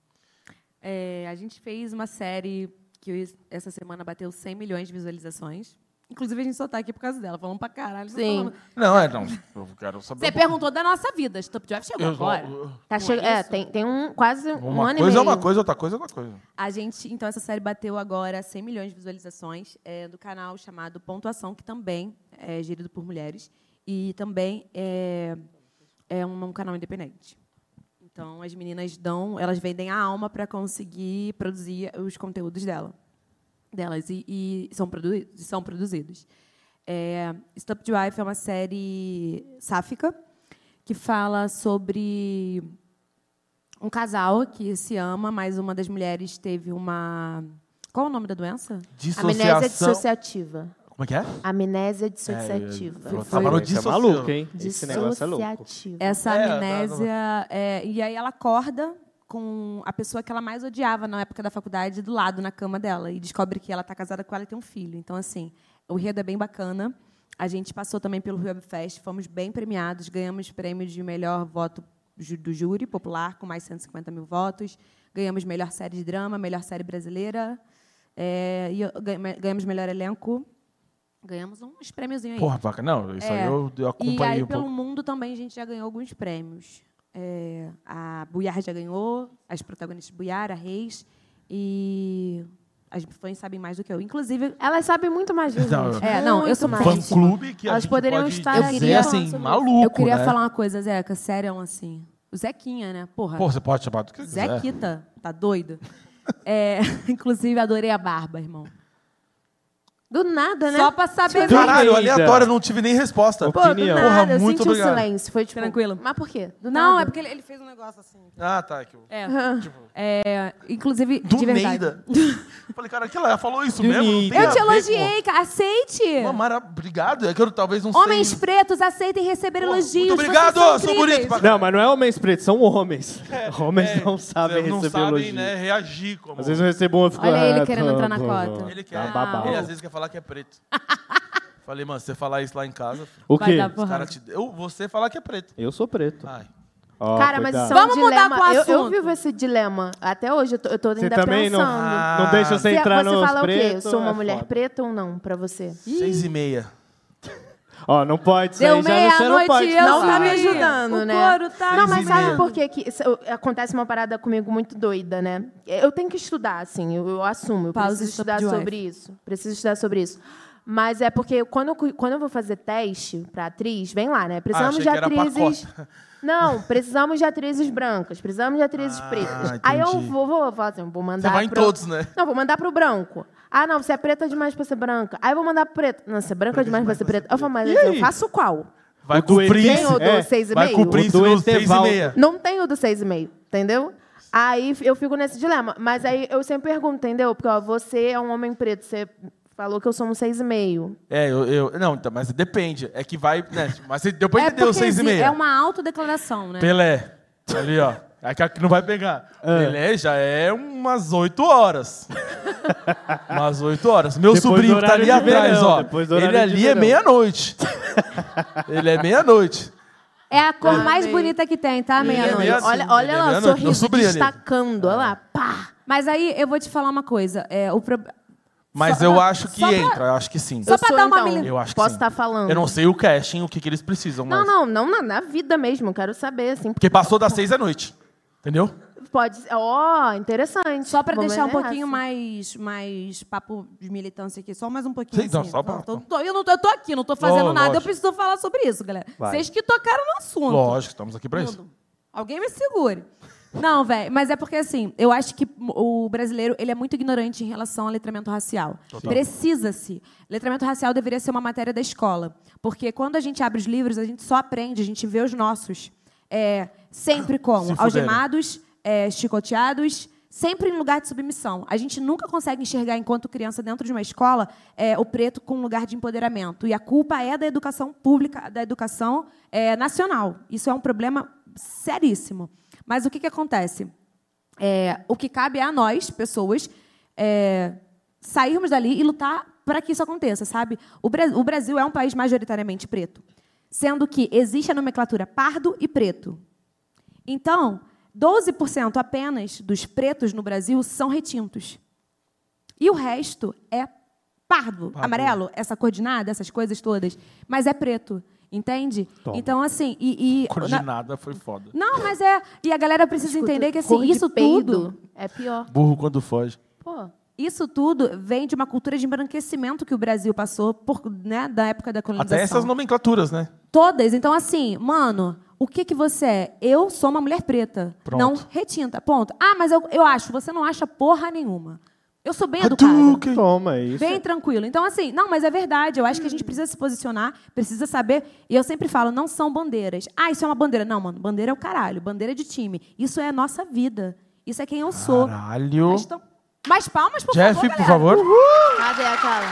Speaker 4: É, a gente fez uma série que eu- essa semana bateu 100 milhões de visualizações. Inclusive, a gente só tá aqui por causa dela, falando pra caralho. tô
Speaker 3: Sim.
Speaker 4: falando.
Speaker 1: Não, é, não. Eu quero saber.
Speaker 4: Você perguntou da nossa vida. Stop Drive chegou
Speaker 1: Eu-
Speaker 4: agora.
Speaker 3: Tá che... é, tem, tem um, quase um
Speaker 1: Uma
Speaker 3: ano e
Speaker 1: coisa
Speaker 3: meio.
Speaker 1: é uma coisa, outra coisa é outra coisa.
Speaker 4: A gente, então, essa série bateu agora 100 milhões de visualizações é, do canal chamado Pontuação, que também é gerido por mulheres e também é, é um, um canal independente. Então, as meninas dão, elas vendem a alma para conseguir produzir os conteúdos dela, delas e, e são, produ são produzidos. É, Stop the Wife é uma série sáfica que fala sobre um casal que se ama, mas uma das mulheres teve uma. Qual é o nome da doença?
Speaker 3: Amnésia
Speaker 1: Dissociação.
Speaker 3: dissociativa.
Speaker 1: Como é que é?
Speaker 3: Amnésia dissociativa.
Speaker 1: eu- eu tava no
Speaker 2: Esse é
Speaker 1: dissocio-
Speaker 2: maluco, hein? Esse negócio é louco.
Speaker 3: Dissociativa.
Speaker 4: Essa
Speaker 1: É,
Speaker 4: amnésia. é, e aí ela acorda com a pessoa que ela mais odiava na época da faculdade do lado na cama dela e descobre que ela está casada com ela e tem um filho. Então, assim, o enredo é bem bacana. A gente passou também pelo Rio Web Fest, fomos bem premiados, ganhamos prêmio de melhor voto ju- do júri popular, com mais 150 mil votos. Ganhamos melhor série de drama, melhor série brasileira. é, e eu- ganha- ganhamos melhor elenco. Ganhamos uns prêmiozinhos aí.
Speaker 1: Porra, vaca. Não, isso aí
Speaker 4: É.
Speaker 1: eu, eu
Speaker 4: E
Speaker 1: acompanhei
Speaker 4: aí,
Speaker 1: um
Speaker 4: pelo
Speaker 1: pouco.
Speaker 4: mundo também, a gente já ganhou alguns prêmios. É, a Buiar já ganhou, as protagonistas Buiar, a Reis, e as fãs sabem mais do que eu. Inclusive,
Speaker 3: Elas sabem muito mais disso.
Speaker 1: Não,
Speaker 3: gente.
Speaker 4: É, não, eu
Speaker 3: Muito
Speaker 4: sou
Speaker 3: mais.
Speaker 1: Fã clube que a
Speaker 3: Elas
Speaker 1: gente
Speaker 3: poderiam
Speaker 1: pode
Speaker 3: estar
Speaker 1: dizer,
Speaker 4: Eu queria falar
Speaker 1: assim,
Speaker 3: sobre isso.
Speaker 1: maluco,
Speaker 4: eu queria
Speaker 1: né?
Speaker 4: falar uma coisa, Zeca, sério, assim. O Zequinha, né? Porra.
Speaker 1: Pô, você pode chamar do que quiser.
Speaker 4: Zequita, tá doido? É, inclusive, adorei a barba, irmão.
Speaker 3: Do nada, né?
Speaker 4: Só pra saber.
Speaker 2: Tem
Speaker 1: Caralho,
Speaker 2: ainda.
Speaker 1: aleatório, eu não tive nem resposta.
Speaker 3: Pô, do
Speaker 2: Opinião.
Speaker 3: nada,
Speaker 1: Porra,
Speaker 3: eu
Speaker 1: muito
Speaker 3: senti um
Speaker 1: obrigado.
Speaker 3: silêncio. Foi tipo.
Speaker 4: Tranquilo.
Speaker 3: Mas por quê? Do
Speaker 4: Não,
Speaker 3: nada.
Speaker 4: é porque ele, ele fez um negócio assim.
Speaker 1: Ah, tá. Que...
Speaker 4: É. É, inclusive,
Speaker 1: Do
Speaker 4: de verdade.
Speaker 1: Neida. Falei, cara, que ela falou isso
Speaker 2: Do
Speaker 1: mesmo? Não
Speaker 2: Neida.
Speaker 1: tem
Speaker 4: Eu
Speaker 1: a
Speaker 4: te
Speaker 1: ver com-
Speaker 4: elogiei, cara. Aceite!
Speaker 1: Pô, Mara, obrigado. É que eu talvez não
Speaker 4: Homens
Speaker 1: sei...
Speaker 4: pretos aceitem receber
Speaker 1: Pô,
Speaker 4: elogios.
Speaker 1: Muito obrigado,
Speaker 4: Vocês são
Speaker 1: sou
Speaker 4: incríveis.
Speaker 1: bonito. pra
Speaker 2: Não, mas não é homens pretos, são homens. homens
Speaker 1: É,
Speaker 2: não sabem
Speaker 1: não
Speaker 2: receber
Speaker 1: sabem,
Speaker 2: elogio.
Speaker 1: né, reagir como...
Speaker 2: Às vezes eu recebo um e fico...
Speaker 4: Olha ele
Speaker 2: ah,
Speaker 4: querendo
Speaker 2: pô,
Speaker 4: entrar na
Speaker 2: pô,
Speaker 4: cota.
Speaker 2: pô.
Speaker 1: Ele quer.
Speaker 2: Tá babau.
Speaker 1: Ele às vezes quer falar que é preto. Falei, mano, se você falar isso lá em casa, filho,
Speaker 2: O
Speaker 4: Vai
Speaker 2: quê?
Speaker 4: dar
Speaker 1: os
Speaker 4: porrada.
Speaker 1: caras te... Eu, você falar que é preto.
Speaker 2: Eu sou prereto.
Speaker 1: Ai.
Speaker 2: Ó,
Speaker 3: Cara, mas
Speaker 2: cuidado.
Speaker 3: isso é um
Speaker 4: Vamos mudar
Speaker 3: dilema.
Speaker 4: com o
Speaker 3: eu, eu
Speaker 4: assunto.
Speaker 3: vivo esse dilema. Até hoje eu tô, eu tô
Speaker 2: Você
Speaker 3: ainda
Speaker 2: também não,
Speaker 3: pensando.
Speaker 2: não deixa você
Speaker 3: Se- é,
Speaker 2: entrar
Speaker 3: você
Speaker 2: nos
Speaker 3: fala o quê? Eu
Speaker 2: pretos,
Speaker 3: sou uma
Speaker 2: é
Speaker 3: mulher
Speaker 2: foda.
Speaker 3: preta ou não pra você?
Speaker 1: Seis e meia.
Speaker 2: Ó, não pode, isso
Speaker 4: Deu
Speaker 2: aí já não, você não
Speaker 4: meia-noite,
Speaker 2: pode.
Speaker 4: eu
Speaker 2: falar.
Speaker 3: não tá me
Speaker 4: sabia.
Speaker 3: ajudando,
Speaker 4: O
Speaker 3: né?
Speaker 4: couro tá-
Speaker 3: Não, mas
Speaker 1: Seis e meia.
Speaker 3: sabe por que, que isso- acontece uma parada comigo muito doida, né? Eu tenho que estudar, assim, eu, eu assumo. Eu
Speaker 4: Pausa
Speaker 3: preciso
Speaker 4: e stop
Speaker 3: estudar
Speaker 4: drive.
Speaker 3: sobre isso. Preciso estudar sobre isso. Mas é porque quando eu, cu- quando eu vou fazer teste pra atriz, vem lá, né? Precisamos
Speaker 1: Ah, achei
Speaker 3: de
Speaker 1: que era
Speaker 3: atrizes.
Speaker 1: pacota.
Speaker 3: Não, precisamos de atrizes brancas, precisamos de atrizes
Speaker 1: Ah,
Speaker 3: pretas. Aí eu
Speaker 1: entendi.
Speaker 3: vou, vou, vou, assim, vou mandar.
Speaker 1: vai em
Speaker 3: pro-
Speaker 1: todos, né?
Speaker 3: Não, vou mandar pro branco. Ah, não, você é preta demais pra ser branca. Aí eu vou mandar pro preto. Não, você é branca demais pra ser preta. Eu falo, mas
Speaker 2: E
Speaker 3: eu
Speaker 2: aí?
Speaker 3: faço qual?
Speaker 1: Vai
Speaker 2: O
Speaker 1: com o
Speaker 2: duende.
Speaker 1: Prince.
Speaker 3: Tem o do
Speaker 2: É,
Speaker 3: seis e
Speaker 1: Vai
Speaker 3: meio?
Speaker 1: com o Prince
Speaker 2: do
Speaker 1: nos seis e
Speaker 2: intervalo.
Speaker 1: meia.
Speaker 3: Não tem o do seis e meio, entendeu? Aí eu fico nesse dilema. Mas aí eu sempre pergunto, entendeu? Porque ó, você é um homem preto, você falou que eu sou um seis e meio.
Speaker 1: É, eu, eu- Não, então, mas depende. É que vai... Né, mas você- deu pra
Speaker 4: É
Speaker 1: entender o
Speaker 4: porque
Speaker 1: seis e
Speaker 4: exi-
Speaker 1: meia.
Speaker 4: É uma autodeclaração, né?
Speaker 1: Pelé. Ali, ó. É que aqui não vai pegar.
Speaker 2: Ah.
Speaker 1: Pelé já é umas 8 horas. umas 8 horas. Meu
Speaker 2: Depois do
Speaker 1: sobrinho que tá
Speaker 2: horário
Speaker 1: ali
Speaker 2: de
Speaker 1: atrás,
Speaker 2: verão,
Speaker 1: ó.
Speaker 2: depois do
Speaker 1: Ele
Speaker 2: horário de
Speaker 1: ali é
Speaker 2: verão.
Speaker 1: meia-noite. ele é meia-noite.
Speaker 4: É a cor
Speaker 3: Amei.
Speaker 4: mais bonita que tem, tá, meia-noite?
Speaker 1: meia-
Speaker 3: Olha,
Speaker 1: Ele é
Speaker 3: olha lá o
Speaker 1: meia-noite,
Speaker 4: assim.
Speaker 1: meu
Speaker 3: sorriso
Speaker 1: sobrinho ali.
Speaker 3: destacando, olha
Speaker 4: É.
Speaker 3: lá, pá.
Speaker 4: Mas aí eu vou te falar uma coisa. É, o pro-
Speaker 1: Mas
Speaker 4: Só-
Speaker 1: eu
Speaker 4: não,
Speaker 1: acho que
Speaker 4: só pra-
Speaker 1: entra, eu acho que sim.
Speaker 4: Só pra tá
Speaker 3: sou,
Speaker 4: dar uma
Speaker 3: então.
Speaker 4: mili-
Speaker 1: Eu acho que
Speaker 3: Posso
Speaker 1: sim.
Speaker 3: estar falando.
Speaker 1: Eu não sei o casting, o que, que eles precisam, mas.
Speaker 3: Não, não, não na, na vida mesmo, quero saber, assim.
Speaker 1: Porque passou das 6 da noite. Entendeu?
Speaker 3: Pode. Ó, interessante.
Speaker 4: Só para
Speaker 3: Vamos né?
Speaker 4: deixar
Speaker 3: Assim,
Speaker 4: um
Speaker 3: nessa.
Speaker 4: pouquinho mais, mais papo de militância aqui, só mais um pouquinho.
Speaker 1: Sim, não,
Speaker 4: assim.
Speaker 1: só pra-
Speaker 4: tô- tô- eu, não tô, eu tô aqui, não tô fazendo
Speaker 1: Lógico.
Speaker 4: nada, eu preciso falar sobre isso, galera.
Speaker 2: Vai.
Speaker 4: Vocês que tocaram no assunto.
Speaker 1: Lógico, estamos aqui para isso.
Speaker 4: Mundo. Alguém me segure. Não, velho, mas é porque assim, eu acho que o brasileiro, ele é muito ignorante em relação ao letramento racial. Precisa-se. Letramento racial deveria ser uma matéria da escola, porque quando a gente abre os livros, a gente só aprende, a gente vê os nossos. É, sempre como
Speaker 1: fuderam.
Speaker 4: algemados, é, chicoteados, sempre em lugar de submissão. A gente nunca consegue enxergar enquanto criança dentro de uma escola é, o preto com um lugar de empoderamento. E a culpa é da educação pública, da educação é, nacional. Isso é um problema seríssimo. Mas o que, que acontece? É, o que cabe é a nós, pessoas, é, sairmos dali e lutar para que isso aconteça, sabe? O, Bra- o Brasil é um país majoritariamente preto, sendo que existe a nomenclatura pardo e preto. Então, 12% apenas dos pretos no Brasil são retintos. E o resto é pardo, amarelo, essa cor de nada, essas coisas todas. Mas é preto, entende? Então, assim, e. e-
Speaker 1: Cor
Speaker 4: na-
Speaker 1: de nada foi foda.
Speaker 4: não, mas é. E a galera precisa entender que assim,
Speaker 3: Cor de
Speaker 4: isso
Speaker 3: peido
Speaker 4: tudo,
Speaker 3: É pior.
Speaker 1: Burro quando foge.
Speaker 3: Pô.
Speaker 4: isso tudo vem de uma cultura de embranquecimento que o Brasil passou por, né, da época da colonização.
Speaker 1: Até essas nomenclaturas, né?
Speaker 4: Todas. Então, assim, mano, o que que você é? Eu sou uma mulher preta.
Speaker 1: Pronto.
Speaker 4: Não retinta. Ponto. Ah, mas eu, eu acho. Você não acha porra nenhuma. Eu sou bem educada.
Speaker 1: Hadouken.
Speaker 2: Toma, é isso.
Speaker 4: Bem tranquilo. Então, assim, não, mas é verdade. Eu acho que a gente
Speaker 1: Hum.
Speaker 4: precisa se posicionar, precisa saber. E eu sempre falo, não são bandeiras. Ah, isso é uma bandeira. Não, mano, bandeira é o caralho. Bandeira é de time. Isso é a nossa vida. Isso é quem eu sou.
Speaker 1: Caralho.
Speaker 4: Mas então- Mais palmas, por
Speaker 1: Jeff,
Speaker 4: favor,
Speaker 1: por
Speaker 4: galera.
Speaker 1: favor.
Speaker 3: Cadê aquela?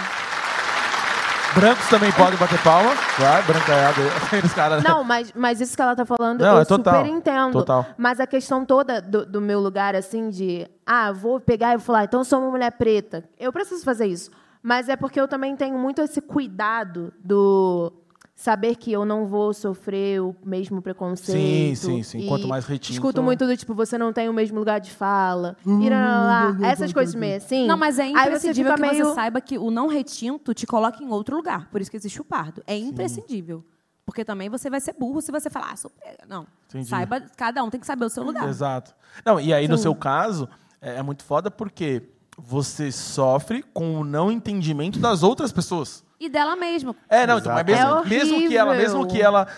Speaker 1: Brancos também podem bater palma. Vai, é brancaiada aí. Os caras, né?
Speaker 3: Não, mas, mas isso que ela tá falando,
Speaker 1: Não,
Speaker 3: eu
Speaker 1: é total,
Speaker 3: super entendo.
Speaker 1: total.
Speaker 3: Mas a questão toda do, do meu lugar, assim, de ah, vou pegar e vou falar, então eu sou uma mulher preta. Eu preciso fazer isso. Mas é porque eu também tenho muito esse cuidado do saber que eu não vou sofrer o mesmo preconceito.
Speaker 1: Sim, sim, sim.
Speaker 3: E
Speaker 1: Quanto mais retinto- Ah,
Speaker 3: Escuto muito do tipo, você não tem o mesmo lugar de fala. e lá, lá, lá. Essas coisas meio assim.
Speaker 4: Não, mas é
Speaker 3: Aí você
Speaker 4: imprescindível
Speaker 3: fica
Speaker 4: que
Speaker 3: meio...
Speaker 4: você saiba que o não retinto te coloca em outro lugar. Por isso que existe o pardo. É imprescindível. Porque também você vai ser burro se você falar, ah, sou preta. Não.
Speaker 1: Entendi.
Speaker 4: Saiba, cada um tem que saber o seu lugar.
Speaker 1: Exato. Não, e aí, no seu caso, é, é muito foda porque você sofre com o não entendimento das outras pessoas.
Speaker 4: E dela mesma.
Speaker 1: É, não, então, mas mesmo,
Speaker 3: É horrível.
Speaker 1: mesmo que ela, mesmo que ela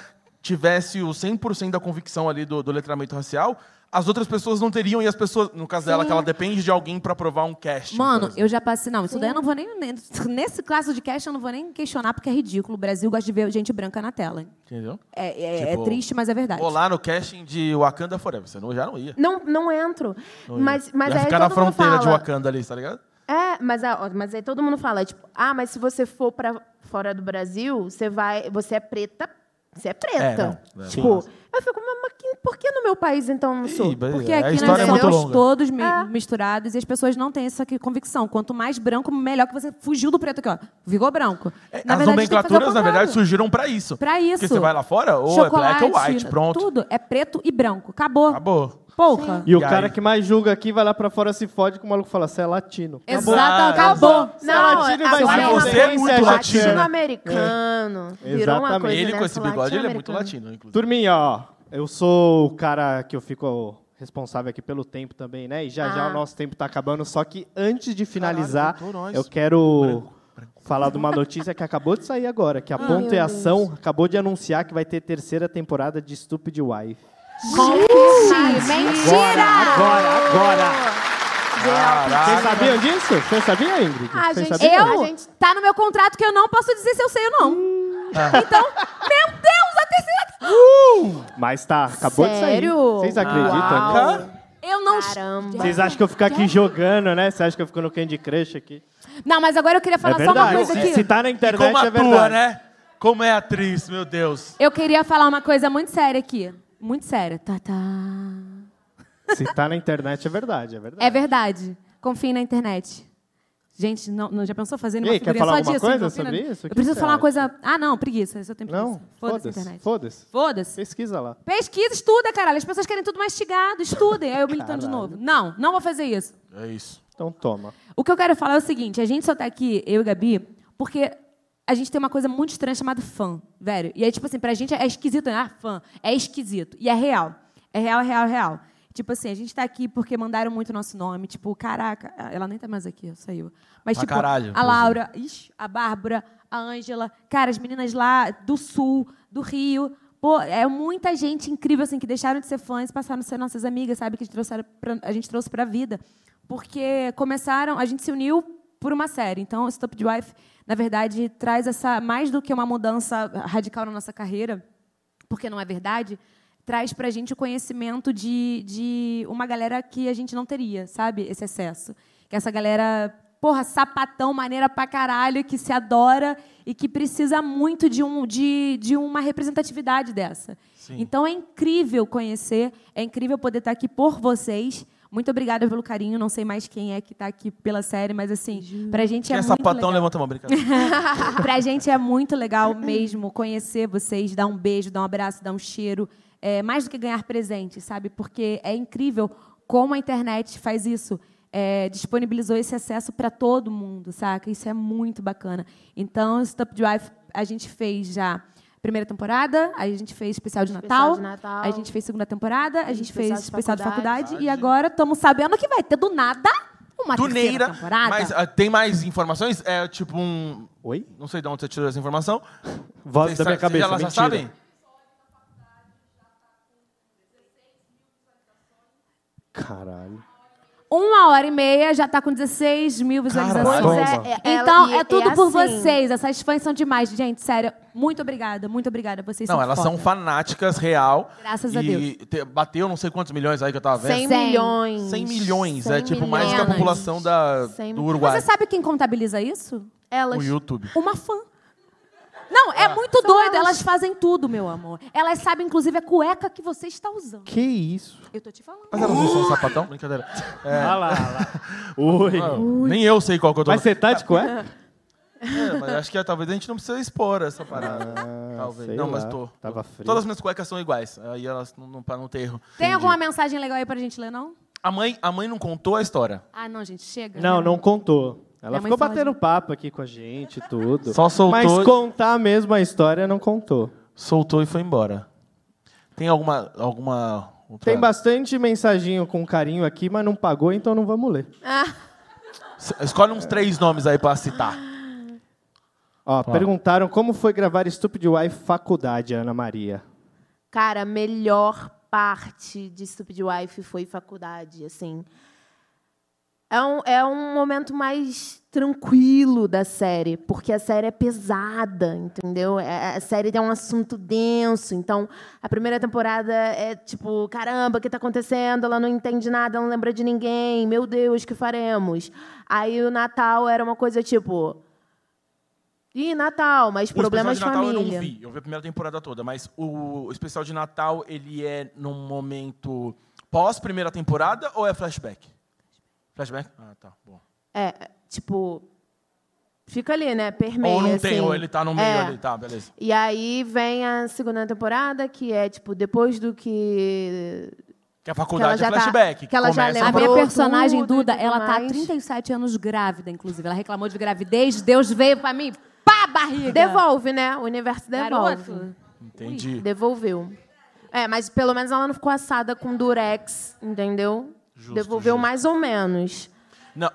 Speaker 1: tivesse o 100% da convicção ali do, do letramento racial, as outras pessoas não teriam, e as pessoas, no caso dela, que ela depende de alguém pra provar um casting.
Speaker 4: Mano,
Speaker 1: por exemplo.
Speaker 4: eu já passei. Não, isso daí eu não vou nem. nem- Nesse caso de cast eu não vou nem questionar, porque é ridículo. O Brasil gosta de ver gente branca na tela.
Speaker 1: Entendeu?
Speaker 4: É, é- é
Speaker 1: Tipo,
Speaker 4: triste, mas é verdade.
Speaker 1: Ou lá no casting de Wakanda Forever, você não, já não ia.
Speaker 3: Não, não entro.
Speaker 1: Não ia.
Speaker 3: mas mas é
Speaker 1: ia
Speaker 3: aí
Speaker 1: ficar na
Speaker 3: todo mundo
Speaker 1: fronteira de
Speaker 3: fala,
Speaker 1: Wakanda ali, tá ligado?
Speaker 3: É, mas, a- ó, mas aí todo mundo fala, tipo, ah, mas se você for para fora do Brasil, você vai, você é preta, você é preta.
Speaker 1: É, não, é,
Speaker 3: tipo, eu fico, mas, mas que- por que no meu país então não sou?
Speaker 1: Ih, mas
Speaker 4: Porque
Speaker 1: é, a
Speaker 4: aqui nós
Speaker 1: história é muito
Speaker 4: somos
Speaker 1: longa.
Speaker 4: todos mi-
Speaker 3: É.
Speaker 4: misturados e as pessoas não têm essa que- convicção. Quanto mais branco, melhor que você fugiu do preto aqui, ó. Vigou branco.
Speaker 1: É,
Speaker 4: Na
Speaker 1: as
Speaker 4: verdade, tem que fazer o
Speaker 1: nomenclaturas, na verdade,
Speaker 4: contrário.
Speaker 1: surgiram pra isso.
Speaker 4: Pra isso.
Speaker 1: Porque você vai lá fora, ou
Speaker 4: Chocolate,
Speaker 1: é black ou white, pronto.
Speaker 4: Tudo é preto e branco. Acabou.
Speaker 1: Acabou.
Speaker 4: Pouca.
Speaker 2: E o
Speaker 1: E aí?
Speaker 2: cara que mais julga aqui vai lá pra fora, se fode, que o maluco fala, você é latino.
Speaker 4: Exato,
Speaker 1: Acabou.
Speaker 4: acabou.
Speaker 2: Você é latino e vai
Speaker 1: agora você
Speaker 2: ser
Speaker 1: é muito
Speaker 2: referência
Speaker 1: latino.
Speaker 2: chata.
Speaker 3: americano.
Speaker 2: É.
Speaker 3: Virou uma
Speaker 2: Exatamente.
Speaker 3: coisa né,
Speaker 1: Ele, com
Speaker 3: dessa,
Speaker 1: esse bigode, ele é muito
Speaker 3: latino-americano.
Speaker 1: latino, inclusive.
Speaker 2: Turminha, ó, eu sou o cara que eu fico responsável aqui pelo tempo também, né? E já já
Speaker 3: Ah.
Speaker 2: o nosso tempo tá acabando, só que antes de finalizar,
Speaker 1: faltou nós.
Speaker 2: eu quero falar de uma notícia que acabou de sair agora, que a Ponto e Ação acabou de anunciar que vai ter terceira temporada de Stupid Wife.
Speaker 4: Mentira!
Speaker 2: Agora, agora!
Speaker 4: é
Speaker 1: Ah,
Speaker 2: Vocês
Speaker 1: Caraca.
Speaker 2: sabiam disso? Vocês sabiam, Ingrid?
Speaker 3: Ah,
Speaker 2: Vocês
Speaker 3: gente,
Speaker 2: sabiam?
Speaker 4: Eu?
Speaker 3: A gente-
Speaker 4: Tá no meu contrato que eu não posso dizer se eu sei ou não.
Speaker 1: Hum.
Speaker 4: Então, meu Deus, a terceira...
Speaker 2: Mas tá, acabou de sair.
Speaker 3: Sério?
Speaker 2: Vocês acreditam?
Speaker 3: Uau.
Speaker 2: nisso?
Speaker 4: Eu não...
Speaker 3: Caramba.
Speaker 2: Vocês acham que eu ficar aqui jogando, né? Você acha que eu fico no Candy Crush aqui?
Speaker 4: Não, mas agora eu queria falar
Speaker 2: é
Speaker 4: só uma
Speaker 2: verdade.
Speaker 4: coisa aqui.
Speaker 2: Se tá na
Speaker 1: E
Speaker 2: internet,
Speaker 1: como
Speaker 2: é
Speaker 1: atua,
Speaker 2: verdade.
Speaker 1: né? Como é atriz, meu Deus.
Speaker 4: Eu queria falar uma coisa muito séria aqui. Muito séria. Tá, tá.
Speaker 2: Se tá na internet, é verdade, é verdade.
Speaker 4: É verdade. Confie na internet. Gente, não, não já pensou fazendo
Speaker 2: E
Speaker 4: uma
Speaker 2: aí, quer
Speaker 4: figurinha
Speaker 2: falar alguma
Speaker 4: só disso?
Speaker 2: coisa
Speaker 4: Confie na-
Speaker 2: sobre isso? O
Speaker 4: Eu
Speaker 2: que
Speaker 4: preciso
Speaker 2: você
Speaker 4: falar uma
Speaker 2: acha?
Speaker 4: coisa... Ah, não, preguiça. Eu só tenho preguiça.
Speaker 2: Não,
Speaker 4: Foda-se a
Speaker 2: foda-se,
Speaker 4: internet.
Speaker 2: foda-se.
Speaker 4: Foda-se.
Speaker 2: Pesquisa lá.
Speaker 4: Pesquisa, estuda, caralho. As pessoas querem tudo mastigado, estudem. Aí eu militando de novo. Não, não vou fazer isso.
Speaker 1: É isso.
Speaker 2: Então toma.
Speaker 4: O que eu quero falar é o seguinte: a gente só tá aqui, eu e Gabi, porque a gente tem uma coisa muito estranha chamada fã, velho. E aí, tipo assim, pra gente é esquisito, né? Ah, fã. É esquisito. E é real. É real, é real, é real. Tipo assim, a gente tá aqui porque mandaram muito nosso nome. Tipo, caraca, ela nem tá mais aqui, saiu. Mas,
Speaker 1: Ah,
Speaker 4: tipo,
Speaker 1: caralho,
Speaker 4: a
Speaker 1: inclusive.
Speaker 4: Laura, ixi, a Bárbara, a Ângela, cara, as meninas lá do sul, do Rio. Pô, é muita gente incrível, assim, que deixaram de ser fãs e passaram a ser nossas amigas, sabe? Que a gente, trouxeram pra, a gente trouxe pra vida. Porque começaram, a gente se uniu por uma série. Então, Stop the Wife, na verdade, traz essa, mais do que uma mudança radical na nossa carreira, porque não é verdade, traz para a gente o conhecimento de, de uma galera que a gente não teria, sabe? Esse acesso. Que essa galera, porra, sapatão, maneira pra caralho, que se adora e que precisa muito de, um, de, de uma representatividade dessa. Então é incrível conhecer, é incrível poder estar aqui por vocês. Muito obrigada pelo carinho. Não sei mais quem é que está aqui pela série, mas assim, pra gente
Speaker 1: Quem
Speaker 4: é,
Speaker 1: é
Speaker 4: muito
Speaker 1: sapatão,
Speaker 4: legal.
Speaker 1: levanta a mão, brincadeira.
Speaker 4: pra gente é muito legal mesmo conhecer vocês, dar um beijo, dar um abraço, dar um cheiro. É, mais do que ganhar presente, sabe? Porque é incrível como a internet faz isso. É, disponibilizou esse acesso para todo mundo, saca? Isso é muito bacana. Então, Stop Drive, a gente fez já a primeira temporada, aí a gente fez especial de
Speaker 3: Especial
Speaker 4: Natal,
Speaker 3: de Natal.
Speaker 4: a gente fez segunda temporada, a gente fez especial de faculdade,
Speaker 1: faculdade.
Speaker 4: e agora estamos sabendo que vai ter do nada uma terceira
Speaker 1: Duneira.
Speaker 4: temporada.
Speaker 1: Mas ah, tem mais informações? É tipo um.
Speaker 2: Oi?
Speaker 1: Não sei de onde você tirou essa informação.
Speaker 2: Voz
Speaker 1: Vocês
Speaker 2: da
Speaker 1: sa-
Speaker 2: minha cabeça,
Speaker 1: Elas já
Speaker 2: mentira.
Speaker 1: sabem?
Speaker 2: Caralho.
Speaker 4: Uma hora e meia já tá com 16 mil visualizações.
Speaker 1: Caralho.
Speaker 3: Pois é, é- ela-
Speaker 4: então,
Speaker 3: e-
Speaker 4: é tudo
Speaker 3: é
Speaker 4: por
Speaker 3: assim.
Speaker 4: vocês. Essas fãs são demais, gente. Sério, muito obrigada, muito obrigada. Vocês
Speaker 1: Não,
Speaker 4: são
Speaker 1: elas são
Speaker 4: foda.
Speaker 1: fanáticas, real.
Speaker 4: Graças
Speaker 1: e
Speaker 4: a Deus.
Speaker 1: te- bateu não sei quantos milhões aí que eu tava tá vendo.
Speaker 3: 100
Speaker 4: Cem.
Speaker 3: milhões.
Speaker 1: 100 milhões. é
Speaker 3: Cem
Speaker 1: tipo mais que a
Speaker 3: milhões.
Speaker 1: população da,
Speaker 3: Cem
Speaker 1: do
Speaker 3: mi-
Speaker 1: Uruguai.
Speaker 4: Você sabe quem contabiliza isso?
Speaker 3: Elas.
Speaker 1: O YouTube.
Speaker 4: Uma fã. Não, é muito doido. Elas... fazem tudo, meu amor. Elas sabem, inclusive, a cueca que você está usando.
Speaker 2: Que isso?
Speaker 4: Eu tô te falando.
Speaker 1: Mas elas não são um sapatão? Brincadeira.
Speaker 2: Ah lá, lá. Ui.
Speaker 1: É. Ah, Nem eu sei qual que eu tô.
Speaker 2: Mas você tá de cueca?
Speaker 1: É, mas acho que é, talvez a gente não precisa expor essa parada. né? talvez.
Speaker 2: É, Ah, sei
Speaker 1: não, mas
Speaker 2: lá.
Speaker 1: tô.
Speaker 2: Tava frio.
Speaker 1: Todas as minhas cuecas são iguais. Aí elas não, não, pra não ter erro.
Speaker 4: Tem alguma mensagem legal aí pra gente ler, não?
Speaker 1: A mãe, a mãe não contou a história.
Speaker 4: Ah, não, gente, chega.
Speaker 2: Não,
Speaker 4: né?
Speaker 2: não contou. Ela
Speaker 4: Minha mãe
Speaker 2: ficou
Speaker 4: fala
Speaker 2: batendo papo aqui com a gente, tudo.
Speaker 1: Só soltou. Tá.
Speaker 2: Mas contar mesmo a história não contou.
Speaker 1: Soltou e foi embora. Tem alguma. alguma outra-
Speaker 2: Tem bastante mensaginho com carinho aqui, mas não pagou, então não vamos ler.
Speaker 1: S- Escolhe uns três nomes aí pra citar.
Speaker 2: Ó, perguntaram como foi gravar Stupid Wife Faculdade, Ana Maria.
Speaker 3: Cara, a melhor parte de Stupid Wife foi faculdade, assim. É um, é um momento mais tranquilo da série, porque a série é pesada, entendeu? É- a série é um assunto denso, então a primeira temporada é tipo, caramba, o que tá acontecendo? Ela não entende nada, ela não lembra de ninguém, meu Deus, que faremos? Aí o Natal era uma coisa tipo... Ih, Natal, mas
Speaker 1: O especial
Speaker 3: problemas
Speaker 1: de
Speaker 3: de
Speaker 1: Natal
Speaker 3: família.
Speaker 1: eu não vi. Eu vi a primeira temporada toda, mas o, o especial de Natal, ele é num momento pós primeira temporada ou é flashback? Flashback? Ah, tá. Bom.
Speaker 3: É, tipo. Fica ali, né? Permeia.
Speaker 1: ou não
Speaker 3: assim.
Speaker 1: tem, ou ele tá no meio
Speaker 3: É.
Speaker 1: ali, tá, beleza.
Speaker 3: E aí vem a segunda temporada, que é, tipo, depois do que.
Speaker 1: Que a faculdade
Speaker 3: já
Speaker 1: é
Speaker 3: tá-
Speaker 1: flashback.
Speaker 3: que ela já
Speaker 1: começa
Speaker 3: lembra.
Speaker 4: A
Speaker 1: pra-
Speaker 4: minha
Speaker 3: Lembrou
Speaker 4: personagem,
Speaker 3: tudo e
Speaker 4: Duda,
Speaker 3: tudo
Speaker 4: ela tá há
Speaker 3: mais.
Speaker 4: 37 anos grávida, inclusive. Ela reclamou de gravidez, Deus veio pra mim, pá, barriga!
Speaker 3: Devolve, né? O universo devolve.
Speaker 4: Garoto.
Speaker 1: Entendi.
Speaker 3: Devolveu. É, mas pelo menos ela não ficou assada com durex, entendeu? Devolveu
Speaker 1: justo.
Speaker 3: mais ou menos.
Speaker 1: Não,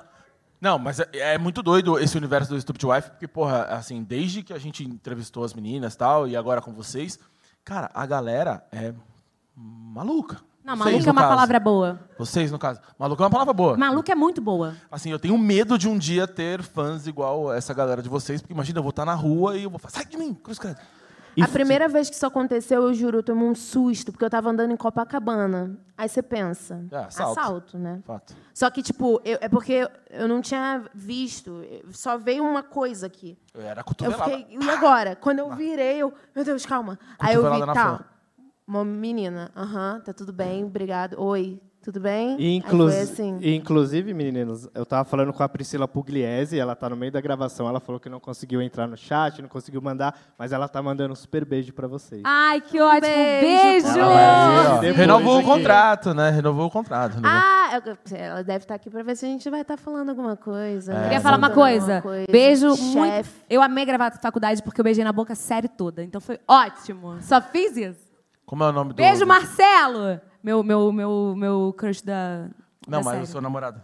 Speaker 1: não mas é, é muito doido esse universo do Stupid Wife, porque, porra, assim, desde que a gente entrevistou as meninas e tal, e agora com vocês, cara, a galera é maluca.
Speaker 4: Não,
Speaker 1: Vocês,
Speaker 4: maluca
Speaker 1: no
Speaker 4: é uma
Speaker 1: caso.
Speaker 4: palavra boa.
Speaker 1: Vocês, no caso. Maluca é uma palavra boa.
Speaker 4: Maluca é muito boa.
Speaker 1: Assim, eu tenho medo de um dia ter fãs igual essa galera de vocês, porque imagina, eu vou estar na rua e eu vou falar, sai de mim, cruz credo.
Speaker 2: E
Speaker 3: a primeira vez que isso aconteceu, eu juro, eu tomei um susto, porque eu tava andando em Copacabana. Aí você pensa.
Speaker 1: É, assalto.
Speaker 3: assalto, né?
Speaker 1: Fato.
Speaker 3: Só que, tipo, eu- é porque eu não tinha visto. eu- Só veio uma coisa aqui.
Speaker 1: Eu era
Speaker 3: Eu
Speaker 1: cotovelada.
Speaker 3: fiquei, e agora? Quando eu virei, eu. Meu Deus, calma. Aí eu vi,
Speaker 1: Cotovelada na
Speaker 3: tá.
Speaker 1: fã.
Speaker 3: Uma menina, aham, tá tudo bem, obrigado. Oi, tudo bem?
Speaker 2: E
Speaker 3: Aí
Speaker 2: inclus-
Speaker 3: foi assim.
Speaker 2: e inclusive, meninos, eu tava falando com a Priscila Pugliese, ela tá no meio da gravação, ela falou que não conseguiu entrar no chat, não conseguiu mandar, mas ela tá mandando um super beijo pra vocês.
Speaker 4: Ai, que ótimo.
Speaker 3: beijo.
Speaker 4: Um Beijo!
Speaker 2: Ela
Speaker 4: Ah,
Speaker 2: vai ver, ó.
Speaker 1: Assim, Renovou o
Speaker 2: Depois aqui.
Speaker 1: contrato, né? Renovou o contrato. renovou.
Speaker 3: Ah, eu- ela deve estar aqui pra ver se a gente vai estar falando alguma coisa. né?
Speaker 1: é
Speaker 4: Queria falar uma
Speaker 3: Perguntando
Speaker 4: coisa.
Speaker 3: alguma coisa.
Speaker 4: Beijo muito.
Speaker 3: Chefe.
Speaker 4: Eu amei gravar a faculdade porque eu beijei na boca a série toda. Então foi ótimo. Só fiz isso.
Speaker 1: Como é o nome do...
Speaker 4: Beijo, Marcelo! Meu, meu, meu, meu crush da.
Speaker 1: Não,
Speaker 4: da
Speaker 1: mas o
Speaker 4: série.
Speaker 1: seu namorado.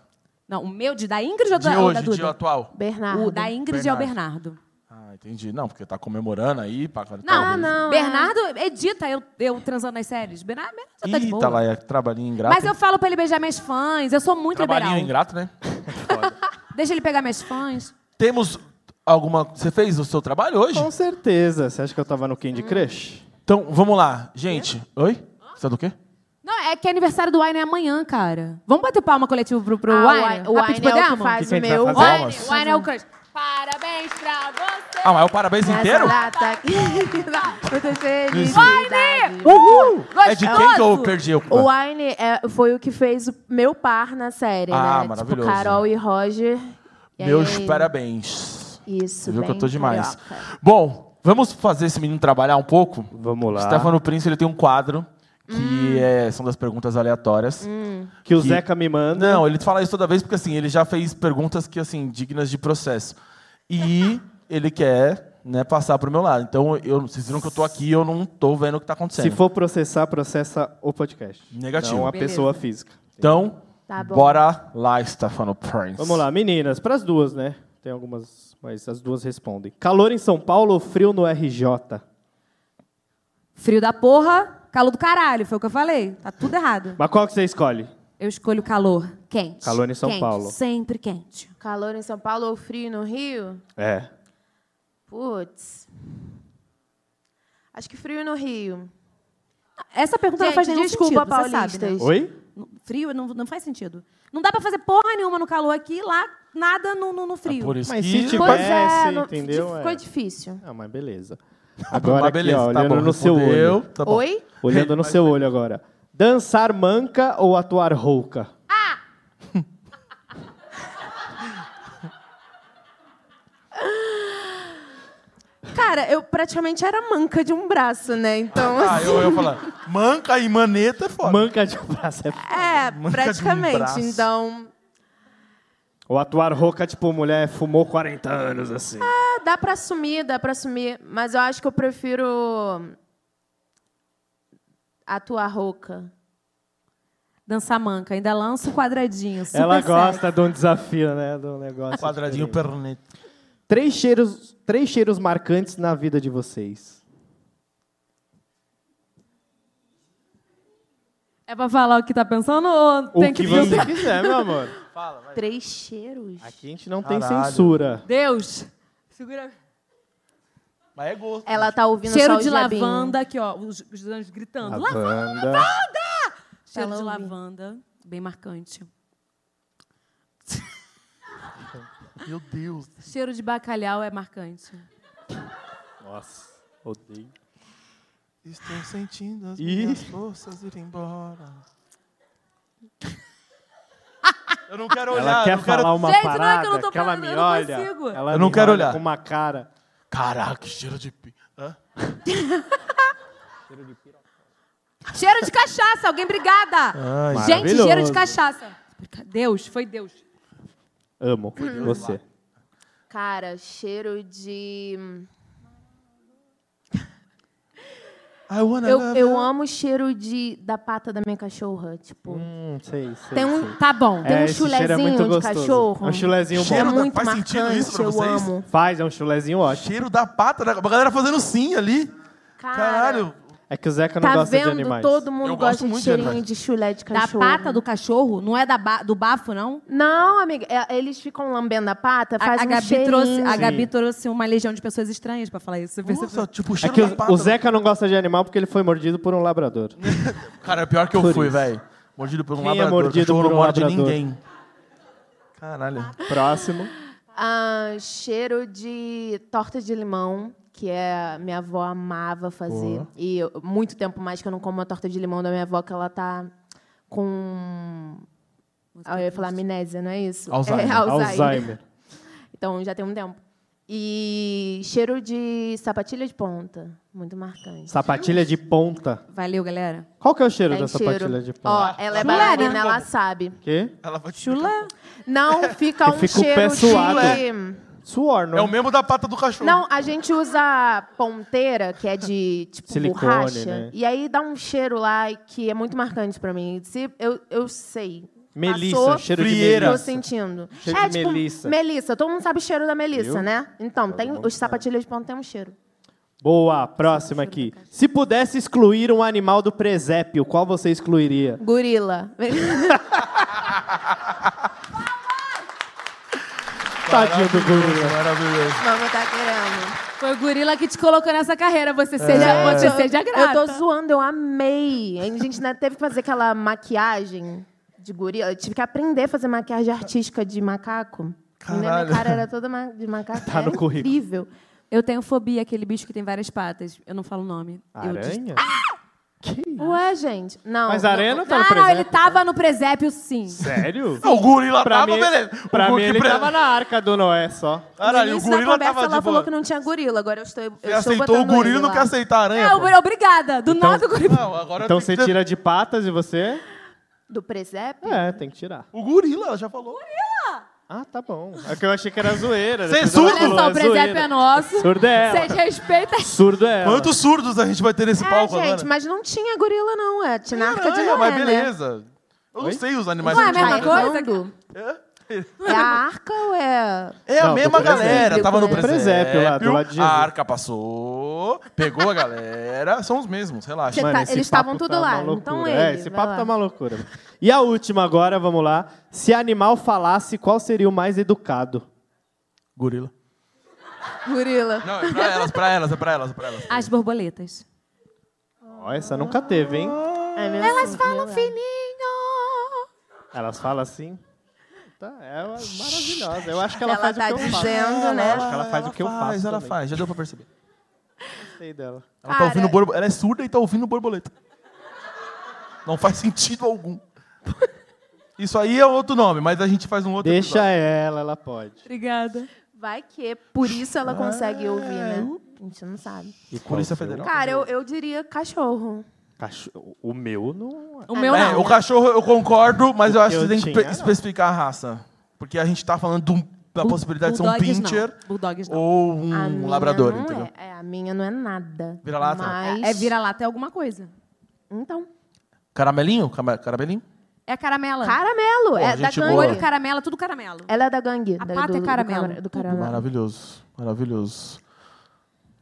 Speaker 4: Não, o meu de da Ingrid ou
Speaker 1: De
Speaker 4: da, ou da
Speaker 1: hoje,
Speaker 4: Duda?
Speaker 1: de atual.
Speaker 3: Bernardo.
Speaker 4: O da Ingrid é o Bernardo.
Speaker 1: Ah, entendi. Não, porque tá comemorando aí. Pá, não,
Speaker 3: Ah,
Speaker 4: é.
Speaker 3: não.
Speaker 4: Bernardo edita eu, eu transando nas séries. Bernardo, Bernardo já tá de
Speaker 1: Ih,
Speaker 4: boa.
Speaker 1: tá lá, é trabalhinho ingrato.
Speaker 4: Mas eu falo pra ele beijar minhas fãs. Eu sou muito
Speaker 1: Trabalhinho
Speaker 4: liberal.
Speaker 1: ingrato, né?
Speaker 4: Deixa ele pegar minhas fãs.
Speaker 1: Temos alguma... Você fez o seu trabalho hoje?
Speaker 2: Com certeza. Você acha que eu tava no Candy Crush?
Speaker 1: Então, vamos lá. Gente, oi? Você é do quê?
Speaker 4: Não, é que é aniversário do Wine é amanhã, cara. Vamos bater palma coletiva pro, pro
Speaker 3: Ah,
Speaker 4: Wine?
Speaker 3: o
Speaker 4: Rapid,
Speaker 3: Aine é o que
Speaker 4: podemos?
Speaker 2: O
Speaker 3: faz
Speaker 2: que
Speaker 3: o
Speaker 2: que a gente
Speaker 3: meu.
Speaker 2: vai fazer?
Speaker 3: Aine,
Speaker 4: Wine, Wine é o crush. Parabéns pra você.
Speaker 1: Ah, mas é o parabéns inteiro?
Speaker 3: Data querida, muitas
Speaker 4: Wine!
Speaker 3: felicidades.
Speaker 1: Uhul! É de
Speaker 4: Gostoso!
Speaker 1: quem que eu né? perdi? o-
Speaker 3: O Aine é- foi o que fez o meu par na série,
Speaker 1: Ah,
Speaker 3: né? Tipo,
Speaker 1: maravilhoso.
Speaker 3: Carol e Roger. E aí-
Speaker 1: Meus parabéns.
Speaker 3: Isso,
Speaker 1: Você viu que eu
Speaker 3: bem
Speaker 1: tô demais.
Speaker 3: carioca.
Speaker 1: Bom, vamos fazer esse menino trabalhar um pouco?
Speaker 2: Vamos lá.
Speaker 1: Stefano Prince, ele tem um quadro que
Speaker 3: Hum.
Speaker 1: é- são das perguntas aleatórias.
Speaker 2: Que o
Speaker 1: Que-
Speaker 2: Zeca me manda.
Speaker 1: Não, ele fala isso toda vez porque assim, ele já fez perguntas que assim dignas de processo. E ele quer, né, passar pro meu lado. Então, eu, vocês viram que eu tô aqui, eu não tô vendo o que tá acontecendo.
Speaker 2: Se for processar, processa o podcast.
Speaker 1: Negativo.
Speaker 2: Não a
Speaker 4: Beleza.
Speaker 2: pessoa física.
Speaker 1: Então,
Speaker 3: Tá bom.
Speaker 1: bora lá, Stefano Prince.
Speaker 2: Vamos lá, meninas, para as duas, né? Tem algumas, mas as duas respondem. Calor em São Paulo ou frio no RJ?
Speaker 4: Frio da porra, calor do caralho. Foi o que eu falei. Tá tudo errado.
Speaker 2: Mas qual que você escolhe?
Speaker 4: Eu escolho calor quente.
Speaker 2: Calor em São
Speaker 4: Quente,
Speaker 2: Paulo.
Speaker 4: Sempre quente.
Speaker 3: Calor em São Paulo ou frio no Rio?
Speaker 2: É.
Speaker 3: Putz. Acho que frio no Rio.
Speaker 4: Essa pergunta não faz
Speaker 3: Gente,
Speaker 4: nenhum
Speaker 3: desculpa,
Speaker 4: sentido, você sabe, né?
Speaker 3: paulistas.
Speaker 2: Oi?
Speaker 4: No- Frio não, não faz sentido. Não dá pra fazer porra nenhuma no calor aqui, lá nada no, no, no frio.
Speaker 1: Por isso
Speaker 2: Mas
Speaker 1: que
Speaker 2: se tivesse,
Speaker 3: Pois é, não-
Speaker 2: entendeu?
Speaker 3: ficou
Speaker 2: É.
Speaker 3: difícil.
Speaker 2: Ah, mas beleza.
Speaker 1: Ah, Mas tá
Speaker 2: Agora aqui, ó, olhando no seu
Speaker 1: respondeu,
Speaker 2: olho.
Speaker 1: Tá bom.
Speaker 3: Oi?
Speaker 2: Olhando no seu olho agora. Dançar manca ou atuar rouca?
Speaker 3: Cara, eu praticamente era manca de um braço, né? Então,
Speaker 1: Ah, eu, eu ia falar, manca e maneta é foda.
Speaker 2: Manca de um braço. É... f-
Speaker 1: manca
Speaker 3: é,
Speaker 1: de um braço.
Speaker 3: praticamente. então,
Speaker 2: Ou atuar rouca, tipo, mulher fumou 40 anos, assim.
Speaker 4: Ah,
Speaker 3: é, dá pra assumir, dá pra assumir. Mas eu acho que eu prefiro atuar rouca.
Speaker 4: Dançar manca, ainda lança o quadradinho. super
Speaker 2: Ela
Speaker 4: sexy.
Speaker 2: gosta de um desafio, né? Do negócio.
Speaker 1: Quadradinho
Speaker 2: diferente.
Speaker 1: perneta.
Speaker 2: Três cheiros, três cheiros marcantes na vida de vocês.
Speaker 4: É pra falar o que tá pensando ou tem que, dizer
Speaker 2: você quiser, meu amor.
Speaker 3: Três cheiros.
Speaker 2: Aqui a gente não tem
Speaker 1: Caralho.
Speaker 2: censura.
Speaker 4: Deus! Segura.
Speaker 1: Mas é gosto.
Speaker 3: Ela tá ouvindo só
Speaker 4: Cheiro
Speaker 3: o
Speaker 4: de
Speaker 3: diabinho.
Speaker 4: lavanda, aqui, ó, os, os anjos gritando. La-
Speaker 2: Lavanda.
Speaker 4: Cheiro
Speaker 3: Fala,
Speaker 4: de
Speaker 3: ouvi.
Speaker 4: lavanda, bem marcante.
Speaker 1: Meu Deus.
Speaker 4: Cheiro de bacalhau é marcante.
Speaker 2: Nossa, odeio.
Speaker 1: Estou sentindo as
Speaker 2: Ih. minhas
Speaker 1: forças ir embora. Eu não quero olhar.
Speaker 2: Ela quer
Speaker 1: eu não quero-
Speaker 2: falar uma
Speaker 4: Gente, não é que eu
Speaker 2: parada
Speaker 4: não tô
Speaker 2: que ela
Speaker 4: falando,
Speaker 2: me
Speaker 4: eu não
Speaker 2: olha.
Speaker 4: consigo.
Speaker 2: Ela
Speaker 1: Eu não
Speaker 2: me
Speaker 1: quero
Speaker 2: olha
Speaker 1: olhar.
Speaker 2: Com uma cara.
Speaker 1: Caraca, que cheiro de... pi- Hã?
Speaker 4: Cheiro de cachaça, alguém brigada!
Speaker 1: Ai,
Speaker 4: Gente,
Speaker 2: maravilhoso.
Speaker 4: cheiro de cachaça. Deus, foi Deus.
Speaker 2: Amo você.
Speaker 3: Cara, cheiro de.
Speaker 1: I wanna
Speaker 3: Eu,
Speaker 1: love
Speaker 3: eu
Speaker 1: you.
Speaker 3: amo o cheiro de, da pata da minha cachorra. Tipo,
Speaker 2: Hum, sei, sei.
Speaker 3: Tem um-
Speaker 2: sei. É,
Speaker 4: Tá bom.
Speaker 3: tem um
Speaker 2: esse cheiro
Speaker 3: chulezinho
Speaker 2: muito
Speaker 3: de
Speaker 2: gostoso.
Speaker 3: cachorro.
Speaker 2: É um chulezinho
Speaker 3: é
Speaker 1: Cheiro
Speaker 2: bom.
Speaker 1: da-
Speaker 3: muito
Speaker 1: faz
Speaker 3: marcante,
Speaker 1: sentido isso pra
Speaker 3: eu
Speaker 1: vocês?
Speaker 3: amo.
Speaker 2: Faz, é um chulezinho ótimo.
Speaker 1: Cheiro da pata, né? A galera fazendo sim ali.
Speaker 3: Cara,
Speaker 1: Caralho.
Speaker 2: É que o Zeca não
Speaker 3: tá
Speaker 2: gosta de
Speaker 3: vendo?
Speaker 2: animais.
Speaker 3: Todo mundo
Speaker 1: Eu gosto
Speaker 3: gosta de
Speaker 1: muito de
Speaker 3: cheirinho
Speaker 1: animais.
Speaker 3: de chulé de
Speaker 4: Da
Speaker 3: cachorro.
Speaker 4: pata do cachorro, não é da ba- do bafo, não?
Speaker 3: Não, amiga, é- eles ficam lambendo a pata,
Speaker 4: A,
Speaker 3: faz
Speaker 4: a
Speaker 3: um
Speaker 4: Gabi
Speaker 3: cheirinho.
Speaker 4: trouxe, a
Speaker 2: Sim.
Speaker 4: Gabi trouxe uma legião de pessoas estranhas pra falar isso. Você percebeu?
Speaker 1: Nossa, tipo, o
Speaker 2: É
Speaker 1: cheiro
Speaker 2: que
Speaker 1: da
Speaker 2: o,
Speaker 1: pata.
Speaker 2: o Zeca não gosta de animal porque ele foi mordido por um labrador.
Speaker 1: Cara, é pior que eu
Speaker 2: Por
Speaker 1: fui,
Speaker 2: isso.
Speaker 1: velho. Mordido por um
Speaker 2: Quem é
Speaker 1: labrador.
Speaker 2: mordido
Speaker 1: cachorro
Speaker 2: por
Speaker 1: não
Speaker 2: um
Speaker 1: morde
Speaker 2: labrador?
Speaker 1: ninguém. Caralho.
Speaker 2: Próximo.
Speaker 3: Ah, cheiro de torta de limão, que é minha avó amava fazer. E eu- muito tempo mais que eu não como a torta de limão da minha avó, que ela tá com. Ah, eu ia falar amnésia, não é isso?
Speaker 1: Alzheimer.
Speaker 3: É, Alzheimer.
Speaker 2: Alzheimer.
Speaker 3: Então já tem um tempo. E cheiro de sapatilha de ponta, muito marcante.
Speaker 2: Sapatilha de ponta.
Speaker 4: Valeu, galera.
Speaker 2: Qual que é o cheiro
Speaker 3: Tem
Speaker 2: da sapatilha de ponta?
Speaker 3: Ó, ela é
Speaker 1: Chulé,
Speaker 3: bailarina,
Speaker 1: né?
Speaker 3: ela sabe.
Speaker 2: Quê?
Speaker 1: Ela vai te
Speaker 4: Chulé.
Speaker 3: Não, fica
Speaker 2: Que
Speaker 3: um
Speaker 2: fica o
Speaker 3: cheiro
Speaker 2: pé suado.
Speaker 3: de...
Speaker 2: Suor, não
Speaker 1: É o mesmo da pata do cachorro.
Speaker 3: Não, a gente usa ponteira, que é de tipo
Speaker 2: Silicone,
Speaker 3: borracha.
Speaker 2: né?
Speaker 3: E aí dá um cheiro lá que é muito marcante pra mim. Se- eu, eu sei.
Speaker 2: Melissa,
Speaker 3: Passou,
Speaker 2: cheiro de
Speaker 1: frieira.
Speaker 3: Tô
Speaker 2: melissa.
Speaker 3: sentindo.
Speaker 2: Cheiro
Speaker 3: é,
Speaker 2: de
Speaker 3: tipo,
Speaker 2: melissa.
Speaker 3: Melissa, todo mundo sabe o cheiro da melissa,
Speaker 2: Viu?
Speaker 3: né? Então,
Speaker 2: Todo
Speaker 3: tem,
Speaker 2: mundo
Speaker 3: os
Speaker 2: sabe.
Speaker 3: sapatilhas de ponta tem um cheiro.
Speaker 2: Boa, próxima aqui. Se pudesse excluir um animal do presépio, qual você excluiria?
Speaker 3: Gorila.
Speaker 2: Tadinho do gorila.
Speaker 1: Maravilhoso.
Speaker 3: Vamos tá querendo.
Speaker 4: Foi o gorila que te colocou nessa carreira. Você seja,
Speaker 1: É.
Speaker 4: você seja
Speaker 3: Eu
Speaker 4: grata.
Speaker 3: tô zoando, eu amei. A gente né, teve que fazer aquela maquiagem de gorila. Eu tive que aprender a fazer maquiagem artística de macaco. Minha
Speaker 1: Caralho.
Speaker 3: cara era toda ma- de macaco. É
Speaker 2: Tá
Speaker 3: era
Speaker 2: no currículo.
Speaker 3: incrível.
Speaker 4: Eu tenho fobia, aquele bicho que tem várias patas. Eu não falo o nome.
Speaker 1: Ah, é?
Speaker 4: Eu disse-
Speaker 2: Aranha?
Speaker 3: Ué, gente. Não.
Speaker 2: Mas a aranha não tá
Speaker 4: Ah,
Speaker 2: no
Speaker 4: não, ele
Speaker 2: presépio.
Speaker 4: tava no presépio, sim.
Speaker 2: Sério?
Speaker 1: Ah, o gorila
Speaker 2: Pra
Speaker 1: tava,
Speaker 2: mim-
Speaker 1: beleza.
Speaker 2: Pra
Speaker 1: o
Speaker 2: mim, ele tava na arca do Noé só.
Speaker 3: no
Speaker 1: Caralho, o
Speaker 3: início da
Speaker 1: gorila
Speaker 3: conversa,
Speaker 1: tava
Speaker 3: ela
Speaker 1: de
Speaker 3: falou
Speaker 1: boa.
Speaker 3: que não tinha gorila. Agora eu estou, eu
Speaker 1: Ele
Speaker 3: estou
Speaker 1: aceitou o
Speaker 3: botando
Speaker 1: gorila
Speaker 3: ele
Speaker 1: e não
Speaker 3: lá.
Speaker 1: quer aceitar a aranha.
Speaker 4: É,
Speaker 1: pô. Então,
Speaker 4: o- obrigada. Do nada o gorila.
Speaker 1: Não, agora
Speaker 2: Então
Speaker 1: tem
Speaker 2: você
Speaker 1: que ter-
Speaker 2: tira de patas e você?
Speaker 3: Do presépio?
Speaker 2: É, tem que tirar.
Speaker 1: O gorila, ela já falou.
Speaker 2: Ah, tá bom. É que eu achei que era zoeira.
Speaker 1: Você é
Speaker 2: depois ela
Speaker 1: surdo?
Speaker 4: Olha
Speaker 2: falou,
Speaker 4: só, o presépio
Speaker 2: zoeira.
Speaker 4: é nosso.
Speaker 2: Surdo é ela.
Speaker 4: Vocês respeitam.
Speaker 2: Surdo é ela.
Speaker 1: Quantos surdos a gente vai ter nesse
Speaker 3: É,
Speaker 1: palco
Speaker 3: gente,
Speaker 1: agora?
Speaker 3: mas não tinha gorila, não. É, tinha na arca de
Speaker 1: Aranha,
Speaker 3: Noé,
Speaker 1: Ah, mas
Speaker 3: né?
Speaker 1: beleza. Eu não
Speaker 2: Oi?
Speaker 1: sei os animais.
Speaker 4: Não é a
Speaker 1: que a gente
Speaker 4: mesma
Speaker 1: vai-
Speaker 4: coisa?
Speaker 3: Errando.
Speaker 1: É?
Speaker 3: É a arca ou é...
Speaker 1: É
Speaker 2: Não,
Speaker 1: a
Speaker 2: do
Speaker 1: mesma
Speaker 2: presépio.
Speaker 1: galera, tava no
Speaker 3: Do
Speaker 1: presépio.
Speaker 2: presépio lá, do lado de Jesus.
Speaker 1: A arca passou, pegou a galera. São os mesmos, relaxa.
Speaker 3: Tá,
Speaker 2: esse
Speaker 3: eles
Speaker 2: papo
Speaker 3: estavam tudo
Speaker 2: tá
Speaker 3: lá,
Speaker 2: uma loucura.
Speaker 3: então
Speaker 2: É,
Speaker 3: ele,
Speaker 2: esse
Speaker 3: vai
Speaker 2: papo
Speaker 3: lá.
Speaker 2: tá uma loucura. E a última agora, vamos lá. Se animal falasse, qual seria o mais educado?
Speaker 1: Gorila.
Speaker 3: Gorila.
Speaker 1: Não, é pra elas, pra elas, é pra elas, é pra elas.
Speaker 3: Ah.
Speaker 4: As borboletas.
Speaker 2: Ó, essa nunca teve, hein?
Speaker 3: É meu Elas falam fininho.
Speaker 2: Elas falam assim. Tá, é uma- maravilhosa. Eu acho que ela,
Speaker 3: Ela
Speaker 2: faz
Speaker 3: tá
Speaker 2: o que eu faço.
Speaker 3: dizendo,
Speaker 2: Eu
Speaker 3: né?
Speaker 2: acho que ela faz o que eu faço.
Speaker 1: Faz, ela
Speaker 2: também.
Speaker 1: faz, já deu pra perceber.
Speaker 2: Gostei dela.
Speaker 1: Ela
Speaker 3: Cara.
Speaker 1: tá ouvindo borbo... Ela é surda e tá ouvindo borboleta. Não faz sentido algum. Isso aí é outro nome, mas a gente faz um outro
Speaker 2: Deixa
Speaker 1: episódio.
Speaker 2: ela, ela pode.
Speaker 4: Obrigada.
Speaker 3: Vai que por isso ela consegue ouvir, né? A gente não sabe.
Speaker 2: E
Speaker 1: Polícia Federal.
Speaker 3: Cara, eu, eu diria cachorro.
Speaker 2: Cachorro, o meu não.
Speaker 4: O meu
Speaker 1: É,
Speaker 4: não.
Speaker 1: o cachorro eu concordo, mas eu acho
Speaker 2: que
Speaker 1: que
Speaker 2: eu
Speaker 1: tem que
Speaker 2: tinha,
Speaker 1: pe-
Speaker 2: não.
Speaker 1: especificar a raça. Porque a gente tá falando de um- da
Speaker 4: Bul-
Speaker 1: possibilidade de ser um
Speaker 4: bulldogs não.
Speaker 1: pincher
Speaker 4: Bulldogs não.
Speaker 1: ou
Speaker 3: A
Speaker 1: um
Speaker 3: minha
Speaker 1: labrador,
Speaker 3: não
Speaker 1: entendeu?
Speaker 3: É, é, a minha não é nada.
Speaker 1: Vira-lata?
Speaker 3: Mas...
Speaker 4: É vira-lata, é alguma coisa.
Speaker 3: Então,
Speaker 1: Caramelinho? Cama- Caramelinho?
Speaker 4: É caramela.
Speaker 3: caramelo.
Speaker 1: Pô,
Speaker 3: é da
Speaker 1: gente
Speaker 3: gangue.
Speaker 1: boa.
Speaker 4: Olho caramela, tudo caramelo.
Speaker 3: Ela é da gangue.
Speaker 4: A
Speaker 3: da,
Speaker 4: pata
Speaker 3: do,
Speaker 4: é caramelo.
Speaker 3: Do, cara- do caramelo.
Speaker 1: Maravilhoso, maravilhoso.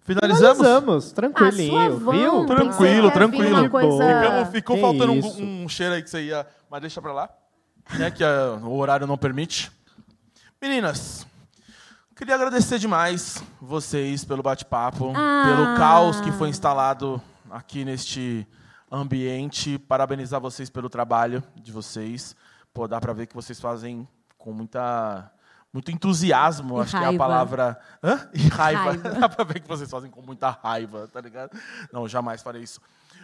Speaker 1: Finalizamos?
Speaker 3: Ah,
Speaker 2: tranquilinho,
Speaker 3: suavão,
Speaker 2: viu?
Speaker 3: pensei
Speaker 1: Tranquilo,
Speaker 3: que ia vir
Speaker 1: tranquilo.
Speaker 3: Uma coisa...
Speaker 1: Ficamos- ficou
Speaker 2: Que
Speaker 1: faltando
Speaker 2: isso.
Speaker 1: um, um cheiro aí que você ia. Mas deixa pra lá. Né, que ah, o horário não permite. Meninas, queria agradecer demais vocês pelo bate-papo,
Speaker 2: Ah.
Speaker 1: pelo caos que foi instalado aqui neste ambiente. Parabenizar vocês pelo trabalho de vocês. Pô, dá pra ver que vocês fazem com muita. Muito entusiasmo,
Speaker 4: E
Speaker 1: acho que é a
Speaker 4: raiva.
Speaker 1: palavra. Hã? E raiva.
Speaker 4: Raiva.
Speaker 1: Dá pra ver que vocês fazem com muita raiva, tá ligado? Não, jamais farei isso.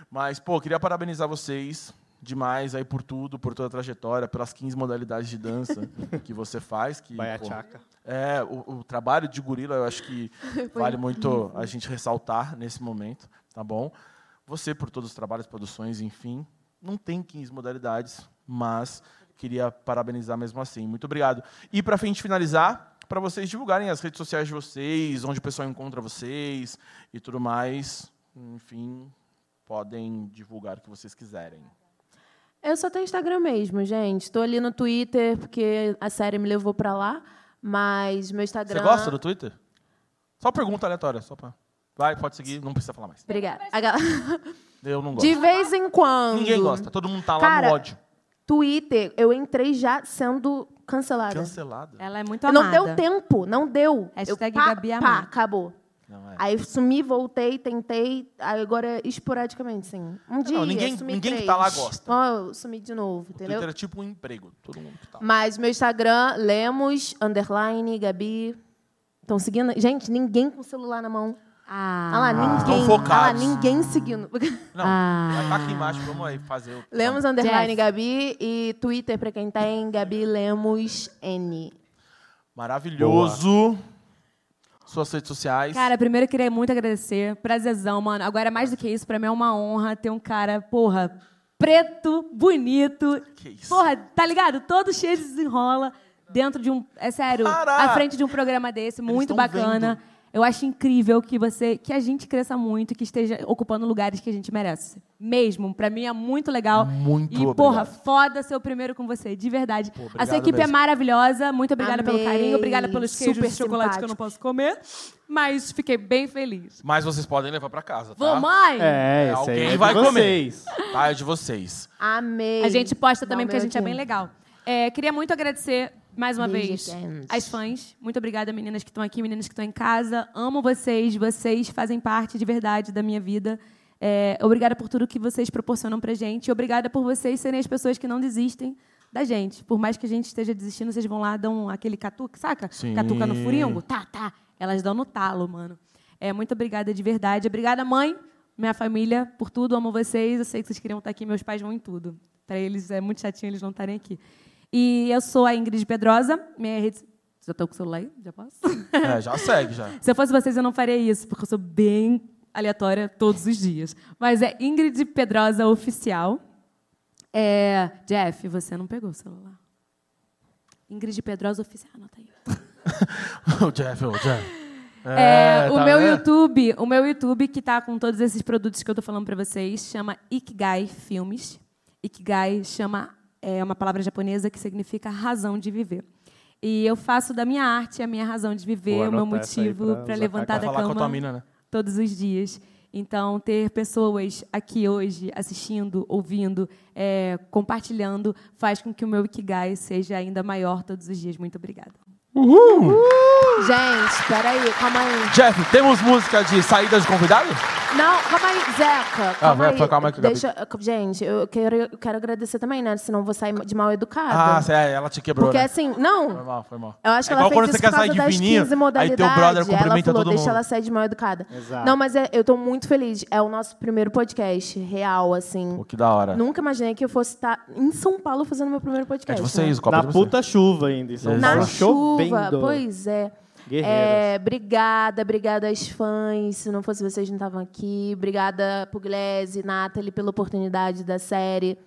Speaker 1: Mas, pô, queria parabenizar vocês demais aí por tudo, por toda a trajetória, pelas 15 modalidades de dança que você faz. Que,
Speaker 2: Vai a
Speaker 1: pô,
Speaker 2: tchaca.
Speaker 1: é, o, o trabalho de gorila eu acho que vale muito a gente ressaltar nesse momento, tá bom? Você por todos os trabalhos, produções, enfim, não tem 15 modalidades, mas queria parabenizar mesmo assim. Muito obrigado. E para gente finalizar, para vocês divulgarem as redes sociais de vocês, onde o pessoal encontra vocês e tudo mais, enfim, podem divulgar o que vocês quiserem.
Speaker 3: Eu só tenho Instagram mesmo, gente. Estou ali no Twitter, porque a série me levou pra lá. Mas meu Instagram.
Speaker 1: Você gosta do Twitter? Só pergunta aleatória, só para. Vai, pode seguir, não precisa falar mais.
Speaker 3: Obrigada. A gal-
Speaker 1: Eu não gosto.
Speaker 3: De vez em quando.
Speaker 1: Ninguém gosta, todo mundo tá lá
Speaker 3: Cara,
Speaker 1: no ódio.
Speaker 3: Twitter, eu entrei já sendo cancelada.
Speaker 1: Cancelado.
Speaker 4: Ela é muito amada.
Speaker 3: Não deu tempo, não deu.
Speaker 4: Hashtag
Speaker 3: eu, pá,
Speaker 4: Gabi
Speaker 3: pá,
Speaker 4: amada.
Speaker 3: acabou.
Speaker 1: Não, é.
Speaker 3: Aí sumi, voltei, tentei, aí agora é esporadicamente, sim. Um dia,
Speaker 1: ninguém-
Speaker 3: sumi
Speaker 1: ninguém que
Speaker 3: três.
Speaker 1: tá lá gosta.
Speaker 3: Ó, eu sumi de novo,
Speaker 1: O
Speaker 3: entendeu?
Speaker 1: Twitter é tipo um emprego, todo mundo que tá lá.
Speaker 3: Mas meu Instagram, Lemos, underline, Gabi. Estão seguindo? Gente, ninguém com o celular na mão.
Speaker 4: Ah.
Speaker 3: Ah, lá, ninguém.
Speaker 1: Estão
Speaker 3: Ah lá,
Speaker 1: focados.
Speaker 3: ninguém seguindo.
Speaker 1: Não, mas tá aqui embaixo, vamos aí fazer o... tá
Speaker 3: Lemos,
Speaker 4: Jeff.
Speaker 3: underline, Gabi. E Twitter, pra quem tem, Gabi Lemos N.
Speaker 1: Maravilhoso. Suas redes sociais.
Speaker 4: Cara, primeiro eu queria muito agradecer. Prazerzão, mano. Agora, mais do que isso, pra mim é uma honra ter um cara, porra, preto, bonito.
Speaker 1: Que isso.
Speaker 4: Porra, tá ligado? Todo cheio de desenrola. dentro de um. É sério,
Speaker 1: Para!
Speaker 4: à frente de um programa desse, muito
Speaker 1: tão
Speaker 4: bacana. Eu acho incrível que você, que a gente cresça muito, que esteja ocupando lugares que a gente merece. Mesmo, pra mim é muito legal.
Speaker 1: Muito
Speaker 4: E porra, foda ser o primeiro com você, de verdade. a sua
Speaker 1: obrigado
Speaker 4: equipe
Speaker 1: mesmo.
Speaker 4: é maravilhosa, muito obrigada pelo
Speaker 3: Amei,
Speaker 4: carinho, obrigada pelos queijos
Speaker 3: super
Speaker 4: e chocolate que eu não
Speaker 3: simpático.
Speaker 4: posso comer, mas fiquei bem feliz.
Speaker 1: Mas vocês podem levar pra casa, tá?
Speaker 3: Ah,
Speaker 4: Vamos, mãe!
Speaker 2: É, esse aí
Speaker 1: Alguém
Speaker 2: é de
Speaker 1: vai comer.
Speaker 2: vocês.
Speaker 1: Tá, é de vocês.
Speaker 3: Amei.
Speaker 4: A gente posta também
Speaker 3: Não,
Speaker 4: porque a
Speaker 3: meu
Speaker 4: gente é bem
Speaker 3: time.
Speaker 4: legal. É, queria muito agradecer mais uma
Speaker 3: Beijo,
Speaker 4: vez
Speaker 3: gente.
Speaker 4: as fãs. Muito obrigada, meninas que estão aqui, meninas que estão em casa. Amo vocês. Vocês fazem parte de verdade da minha vida. É, obrigada por tudo que vocês proporcionam pra gente. Obrigada por vocês serem as pessoas que não desistem da gente. Por mais que a gente esteja desistindo, vocês vão lá, dão um, aquele catuca, saca?
Speaker 1: Sim.
Speaker 4: Catuca no furingo. Tá, tá. Elas dão no talo, mano. É, muito obrigada de verdade. Obrigada, mãe, minha família, por tudo. Amo vocês. Eu sei que vocês queriam estar aqui. Meus pais vão em tudo. Para eles é muito chatinho eles não estarem aqui. E eu sou a Ingrid Pedrosa. Minha rede. Já estou com o celular aí? Já posso?
Speaker 1: É, já segue, já.
Speaker 4: Se eu fosse vocês, eu não faria isso, porque eu sou bem aleatória todos os dias. Mas é Ingrid Pedrosa Oficial. É, Jeff, você não pegou o celular. Ingrid Pedrosa Oficial, anota aí.
Speaker 1: o Jeff, o Jeff.
Speaker 4: É, o
Speaker 1: tá
Speaker 4: meu
Speaker 1: vendo?
Speaker 4: YouTube, o meu YouTube que tá com todos esses produtos que eu tô falando pra vocês, chama Ikigai Filmes. Ikigai chama é uma palavra japonesa que significa razão de viver. E eu faço da minha arte a minha razão de
Speaker 2: Vou
Speaker 4: viver, o meu
Speaker 2: anotar essa aí
Speaker 4: motivo
Speaker 2: pra
Speaker 4: pra
Speaker 2: usar
Speaker 4: levantar
Speaker 1: Vai
Speaker 4: da
Speaker 1: falar com a tua
Speaker 4: cama
Speaker 1: mina, né?
Speaker 4: todos os dias. Então, ter pessoas aqui hoje assistindo, ouvindo, é, compartilhando, faz com que o meu Ikigai seja ainda maior todos os dias. Muito obrigada.
Speaker 3: Gente, peraí, calma aí.
Speaker 1: Jeff, temos música de saída de convidado?
Speaker 3: Não, calma aí, Zeca.
Speaker 1: Ah,
Speaker 3: Calma
Speaker 1: vai,
Speaker 3: aí.
Speaker 1: foi, calma aí que eu
Speaker 3: Deixa, gente, eu quero, eu quero agradecer também, né? Senão eu vou sair de mal
Speaker 1: Ah,
Speaker 3: educada.
Speaker 1: é, ela te quebrou,
Speaker 3: Porque
Speaker 1: né?
Speaker 3: assim, não.
Speaker 1: Foi mal, foi mal.
Speaker 3: Eu acho que
Speaker 1: é
Speaker 3: ela
Speaker 1: igual quando
Speaker 3: fez
Speaker 1: você
Speaker 3: isso por
Speaker 1: quer
Speaker 3: causa
Speaker 1: sair de
Speaker 3: das 15
Speaker 1: fininho, aí
Speaker 3: modalidades.
Speaker 1: teu brother
Speaker 3: ela
Speaker 1: cumprimenta
Speaker 3: falou,
Speaker 1: todo
Speaker 3: deixa
Speaker 1: mundo.
Speaker 3: ela sair de mal educada.
Speaker 2: Exato.
Speaker 3: Não, mas é- eu tô muito feliz. É o nosso primeiro podcast real, assim.
Speaker 1: Pô, que da hora.
Speaker 3: Nunca imaginei que eu fosse estar em São Paulo fazendo meu primeiro
Speaker 1: É
Speaker 3: podcast.
Speaker 1: de
Speaker 3: né?
Speaker 1: vocês, o copo é
Speaker 2: Na
Speaker 1: de vocês.
Speaker 2: puta chuva ainda. é um em São
Speaker 1: Exato.
Speaker 3: Na
Speaker 2: Paulo,
Speaker 3: chuva,
Speaker 2: chovendo.
Speaker 3: pois é.
Speaker 2: Guerreiras.
Speaker 3: É, obrigada, obrigada às fãs. Se não fosse vocês, não estavam aqui. Obrigada, Pugliese, Nathalie, pela oportunidade da série.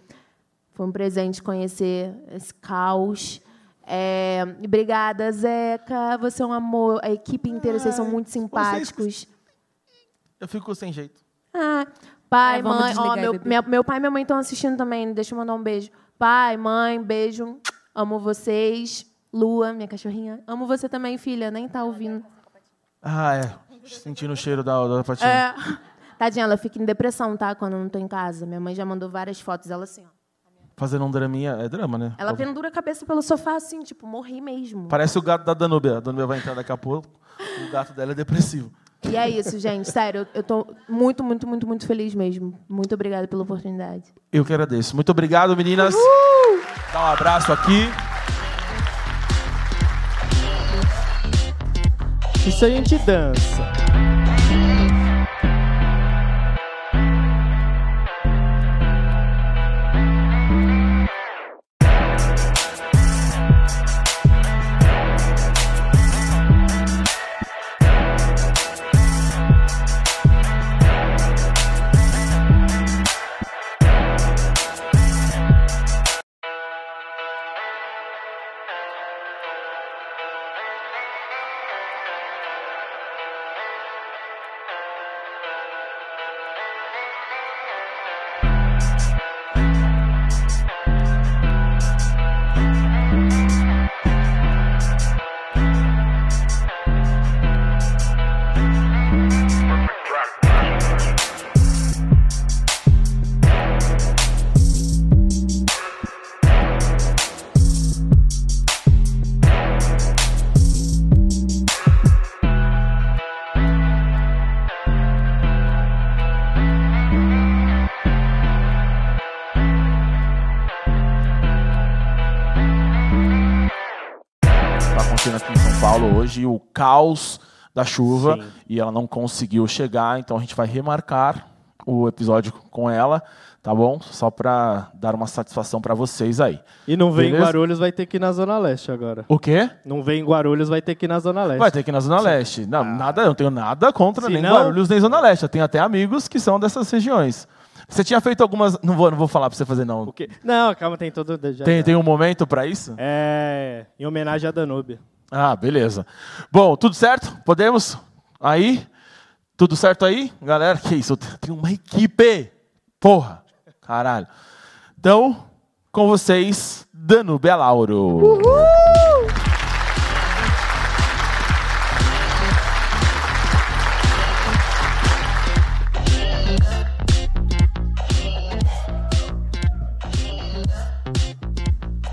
Speaker 3: Foi um presente conhecer esse caos. É, obrigada, Zeca. Você é um amor. A equipe inteira, vocês são muito simpáticos.
Speaker 1: Eu fico sem jeito.
Speaker 3: Ah, pai,
Speaker 4: É, vamos
Speaker 3: mãe. Ó,
Speaker 4: desligar,
Speaker 3: meu,
Speaker 4: bebê.
Speaker 3: minha- meu pai e minha mãe estão assistindo também. Deixa eu mandar um beijo. Pai, mãe, beijo. Amo vocês. Lua, minha cachorrinha. Amo você também, filha. Nem tá ouvindo.
Speaker 1: Ah, é. Sentindo o cheiro da, da patinha.
Speaker 3: É. Tadinha, ela fica em depressão, tá? Quando eu não tô em casa. Minha mãe já mandou várias fotos. Ela assim, ó.
Speaker 1: Fazendo um draminha. É drama, né?
Speaker 3: Ela pendura a cabeça pelo sofá, assim, tipo, morri mesmo.
Speaker 1: Parece o gato da Danúbia. A Danúbia vai entrar daqui a pouco. O gato dela é depressivo.
Speaker 3: E é isso, gente. Sério, eu tô muito, muito, muito, muito feliz mesmo. Muito obrigada pela oportunidade.
Speaker 1: Eu que agradeço. Muito obrigado, meninas. Dá um abraço aqui.
Speaker 2: Isso a gente dança.
Speaker 1: Tá acontecendo aqui em São Paulo hoje o caos da chuva.
Speaker 2: Sim.
Speaker 1: E ela não conseguiu chegar, então a gente vai remarcar o episódio com ela, tá bom? Só pra dar uma satisfação pra vocês aí.
Speaker 2: E não vem em
Speaker 1: Beleza?
Speaker 2: Guarulhos, vai ter que ir na Zona Leste agora.
Speaker 1: O quê?
Speaker 2: Não vem em Guarulhos, vai ter que ir na Zona Leste.
Speaker 1: Vai ter que ir na Zona Leste. Não, nada, eu não tenho nada contra
Speaker 2: Ah. Se
Speaker 1: nem
Speaker 2: não-
Speaker 1: Guarulhos nem Zona Leste. Eu tenho até amigos que são dessas regiões. Você tinha feito algumas. Não vou, não vou falar pra você fazer, não.
Speaker 2: O quê? Não, calma, tem todo. já-
Speaker 1: Tem,
Speaker 2: já.
Speaker 1: tem um momento pra isso?
Speaker 2: É. Em homenagem a Danúbio.
Speaker 1: Ah, beleza. Bom, tudo certo? Podemos? Aí? Tudo certo aí? Galera, que isso? Tem uma equipe! Porra! Caralho. Então, com vocês, Danube Lauro.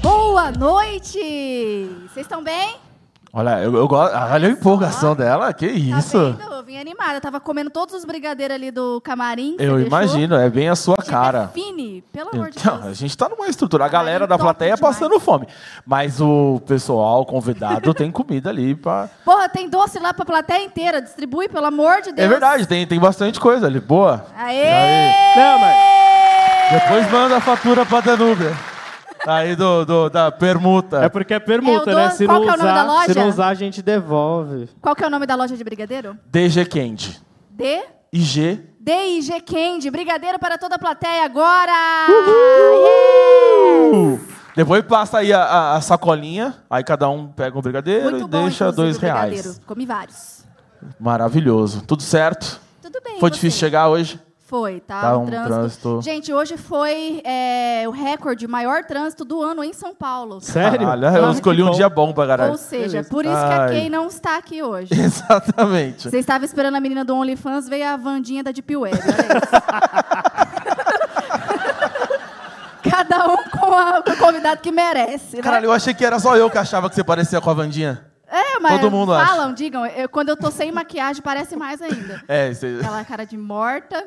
Speaker 7: Boa noite! Vocês estão bem?
Speaker 1: Olha, eu, eu gosto. Olha a empolgação dela, que
Speaker 7: Tá
Speaker 1: isso?
Speaker 7: vendo? Eu vim animada. Eu tava comendo todos os brigadeiros ali do camarim. que
Speaker 1: Eu
Speaker 7: você
Speaker 1: imagino, é bem a sua
Speaker 7: Deixou.
Speaker 1: cara.
Speaker 7: Fini, pelo amor de
Speaker 1: Então, a
Speaker 7: Deus.
Speaker 1: gente tá numa estrutura, a galera da
Speaker 7: top
Speaker 1: plateia
Speaker 7: demais.
Speaker 1: passando fome. Mas o pessoal, o convidado, tem comida ali pra.
Speaker 7: Porra, tem doce lá pra plateia inteira. Distribui, pelo amor de Deus.
Speaker 1: É verdade, tem, tem bastante coisa ali. Boa.
Speaker 7: Aê!
Speaker 1: Aê.
Speaker 2: Não, mas.
Speaker 1: Depois manda a fatura pra Danube. Aí do, do- da permuta.
Speaker 2: É porque é permuta,
Speaker 7: É, o
Speaker 2: né?
Speaker 7: dono-
Speaker 2: Se
Speaker 7: qual
Speaker 2: não,
Speaker 7: que é o nome da
Speaker 2: usar,
Speaker 7: loja?
Speaker 2: se não usar, a gente devolve.
Speaker 7: Qual que é o nome da loja de brigadeiro?
Speaker 1: DG Candy.
Speaker 7: D.
Speaker 1: IG.
Speaker 7: D.I.G. Candy. Brigadeiro para toda a plateia agora!
Speaker 1: Depois passa aí a, a- a sacolinha, aí cada um pega um brigadeiro
Speaker 7: Muito
Speaker 1: e
Speaker 7: bom,
Speaker 1: deixa
Speaker 7: inclusive,
Speaker 1: dois
Speaker 7: o
Speaker 1: reais.
Speaker 7: brigadeiro. Comi vários.
Speaker 1: Maravilhoso. Tudo certo?
Speaker 7: Tudo bem.
Speaker 1: Foi
Speaker 7: e
Speaker 1: difícil
Speaker 7: você?
Speaker 1: chegar hoje?
Speaker 7: Foi, tá?
Speaker 1: Tá
Speaker 7: O
Speaker 1: um trânsito.
Speaker 7: Gente, hoje foi é, o recorde, maior trânsito do ano em São Paulo.
Speaker 2: Sério?
Speaker 1: Caralho, eu
Speaker 2: Ah,
Speaker 1: escolhi
Speaker 2: que
Speaker 1: um
Speaker 2: bom.
Speaker 1: dia bom pra
Speaker 7: Ou
Speaker 1: caralho.
Speaker 7: seja, por isso que a
Speaker 1: Ai.
Speaker 7: Kay não está aqui hoje.
Speaker 1: Exatamente.
Speaker 7: Você estava esperando a menina do OnlyFans, veio a Vandinha da Deep Web. Olha isso. Cada um com, a- com o convidado que merece, né?
Speaker 1: Caralho, eu achei que era só eu que achava que você parecia com a Vandinha.
Speaker 7: é, mas
Speaker 1: todo mundo acha.
Speaker 7: falam, digam. eu- quando eu tô sem maquiagem, parece mais ainda.
Speaker 1: É, você...
Speaker 7: Aquela cara de morta.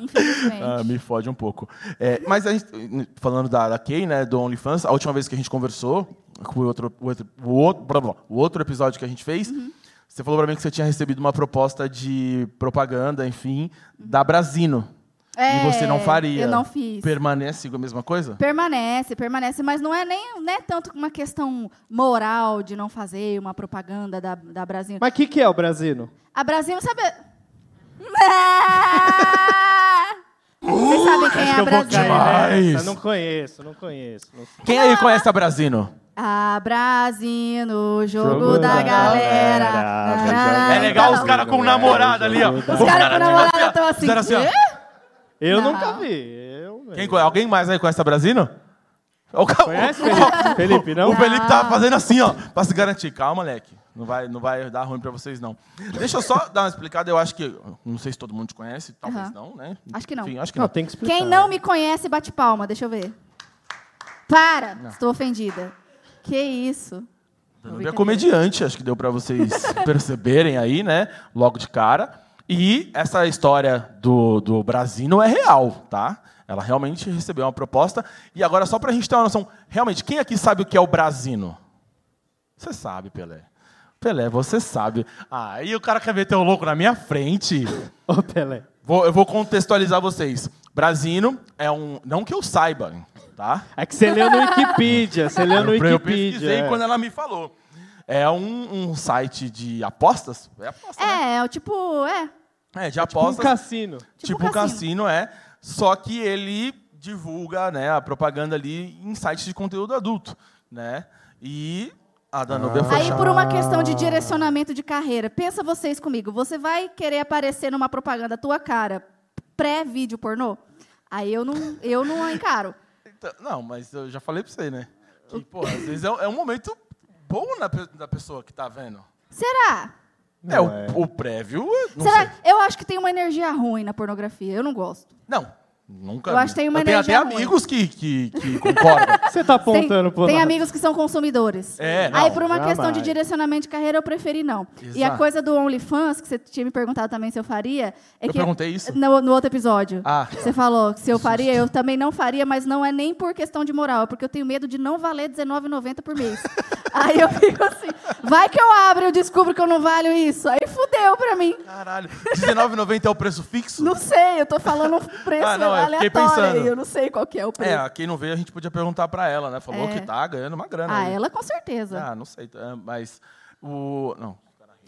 Speaker 7: Infelizmente.
Speaker 1: Ah, me fode um pouco. É, mas a gente, falando da, da Kay, né, do OnlyFans, a última vez que a gente conversou, com o outro, o outro, o outro, blá, blá, blá, o outro episódio que a gente fez,
Speaker 7: Uhum.
Speaker 1: você falou pra mim que você tinha recebido uma proposta de propaganda, enfim, da Brasino.
Speaker 7: É,
Speaker 1: e você não faria.
Speaker 7: eu não fiz.
Speaker 1: Permanece com a mesma coisa?
Speaker 7: Permanece, permanece, mas não é nem não é tanto uma questão moral de não fazer uma propaganda da, da Brasil.
Speaker 2: Mas o que, que é o Brasino?
Speaker 7: A Brasil sabe. Ah!
Speaker 1: Uh,
Speaker 7: Vocês sabem quem é a Brasil?
Speaker 1: Demais!
Speaker 2: Eu não conheço, não conheço. não sei.
Speaker 1: Quem aí conhece a Brasino?
Speaker 7: A Brasil no jogo, da, galera. Ah,
Speaker 1: É legal os caras com namorada ali, ó.
Speaker 7: Os caras com namorada estão assim.
Speaker 1: Fizeram assim, ó.
Speaker 7: "Hã?"
Speaker 2: Eu
Speaker 7: Não.
Speaker 2: nunca vi. Eu,
Speaker 1: Quem conhe- alguém mais aí conhece a Brasino? O, ca-
Speaker 2: Conhece, Felipe? Felipe, não?
Speaker 1: O Felipe tá
Speaker 7: Ah.
Speaker 1: fazendo assim, ó, pra se garantir. Calma, moleque. Não vai, não vai dar ruim pra vocês, não. Deixa eu só dar uma explicada. Eu acho que. Não sei se todo mundo te conhece, talvez
Speaker 7: Aham.
Speaker 1: não, né?
Speaker 7: Acho que não.
Speaker 1: Enfim, acho que
Speaker 2: Não,
Speaker 1: não.
Speaker 2: tem que explicar.
Speaker 7: Quem não me conhece, bate palma, deixa eu ver. Para, estou ofendida. Que isso?
Speaker 1: Danube é comediante, acho que deu pra vocês perceberem aí, né? Logo de cara. E essa história do, do Brasil não é real, tá? Ela realmente recebeu uma proposta. E agora, só pra gente ter uma noção, realmente, quem aqui sabe o que é o Brasino? Você sabe, Pelé. Pelé, você sabe. Ah, e o cara quer meter o louco na minha frente.
Speaker 2: Ô, Pelé.
Speaker 1: Vou- eu vou contextualizar vocês. Brasino é um. Não que eu saiba, tá?
Speaker 2: É que você leu no Wikipedia. Você leu no
Speaker 1: Eu, eu
Speaker 2: Wikipedia.
Speaker 1: pesquisei
Speaker 2: é.
Speaker 1: quando ela me falou. É um, um site de apostas? É aposta, né?
Speaker 7: É, é o tipo, é.
Speaker 1: É, de
Speaker 2: Um
Speaker 1: apostas.
Speaker 2: cassino.
Speaker 7: tipo
Speaker 1: tipo um
Speaker 7: cassino.
Speaker 1: cassino, é. Só que ele divulga né, a propaganda ali em sites de conteúdo adulto, né? E a Danúbia foi
Speaker 7: Aí
Speaker 1: chamada-
Speaker 7: por uma questão de direcionamento de carreira, pensa vocês comigo, você vai querer aparecer numa propaganda tua cara pré-vídeo pornô? Aí eu não, eu não encaro.
Speaker 1: Então, não, mas eu já falei pra você, né? Que, pô, às vezes é, é um momento bom na, pe- da pessoa que tá vendo.
Speaker 7: Será?
Speaker 1: é, o, o prévio... eu Não
Speaker 7: Será?
Speaker 1: sei.
Speaker 7: Eu acho que tem uma energia ruim na pornografia, eu não gosto.
Speaker 1: Não, nunca.
Speaker 7: Eu acho que tem uma
Speaker 1: Eu tenho até
Speaker 7: energia ruim.
Speaker 1: amigos que, que, que concordam.
Speaker 2: Você tá
Speaker 7: Tem,
Speaker 2: apontando pro
Speaker 7: tem
Speaker 2: lado.
Speaker 7: amigos que são consumidores.
Speaker 1: É, não,
Speaker 7: Aí por uma questão de
Speaker 2: jamais.
Speaker 7: direcionamento de carreira eu preferi não. E a
Speaker 1: Exato.
Speaker 7: coisa do OnlyFans, que você tinha me perguntado também se eu faria, é
Speaker 1: Eu
Speaker 7: que
Speaker 1: perguntei isso?
Speaker 7: No, no outro episódio.
Speaker 1: Ah.
Speaker 7: Você falou que se eu faria, eu também não faria, mas não é nem por questão de moral, é porque eu tenho medo de não valer R$19,90 por mês. Aí eu fico assim, vai que eu abro e eu descubro que eu não valho isso. Aí fudeu pra mim.
Speaker 1: Caralho. R$19,90 é o preçço fixo?
Speaker 7: Não sei, eu tô falando um preço
Speaker 1: Ah, não, eu fiquei
Speaker 7: aleatório.
Speaker 1: pensando.
Speaker 7: aí, Eu não sei qual que é o preço.
Speaker 1: É, a quem não veio a gente podia perguntar pra ela, né? Falou
Speaker 7: É.
Speaker 1: que tá ganhando uma grana.
Speaker 7: ah,
Speaker 1: aí. é,
Speaker 7: ela com certeza.
Speaker 1: Ah, não sei. tá, Mas o. Não.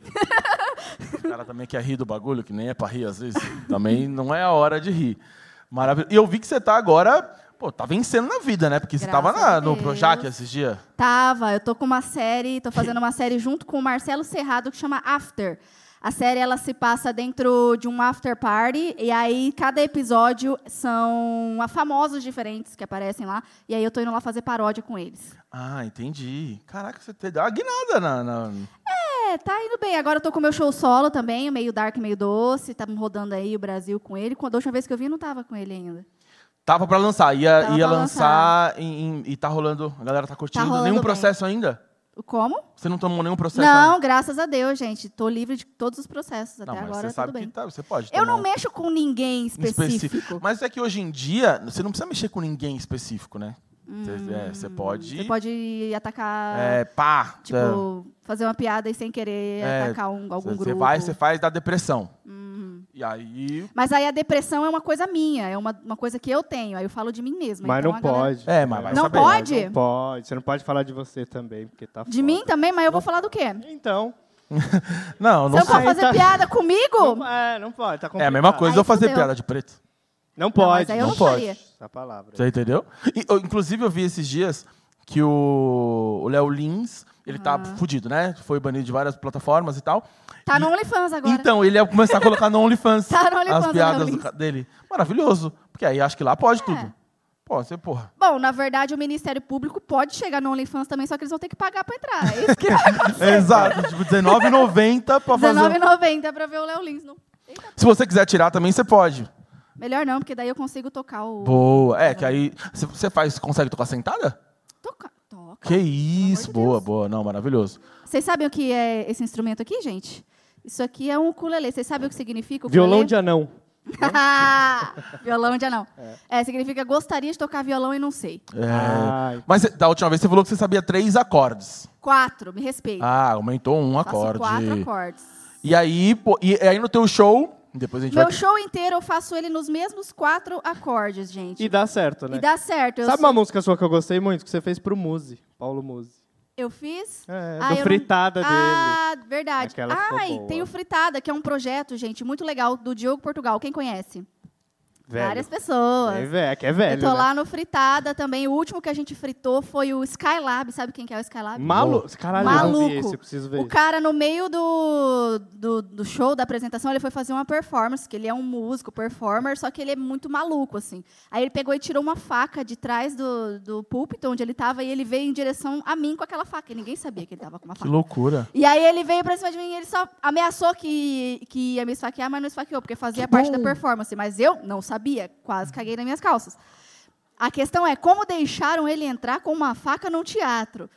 Speaker 1: O cara também quer rir do bagulho, que nem é pra rir às vezes. Também não é a hora de rir. Maravilhoso. E eu vi que você tá agora, pô, tá vencendo na vida, né? Porque você tava
Speaker 7: Graças
Speaker 1: na-
Speaker 7: a
Speaker 1: no
Speaker 7: Deus.
Speaker 1: Projac esses dias.
Speaker 7: Tava, eu tô com uma série, tô fazendo uma série junto com o Marcelo Serrado que chama After. A série ela se passa dentro de um after party e aí cada episódio são a famosos diferentes que aparecem lá e aí eu tô indo lá fazer paródia com eles.
Speaker 1: Ah, entendi. Caraca, você te- deu uma guinada na. na-
Speaker 7: É, tá indo bem. Agora eu tô com meu show solo também, meio dark, meio doce, tá rodando aí o Brasil com ele. Quando a última vez que eu vi não tava com ele ainda.
Speaker 1: Tava pra lançar, ia,
Speaker 7: Tava
Speaker 1: ia
Speaker 7: pra
Speaker 1: lançar em- em- e tá rolando. A galera tá curtindo.
Speaker 7: rolando
Speaker 1: nenhum
Speaker 7: bem.
Speaker 1: processo ainda?
Speaker 7: Como?
Speaker 1: Você não tomou nenhum processo
Speaker 7: Não,
Speaker 1: ainda?
Speaker 7: graças a Deus, gente. Tô livre de todos os processos até
Speaker 1: Não, mas
Speaker 7: agora,
Speaker 1: você sabe
Speaker 7: tudo bem.
Speaker 1: que tá, você pode.
Speaker 7: Eu
Speaker 1: tomar
Speaker 7: não
Speaker 1: um-
Speaker 7: mexo com ninguém
Speaker 1: um específico.
Speaker 7: específico.
Speaker 1: Mas é que hoje em dia, você não precisa mexer com ninguém específico, né? Você é, você pode.
Speaker 7: Você Hum, pode atacar,
Speaker 1: É, pá.
Speaker 7: tipo, fazer uma piada e sem querer
Speaker 1: É,
Speaker 7: atacar um- algum
Speaker 1: Você
Speaker 7: grupo. Uhum.
Speaker 1: vai, você faz da depressão. E aí.
Speaker 7: Mas aí a depressão é uma coisa minha, é uma, uma coisa que eu tenho. Aí eu falo de mim mesma.
Speaker 2: Mas
Speaker 7: então
Speaker 2: não
Speaker 7: a galera-
Speaker 2: pode.
Speaker 1: É, mas vai
Speaker 7: Não
Speaker 1: saber.
Speaker 7: pode?
Speaker 2: Não pode. Você não pode falar de você também, porque tá
Speaker 7: De mim também, mas eu vou falar do quê?
Speaker 2: Então.
Speaker 1: Não, não
Speaker 7: Você não
Speaker 1: sei.
Speaker 2: sei,
Speaker 7: pode fazer
Speaker 2: tá-
Speaker 7: piada comigo?
Speaker 2: Não, é, não pode.
Speaker 1: É
Speaker 2: Tá
Speaker 1: a mesma
Speaker 2: complicado.
Speaker 1: coisa
Speaker 7: Aí
Speaker 1: eu fazer
Speaker 7: fudeu.
Speaker 1: piada de preto.
Speaker 2: Não
Speaker 7: Não,
Speaker 2: pode.
Speaker 7: mas aí eu
Speaker 1: não
Speaker 7: não,
Speaker 1: pode.
Speaker 7: faria.
Speaker 2: Essa é palavra.
Speaker 1: Você entendeu? E, eu, inclusive, eu vi esses dias que o o Léo Lins, ele tá fudido, né? Foi banido de várias plataformas e tal.
Speaker 7: Tá
Speaker 1: E-
Speaker 7: no OnlyFans agora.
Speaker 1: Então, ele ia começar a colocar no OnlyFans
Speaker 7: Tá no OnlyFans,
Speaker 1: as piadas
Speaker 7: Léo Lins.
Speaker 1: do ca- dele. Maravilhoso. Porque aí acho que lá
Speaker 7: É.
Speaker 1: pode tudo. Pô, você, porra.
Speaker 7: Bom, na verdade, o Ministério Público pode chegar no OnlyFans também, só que eles vão ter que pagar pra entrar. É isso que vai acontecer.
Speaker 1: Exato, tipo, R$19,90 pra fazer.
Speaker 7: R$19,90 pra ver o Léo Lins. Não-
Speaker 1: Se você quiser tirar também, você pode.
Speaker 7: Melhor não, porque daí eu consigo tocar o...
Speaker 1: Boa. É, que aí. se Você faz, consegue tocar sentada?
Speaker 7: Toca... Toca.
Speaker 1: Que isso,
Speaker 7: de
Speaker 1: boa,
Speaker 7: Deus.
Speaker 1: boa. Não, maravilhoso.
Speaker 7: Vocês sabem o que é esse instrumento aqui, gente? Isso aqui é um ukulele. Vocês sabem o que significa ukulele?
Speaker 2: Violão de anão.
Speaker 7: violão de anão. É. significa gostaria de tocar violão e não sei.
Speaker 1: É,
Speaker 2: Ai.
Speaker 1: Mas da última vez você falou que você sabia três acordes.
Speaker 7: Quatro, me respeita.
Speaker 1: Ah, aumentou um
Speaker 7: Faço
Speaker 1: acorde.
Speaker 7: quatro acordes.
Speaker 1: E aí, pô, e aí no teu show. Depois a gente
Speaker 7: Meu
Speaker 1: vai.
Speaker 7: show inteiro eu faço ele nos mesmos quatro acordes, gente.
Speaker 2: E dá certo,
Speaker 7: E
Speaker 2: né?
Speaker 7: dá certo. Eu,
Speaker 2: Sabe
Speaker 7: sou-
Speaker 2: uma música sua que eu gostei muito? Que você fez pro Muzi, Paulo Muzi.
Speaker 7: eu fiz...
Speaker 2: É,
Speaker 7: Ah, eu
Speaker 2: do
Speaker 7: não-
Speaker 2: fritada dele.
Speaker 7: Ah, verdade.
Speaker 2: Aquela ficou
Speaker 7: Ai,
Speaker 2: boa.
Speaker 7: tem o Fritada, que é um projeto, gente, muito legal, do Diogo Portugal. Quem conhece?
Speaker 2: Velho.
Speaker 7: Várias pessoas.
Speaker 2: É velho, que é velho.
Speaker 7: eu tô
Speaker 2: né?
Speaker 7: lá no Fritada também. O último que a gente fritou foi o Skylab. Sabe quem que é o Skylab?
Speaker 2: Malu... Caralho, eu não vi
Speaker 7: Maluco.
Speaker 2: esse, eu preciso ver.
Speaker 7: O cara, no meio do, do, do show, da apresentação, ele foi fazer uma performance, que ele é um músico, performer, só que ele é muito maluco, assim. Aí ele pegou e tirou uma faca de trás do, do púlpito onde ele tava e ele veio em direção a mim com aquela faca. E ninguém sabia que ele tava com uma
Speaker 1: Que
Speaker 7: faca.
Speaker 1: loucura.
Speaker 7: E aí ele veio pra cima de mim e ele só ameaçou que, que ia me esfaquear, mas não esfaqueou, porque fazia parte da performance. Mas eu não sabia, quase caguei nas minhas calças. A questão é como deixaram ele entrar com uma faca num teatro.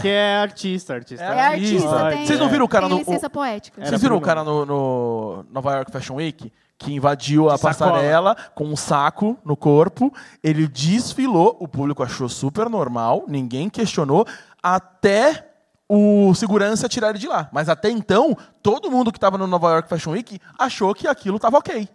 Speaker 2: Que é artista, artista.
Speaker 7: É artista,
Speaker 2: Ai,
Speaker 7: tem,
Speaker 1: Ah, Vocês não viram o cara
Speaker 7: tem
Speaker 1: no-
Speaker 7: licença poética.
Speaker 2: Era
Speaker 1: Vocês viram o
Speaker 2: Bruno.
Speaker 1: cara no, no Nova York Fashion Week? Que invadiu a
Speaker 2: De sacola.
Speaker 1: passarela com um saco no corpo. Ele desfilou, o público achou super normal, ninguém questionou, até o segurança tirar ele de lá. Mas até então, todo mundo que estava no Nova York Fashion Week achou que aquilo estava ok.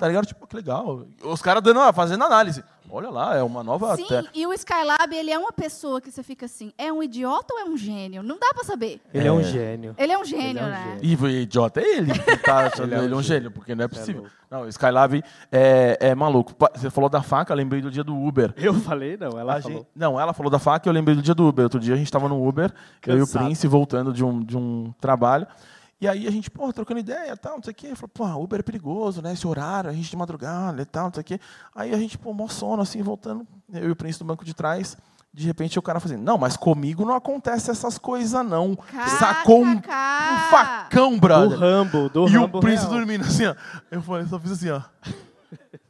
Speaker 1: Tá ligado? Tipo, que legal. Os caras dando, ó, fazendo análise. Olha lá, é uma nova.
Speaker 7: Sim,
Speaker 1: te-
Speaker 7: e o Skylab, ele é uma pessoa que você fica assim, é um idiota ou é um gênio? Não dá pra saber.
Speaker 2: Ele é um gênio.
Speaker 7: Ele é um gênio,
Speaker 2: um
Speaker 7: né?
Speaker 2: gênio.
Speaker 1: E o idiota é ele que tá achando
Speaker 2: Ele
Speaker 1: ele,
Speaker 2: é um
Speaker 1: um
Speaker 2: gênio.
Speaker 1: gênio, porque não é possível.
Speaker 2: louco.
Speaker 1: não, o Skylab é, é maluco. Pa- Você falou da faca, lembrei do dia do Uber.
Speaker 2: Eu falei, não, ela
Speaker 1: A
Speaker 2: falou.
Speaker 1: gente- não, ela falou da faca e eu lembrei do dia do Uber. Outro dia a gente tava no Uber, eu e o
Speaker 2: Cansado.
Speaker 1: Prince voltando de um, de um trabalho. E aí a gente, porra, trocando ideia e tal, não sei o quê. Falou, porra, Uber é perigoso, né? Esse horário, a gente de madrugada e tal, não sei o quê. Aí a gente, pô, mó sono, assim, voltando, eu e o Prince no banco de trás. De repente o cara fazendo, não, mas comigo não acontece essas coisas, não. Sacou um, um
Speaker 7: Kkk.
Speaker 1: facão,
Speaker 2: Do
Speaker 1: brother.
Speaker 2: Rambo, do
Speaker 1: E o
Speaker 2: Rambo
Speaker 1: príncipe
Speaker 2: real.
Speaker 1: dormindo assim, ó. Eu falei, só fiz assim, ó.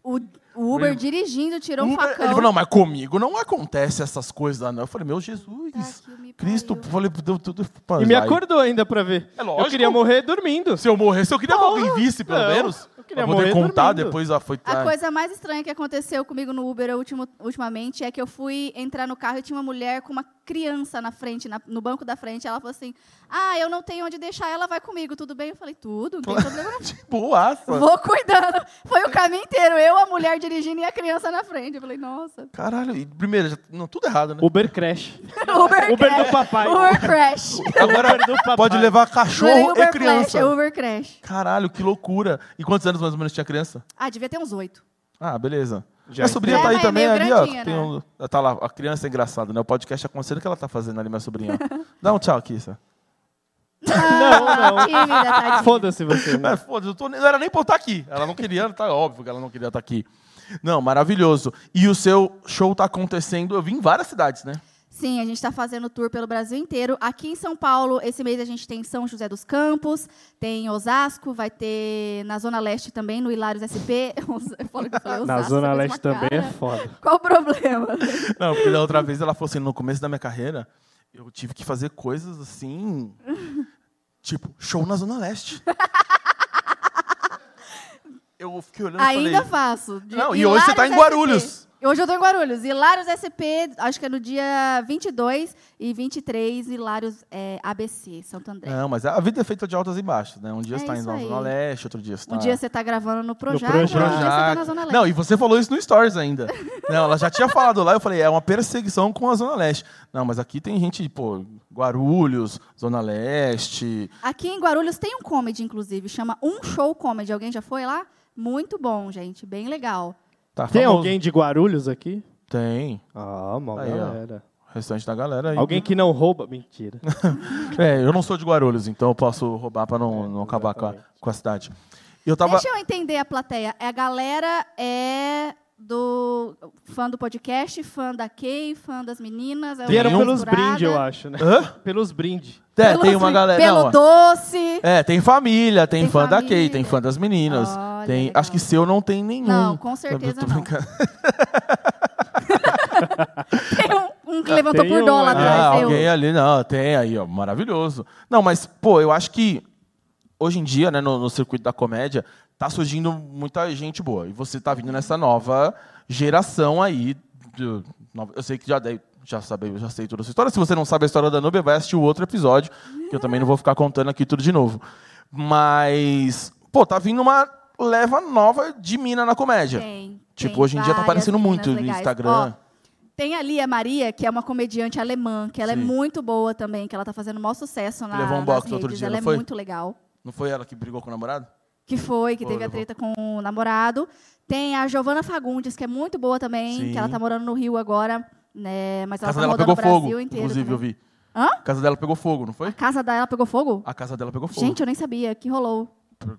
Speaker 7: O, o Uber dirigindo, tirou um
Speaker 1: Uber-
Speaker 7: facão.
Speaker 1: ele falou, não, mas comigo não acontece essas coisas lá, não. Eu falei, meu Jesus,
Speaker 7: Tá que me
Speaker 1: Cristo,
Speaker 7: pariu.
Speaker 1: falei, deu tudo.
Speaker 2: E
Speaker 1: Vai.
Speaker 2: me acordou ainda pra ver.
Speaker 1: É lógico.
Speaker 2: Eu queria morrer dormindo.
Speaker 1: Se eu morresse, eu queria que alguém visse, pelo
Speaker 2: não.
Speaker 1: menos.
Speaker 2: Eu queria
Speaker 1: pra poder
Speaker 2: morrer
Speaker 1: contar
Speaker 2: dormindo.
Speaker 1: depois, ah, foi
Speaker 7: A
Speaker 1: tarde.
Speaker 7: coisa mais estranha que aconteceu comigo no Uber ultimo- ultimamente é que eu fui entrar no carro e tinha uma mulher com uma criança na frente, na- no banco da frente. Ela falou assim: Ah, eu não tenho onde deixar, ela vai comigo, tudo bem? Eu falei: Tudo, não tem problema não.
Speaker 1: Boaça.
Speaker 7: Vou cuidando. Foi o caminho inteiro, eu, a mulher dirigindo e a criança na frente. Eu falei: Nossa.
Speaker 1: Caralho, e primeiro, já- não, tudo errado, né?
Speaker 2: Uber Crash.
Speaker 7: Uber,
Speaker 2: Uber
Speaker 7: crash.
Speaker 2: do papai.
Speaker 7: Uber crash.
Speaker 1: Agora
Speaker 2: do papai.
Speaker 1: pode levar
Speaker 7: Não é nem
Speaker 1: cachorro
Speaker 7: Uber
Speaker 1: e criança.
Speaker 7: Crash, é Uber Crash.
Speaker 1: Caralho, que loucura. E quantos anos mais ou menos tinha criança?
Speaker 7: Ah, devia ter uns oito.
Speaker 1: Ah, beleza.
Speaker 2: Já
Speaker 1: minha sobrinha
Speaker 7: entendi.
Speaker 1: tá aí
Speaker 7: É, mas é
Speaker 1: também,
Speaker 7: meio
Speaker 1: ali, ó.
Speaker 7: grandinha,
Speaker 1: Tem
Speaker 7: né?
Speaker 1: um, ela tá lá, a criança é engraçada, né? O podcast acontecendo o que ela tá fazendo ali, minha sobrinha. ó. Dá um tchau, Kissa.
Speaker 2: Não, não.
Speaker 7: Tímida, tadinha.
Speaker 2: Foda-se você. né?
Speaker 1: É, foda-se, eu tô- não era nem pra eu estar aqui. Ela não queria, tá óbvio que ela não queria estar aqui. Não, maravilhoso. E o seu show tá acontecendo, eu vim em várias cidades, né?
Speaker 7: Sim, a gente está fazendo tour pelo Brasil inteiro. Aqui em São Paulo, esse mês a gente tem São José dos Campos, tem Osasco, vai ter na Zona Leste também, no Hilários SP. Eu falo que eu falei
Speaker 2: Na
Speaker 7: Osasco,
Speaker 2: Zona
Speaker 7: mesma
Speaker 2: Leste também é
Speaker 7: cara.
Speaker 2: foda.
Speaker 7: Qual o problema?
Speaker 1: Não, porque da outra vez ela falou assim, no começo da minha carreira, eu tive que fazer coisas assim, tipo, show na Zona Leste. eu fiquei olhando e falei...
Speaker 7: Ainda faço. De-
Speaker 1: Não, e hoje você tá em
Speaker 7: Hilários
Speaker 1: Guarulhos.
Speaker 7: SP. Hoje eu tô em Guarulhos. Hilários SP, acho que é no dia 22 e 23, Hilários é, ABC, Santo André.
Speaker 1: Não, mas a vida é feita de altas e baixas, né? Um dia
Speaker 7: É
Speaker 1: você tá em
Speaker 7: isso
Speaker 1: Zona
Speaker 7: aí.
Speaker 1: Leste, outro dia você tá...
Speaker 7: Um dia você tá gravando no Projac,
Speaker 2: Projac.
Speaker 7: outro dia você
Speaker 1: Projac.
Speaker 7: tá na Zona Leste.
Speaker 1: Não, e você falou isso no Stories ainda. Não, ela já tinha falado lá, eu falei, é uma perseguição com a Zona Leste. Não, mas aqui tem gente, pô, Guarulhos, Zona Leste.
Speaker 7: Aqui em Guarulhos tem um comedy, inclusive, chama Um Show Comedy. Alguém já foi lá? Muito bom, gente, bem legal.
Speaker 1: Tá
Speaker 2: Tem
Speaker 1: famoso.
Speaker 2: alguém de Guarulhos aqui?
Speaker 1: Tem.
Speaker 2: Ah, mal
Speaker 1: Aí, ó.
Speaker 2: galera.
Speaker 1: O restante da galera aí.
Speaker 2: Alguém que não rouba. Mentira.
Speaker 1: É, eu não sou de Guarulhos, então eu posso roubar pra não, não acabar com a,
Speaker 2: É, exatamente.
Speaker 1: com a cidade. E eu tava.
Speaker 7: Deixa eu entender a plateia. A galera é do fã do podcast, fã da Kay, fã das meninas. é uma
Speaker 2: Vieram pelos
Speaker 7: misturada.
Speaker 2: brindes, eu acho, né?
Speaker 1: Hã?
Speaker 2: Pelos brindes.
Speaker 1: É,
Speaker 7: Pelos
Speaker 1: tem uma
Speaker 7: brin-
Speaker 1: galera.
Speaker 7: Pelo
Speaker 1: não, ó.
Speaker 7: doce.
Speaker 1: é, tem família, tem,
Speaker 7: Tem
Speaker 1: fã da Kay,
Speaker 7: família.
Speaker 1: tem fã das meninas.
Speaker 7: Olha,
Speaker 1: tem,
Speaker 7: legal.
Speaker 1: acho que seu não tem nenhum.
Speaker 7: Não, com
Speaker 1: Eu Hum. tô
Speaker 7: certeza não.
Speaker 1: brincando.
Speaker 7: Tem um, um que levantou
Speaker 2: tem
Speaker 7: por
Speaker 2: um,
Speaker 7: dó lá
Speaker 2: né?
Speaker 7: atrás.
Speaker 1: Ah,
Speaker 7: eu.
Speaker 1: alguém ali, não, tem aí, ó, maravilhoso. Não, mas, pô, eu acho que hoje em dia, né, no, no circuito da comédia, tá surgindo muita gente boa. E você tá vindo nessa nova geração aí. do- nova- eu sei que já dei. Já, sabe, já sei toda essa história. Se você não sabe a história da Nubia, vai assistir o outro episódio, que eu também não vou ficar contando aqui tudo de novo. Mas, pô, tá vindo uma leva nova de mina na comédia.
Speaker 7: Tem,
Speaker 1: Tipo,
Speaker 7: tem
Speaker 1: hoje em dia tá
Speaker 7: várias
Speaker 1: aparecendo
Speaker 7: meninas
Speaker 1: muito no
Speaker 7: legais.
Speaker 1: Instagram.
Speaker 7: Ó, tem ali a Maria, que é uma comediante alemã, que ela
Speaker 1: Sim.
Speaker 7: é muito boa também, que ela tá fazendo o maior sucesso na,
Speaker 1: Levou um
Speaker 7: nas
Speaker 1: box
Speaker 7: redes.
Speaker 1: outro dia,
Speaker 7: ela
Speaker 1: não
Speaker 7: é
Speaker 1: foi?
Speaker 7: muito legal.
Speaker 1: Não foi ela que brigou com o namorado?
Speaker 7: Que foi, que
Speaker 1: Pô,
Speaker 7: teve a
Speaker 1: levou.
Speaker 7: treta com o namorado. Tem a Giovana Fagundes, que é muito boa também,
Speaker 1: Sim.
Speaker 7: que ela tá morando no Rio agora, né? Mas
Speaker 1: A
Speaker 7: ela
Speaker 1: casa
Speaker 7: tá
Speaker 1: dela
Speaker 7: rodando
Speaker 1: pegou
Speaker 7: o Brasil
Speaker 1: fogo,
Speaker 7: inteiro.
Speaker 1: inclusive, eu
Speaker 7: também.
Speaker 1: vi.
Speaker 7: Hã?
Speaker 1: A casa dela pegou fogo, não foi?
Speaker 7: A casa dela pegou fogo?
Speaker 1: A casa dela pegou fogo.
Speaker 7: Gente, eu nem sabia que rolou.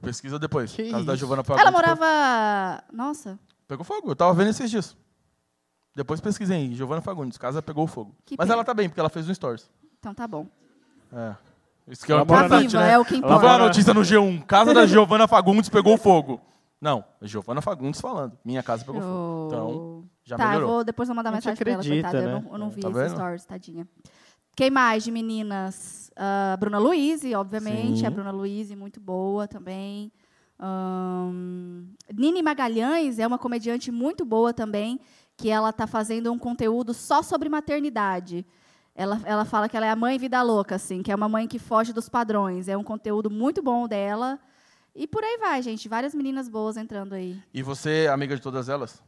Speaker 1: Pesquisa depois.
Speaker 2: Que
Speaker 1: A casa da
Speaker 2: isso?
Speaker 1: Giovana
Speaker 7: Ela morava. Nossa,
Speaker 1: Pegou fogo, eu tava vendo esses dias. Depois pesquisem aí, Giovana Fagundes, casa pegou fogo.
Speaker 7: Que
Speaker 1: Mas
Speaker 7: pena.
Speaker 1: ela tá bem, porque ela fez um stories.
Speaker 7: então tá bom.
Speaker 1: É. Isso que é o
Speaker 2: Ela mora
Speaker 7: Tá
Speaker 2: na-
Speaker 1: importante,
Speaker 7: viva,
Speaker 1: né?
Speaker 7: é o que
Speaker 1: Ela foi a
Speaker 7: importa.
Speaker 1: notícia no G1. Casa da Giovana Fagundes pegou fogo. Não, é Giovana Fagundes falando. Minha casa pegou fogo. Então,
Speaker 7: Oh.
Speaker 1: já
Speaker 7: tá, eu
Speaker 1: melhorou.
Speaker 7: vou depois vou mandar
Speaker 2: Não te
Speaker 7: mensagem
Speaker 2: acredita,
Speaker 7: pra ela, coitada.
Speaker 2: né?
Speaker 7: Eu, não, eu não vi
Speaker 1: Tá
Speaker 7: esses
Speaker 1: vendo?
Speaker 7: stories, tadinha. Quem mais de meninas? Ah, Bruna Luiz, obviamente.
Speaker 1: Sim.
Speaker 7: A Bruna Luiz, muito boa também. Ahn, Nini Magalhães é uma comediante muito boa também, que ela tá fazendo um conteúdo só sobre maternidade. Ela, ela fala que ela é a mãe vida louca, assim, que é uma mãe que foge dos padrões. É um conteúdo muito bom dela. E por aí vai, gente. Várias meninas boas entrando aí
Speaker 1: E você, é amiga de todas elas?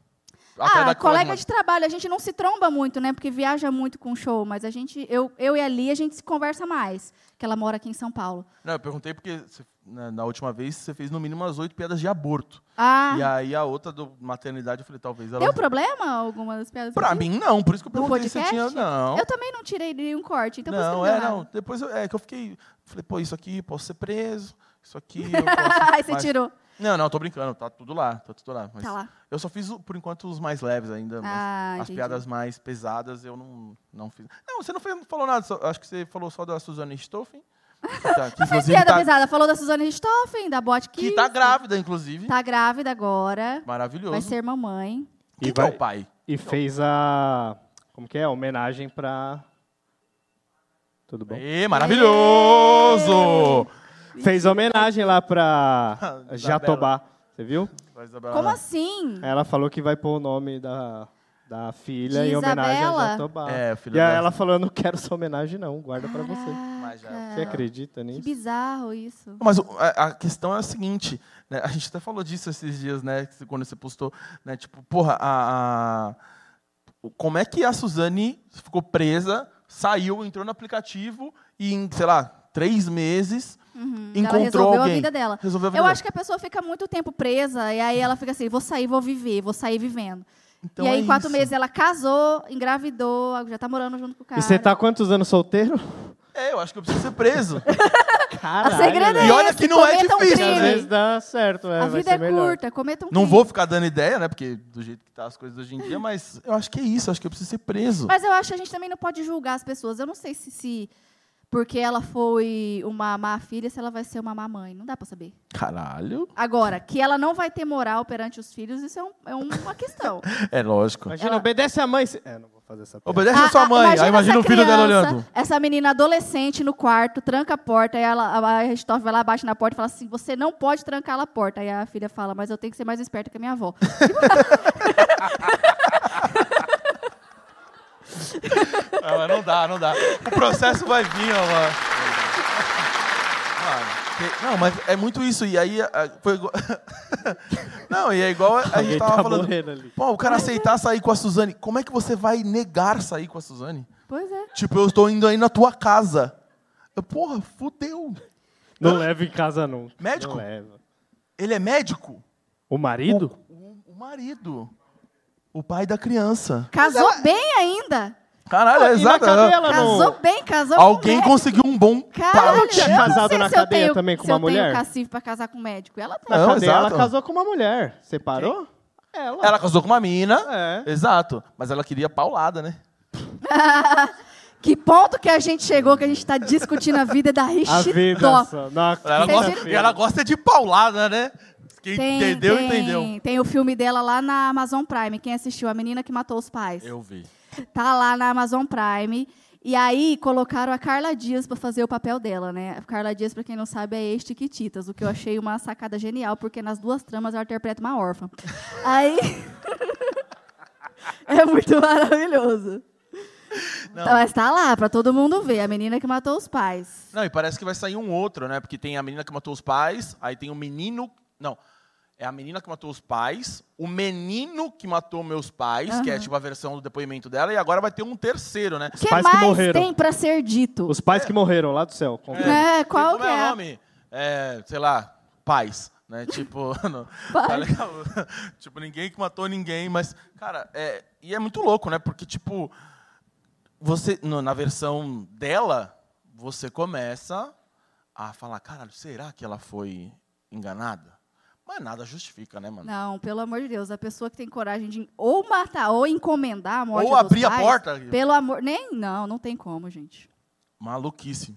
Speaker 1: né?
Speaker 7: ah,
Speaker 1: da que
Speaker 7: colega
Speaker 1: mais-
Speaker 7: de trabalho, a gente não se tromba muito, né? Porque viaja muito com o show, mas a gente, eu, eu e a Lia, a gente se conversa mais, que ela mora aqui em São Paulo.
Speaker 1: Não, eu perguntei porque você- né, na, na última vez você fez no mínimo umas oito piadas de aborto.
Speaker 7: Ah,
Speaker 1: E aí a outra do maternidade, eu falei, talvez ela.
Speaker 7: deu problema alguma das piadas?
Speaker 1: Pra
Speaker 7: aqui?
Speaker 1: mim, não. Por isso que eu
Speaker 7: No
Speaker 1: perguntei se você
Speaker 7: podcast?
Speaker 1: tinha. Não.
Speaker 7: Eu também não tirei nenhum corte, então por isso que
Speaker 1: não,
Speaker 7: deu
Speaker 1: é,
Speaker 7: nada.
Speaker 1: não. Depois eu, é que eu fiquei. Falei, pô, isso aqui posso ser preso. Isso aqui. Eu posso,
Speaker 7: Aí você
Speaker 1: mas-
Speaker 7: tirou.
Speaker 1: Não, não, tô brincando. Tá tudo lá. Tá tudo lá. mas
Speaker 7: Tá lá.
Speaker 1: Eu só fiz, o- por enquanto, os mais leves ainda. mas
Speaker 7: Ah,
Speaker 1: as
Speaker 7: entendi.
Speaker 1: piadas mais pesadas eu não, não fiz. Não, você não, fez- não falou nada. só- acho que você falou só da Suzane Stoffen. Que tá, que,
Speaker 7: Fez
Speaker 1: inclusive,
Speaker 7: piada
Speaker 1: tá-
Speaker 7: pesada, falou da Suzane Richthofen, da Bot
Speaker 1: que tá grávida, inclusive.
Speaker 7: Tá grávida agora,
Speaker 1: Maravilhoso.
Speaker 7: vai ser mamãe.
Speaker 1: Quem
Speaker 2: E
Speaker 1: que é
Speaker 2: vai-
Speaker 1: o pai?
Speaker 2: E fez a. Como que é? Homenagem pra. Tudo bom?
Speaker 1: Ê, maravilhoso!
Speaker 2: Fez homenagem lá pra
Speaker 1: Isabela.
Speaker 2: Jatobá. Você viu?
Speaker 1: Ah. Vai, Isabela.
Speaker 7: Como assim?
Speaker 2: Ela falou que vai pôr o nome da. Da filha
Speaker 7: De
Speaker 2: em homenagem
Speaker 7: Isabela?
Speaker 2: a Jatobá.
Speaker 1: É, filha
Speaker 2: e aí
Speaker 1: da-
Speaker 2: ela falando, não quero sua homenagem não, guarda pra você.
Speaker 7: Ah,
Speaker 1: Mas já-
Speaker 2: Você acredita
Speaker 7: Que
Speaker 2: nisso?
Speaker 7: bizarro isso.
Speaker 1: Mas o- a, a questão é a seguinte, né, a gente até falou disso esses dias, né? que Quando você postou, né? Tipo, porra, a, a- o- como é que a Suzane ficou presa, saiu, entrou no aplicativo e em, sei lá, três meses
Speaker 7: Uhum. Ela
Speaker 1: encontrou
Speaker 7: resolveu
Speaker 1: alguém.
Speaker 7: a vida dela.
Speaker 1: Resolveu a vida
Speaker 7: Eu
Speaker 1: dela.
Speaker 7: acho que a pessoa fica muito tempo presa e aí ela fica assim, vou sair, vou viver, vou sair vivendo.
Speaker 1: Então
Speaker 7: e aí,
Speaker 1: é
Speaker 7: em quatro
Speaker 1: isso.
Speaker 7: meses, ela casou, engravidou, já tá morando junto com o cara.
Speaker 2: E você tá há quantos anos solteiro?
Speaker 1: É, eu acho que eu preciso ser preso.
Speaker 7: A
Speaker 2: Caralho.
Speaker 7: segredo é
Speaker 1: E olha
Speaker 7: esse,
Speaker 1: que não é
Speaker 7: cometa um
Speaker 1: difícil,
Speaker 7: crime.
Speaker 2: Às vezes dá certo, é,
Speaker 7: A
Speaker 2: vai
Speaker 7: vida
Speaker 2: ser
Speaker 7: é
Speaker 2: melhor.
Speaker 7: curta, cometa um
Speaker 1: Não
Speaker 7: crime.
Speaker 1: vou ficar dando ideia, né? Porque do jeito que tá as coisas hoje em dia, mas eu acho que é isso, eu acho que eu preciso ser preso.
Speaker 7: Mas eu acho que a gente também não pode julgar as pessoas. Eu não sei se, se porque ela foi uma má filha, se ela vai ser uma má mãe. Não dá pra saber.
Speaker 1: Caralho.
Speaker 7: Agora, que ela não vai ter moral perante os filhos, isso é, um- é uma questão.
Speaker 1: É lógico.
Speaker 2: Imagina,
Speaker 7: Ela-
Speaker 2: obedece a mãe. se- É, não vou fazer essa piada.
Speaker 1: Obedece a, sua mãe, aí imagina
Speaker 7: Ah, essa
Speaker 1: o filho dela
Speaker 7: criança,
Speaker 1: olhando.
Speaker 7: Essa menina adolescente no quarto, tranca a porta, aí ela, a a Richthofen vai lá, bate na porta e fala assim: você não pode trancar a porta. Aí a filha fala, mas eu tenho que ser mais esperta que a minha avó.
Speaker 1: Ah, mas não dá, não dá. O processo vai vir, ó, mano. Mano, que- Não, mas é muito isso. E aí a- foi igual... Não, e é igual a gente
Speaker 2: Alguém
Speaker 1: tava
Speaker 2: tá
Speaker 1: falando.
Speaker 2: morrendo ali.
Speaker 1: Pô, o cara aceitar sair com a Suzane. Como é que você vai negar sair com a Suzane?
Speaker 7: pois é.
Speaker 1: Tipo, eu estou indo aí na tua casa. Eu, Porra, fudeu.
Speaker 2: Não leva em casa nunca.
Speaker 1: Médico?
Speaker 2: Não leva.
Speaker 1: Ele é médico?
Speaker 2: O marido?
Speaker 1: O, o marido. O pai da criança.
Speaker 7: Casou bem ainda.
Speaker 1: Caralho, é
Speaker 2: E na
Speaker 1: exato.
Speaker 2: cadela
Speaker 7: Casou
Speaker 2: não...
Speaker 7: bem, casou
Speaker 1: Alguém
Speaker 7: com médico.
Speaker 1: conseguiu um bom
Speaker 7: Caralho, eu
Speaker 1: pau.
Speaker 7: É. não
Speaker 2: tinha
Speaker 7: sei
Speaker 2: casado na
Speaker 7: se eu
Speaker 2: cadeia
Speaker 7: tenho-
Speaker 2: também com
Speaker 7: se
Speaker 2: uma
Speaker 7: Eu
Speaker 2: mulher?
Speaker 7: tenho cacife pra casar com médico. Ela tá.
Speaker 2: Na
Speaker 1: Não,
Speaker 2: cadeia, ela
Speaker 1: exato.
Speaker 2: casou com uma mulher. Separou?
Speaker 7: É,
Speaker 2: Ela.
Speaker 1: Ela casou com uma mina.
Speaker 2: É.
Speaker 1: Exato. Mas ela queria paulada, né?
Speaker 7: Que ponto que a gente chegou que a gente tá discutindo a vida da
Speaker 2: A vida.
Speaker 7: Richidó.
Speaker 2: só- na-
Speaker 1: Ela
Speaker 7: Vocês
Speaker 1: gosta,
Speaker 7: viram?
Speaker 1: e ela gosta de paulada, né? Quem entendeu,
Speaker 7: tem,
Speaker 1: entendeu.
Speaker 7: Tem o filme dela lá na Amazon Prime. Quem assistiu? A menina que matou os pais.
Speaker 1: vi.
Speaker 7: Tá lá na Amazon Prime. E aí colocaram a Carla Dias pra fazer o papel dela, né? A Carla Dias, pra quem não sabe, é ex-Tiquititas, o que eu achei uma sacada genial, porque nas duas tramas ela interpreta uma órfã. Aí é muito maravilhoso. Mas tá lá pra todo mundo ver, a menina que matou os pais.
Speaker 1: Não, e parece que vai sair um outro, né? Porque tem a menina que matou os pais, aí tem o menino. Não. É a menina que matou os pais, o menino que matou meus pais, que é tipo a versão do depoimento dela, e agora vai ter um terceiro, né?
Speaker 7: O que
Speaker 2: pais que
Speaker 7: mais
Speaker 2: morreram.
Speaker 7: tem pra ser dito?
Speaker 2: Os pais que morreram lá do céu. com-
Speaker 7: É, qual
Speaker 1: Como
Speaker 7: que
Speaker 1: é o
Speaker 7: é?
Speaker 1: nome? É, sei lá, pais. Né? Tipo, não, tá legal. tipo, ninguém que matou ninguém, mas, cara, é, e é muito louco, né? Porque, tipo, você, no- na versão dela, você começa a falar, caralho, será que ela foi enganada? Mas nada justifica, né, mano?
Speaker 7: Não, pelo amor de Deus, a pessoa que tem coragem de ou matar ou encomendar a morte
Speaker 1: Ou
Speaker 7: dos
Speaker 1: abrir a
Speaker 7: pais,
Speaker 1: porta.
Speaker 7: Pelo amor, nem não, não tem como, gente.
Speaker 1: Maluquice.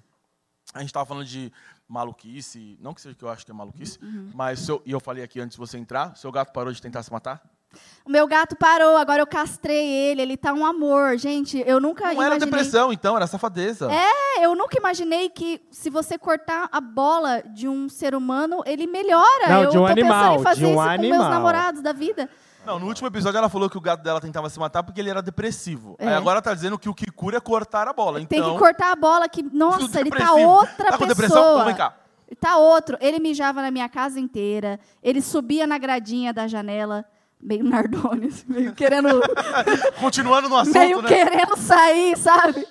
Speaker 1: A gente estava falando de maluquice, não que seja que eu acho que é maluquice,
Speaker 7: Uhum.
Speaker 1: mas, seu, e eu falei aqui antes de você entrar, seu gato parou de tentar se matar?
Speaker 7: O meu gato parou, agora eu castrei ele, ele tá um amor, gente. Eu nunca
Speaker 1: Não
Speaker 7: imaginei.
Speaker 1: era depressão, então, era safadeza.
Speaker 7: É, eu nunca imaginei que se você cortar a bola de um ser humano, ele melhora.
Speaker 2: Não,
Speaker 7: eu
Speaker 2: de um
Speaker 7: tô pensando
Speaker 2: animal,
Speaker 7: em fazer
Speaker 2: de um
Speaker 7: isso com
Speaker 2: animal.
Speaker 7: meus namorados da vida.
Speaker 1: Não, no último episódio ela falou que o gato dela tentava se matar porque ele era depressivo.
Speaker 7: É.
Speaker 1: Aí agora tá dizendo que o que cura é cortar a bola.
Speaker 7: Tem
Speaker 1: então,
Speaker 7: que cortar a bola que, nossa, ele tá
Speaker 1: depressivo.
Speaker 7: outra
Speaker 1: Tá com
Speaker 7: pessoa.
Speaker 1: depressão? Então vem cá.
Speaker 7: Ele Tá outro. Ele mijava na minha casa inteira. Ele subia na gradinha da janela, meio nardônio, assim, meio querendo,
Speaker 1: Continuando no assunto,
Speaker 7: meio
Speaker 1: né?
Speaker 7: querendo sair, sabe?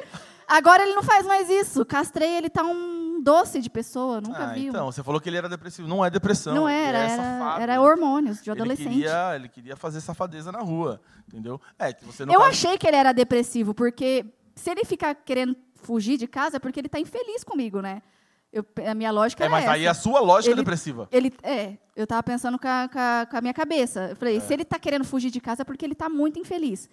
Speaker 7: Agora ele não faz mais isso. Castrei, ele tá um doce de pessoa, nunca
Speaker 1: Ah,
Speaker 7: viu.
Speaker 1: então, você falou que ele era depressivo. Não é depressão.
Speaker 7: não
Speaker 1: ele
Speaker 7: era,
Speaker 1: é
Speaker 7: era,
Speaker 1: safado.
Speaker 7: era hormônios de
Speaker 1: Ele
Speaker 7: adolescente.
Speaker 1: queria, ele queria fazer safadeza na rua, entendeu? É, que você não
Speaker 7: Eu
Speaker 1: faz-
Speaker 7: achei que ele era depressivo, porque se ele ficar querendo fugir de casa, é porque ele tá infeliz comigo, né? Eu- a minha lógica
Speaker 1: É,
Speaker 7: era
Speaker 1: mas
Speaker 7: essa.
Speaker 1: aí a sua lógica
Speaker 7: Ele-
Speaker 1: é depressiva.
Speaker 7: Ele, é, eu tava pensando com a, com a- com a minha cabeça. Eu falei, se ele tá querendo fugir de casa é porque ele tá muito infeliz.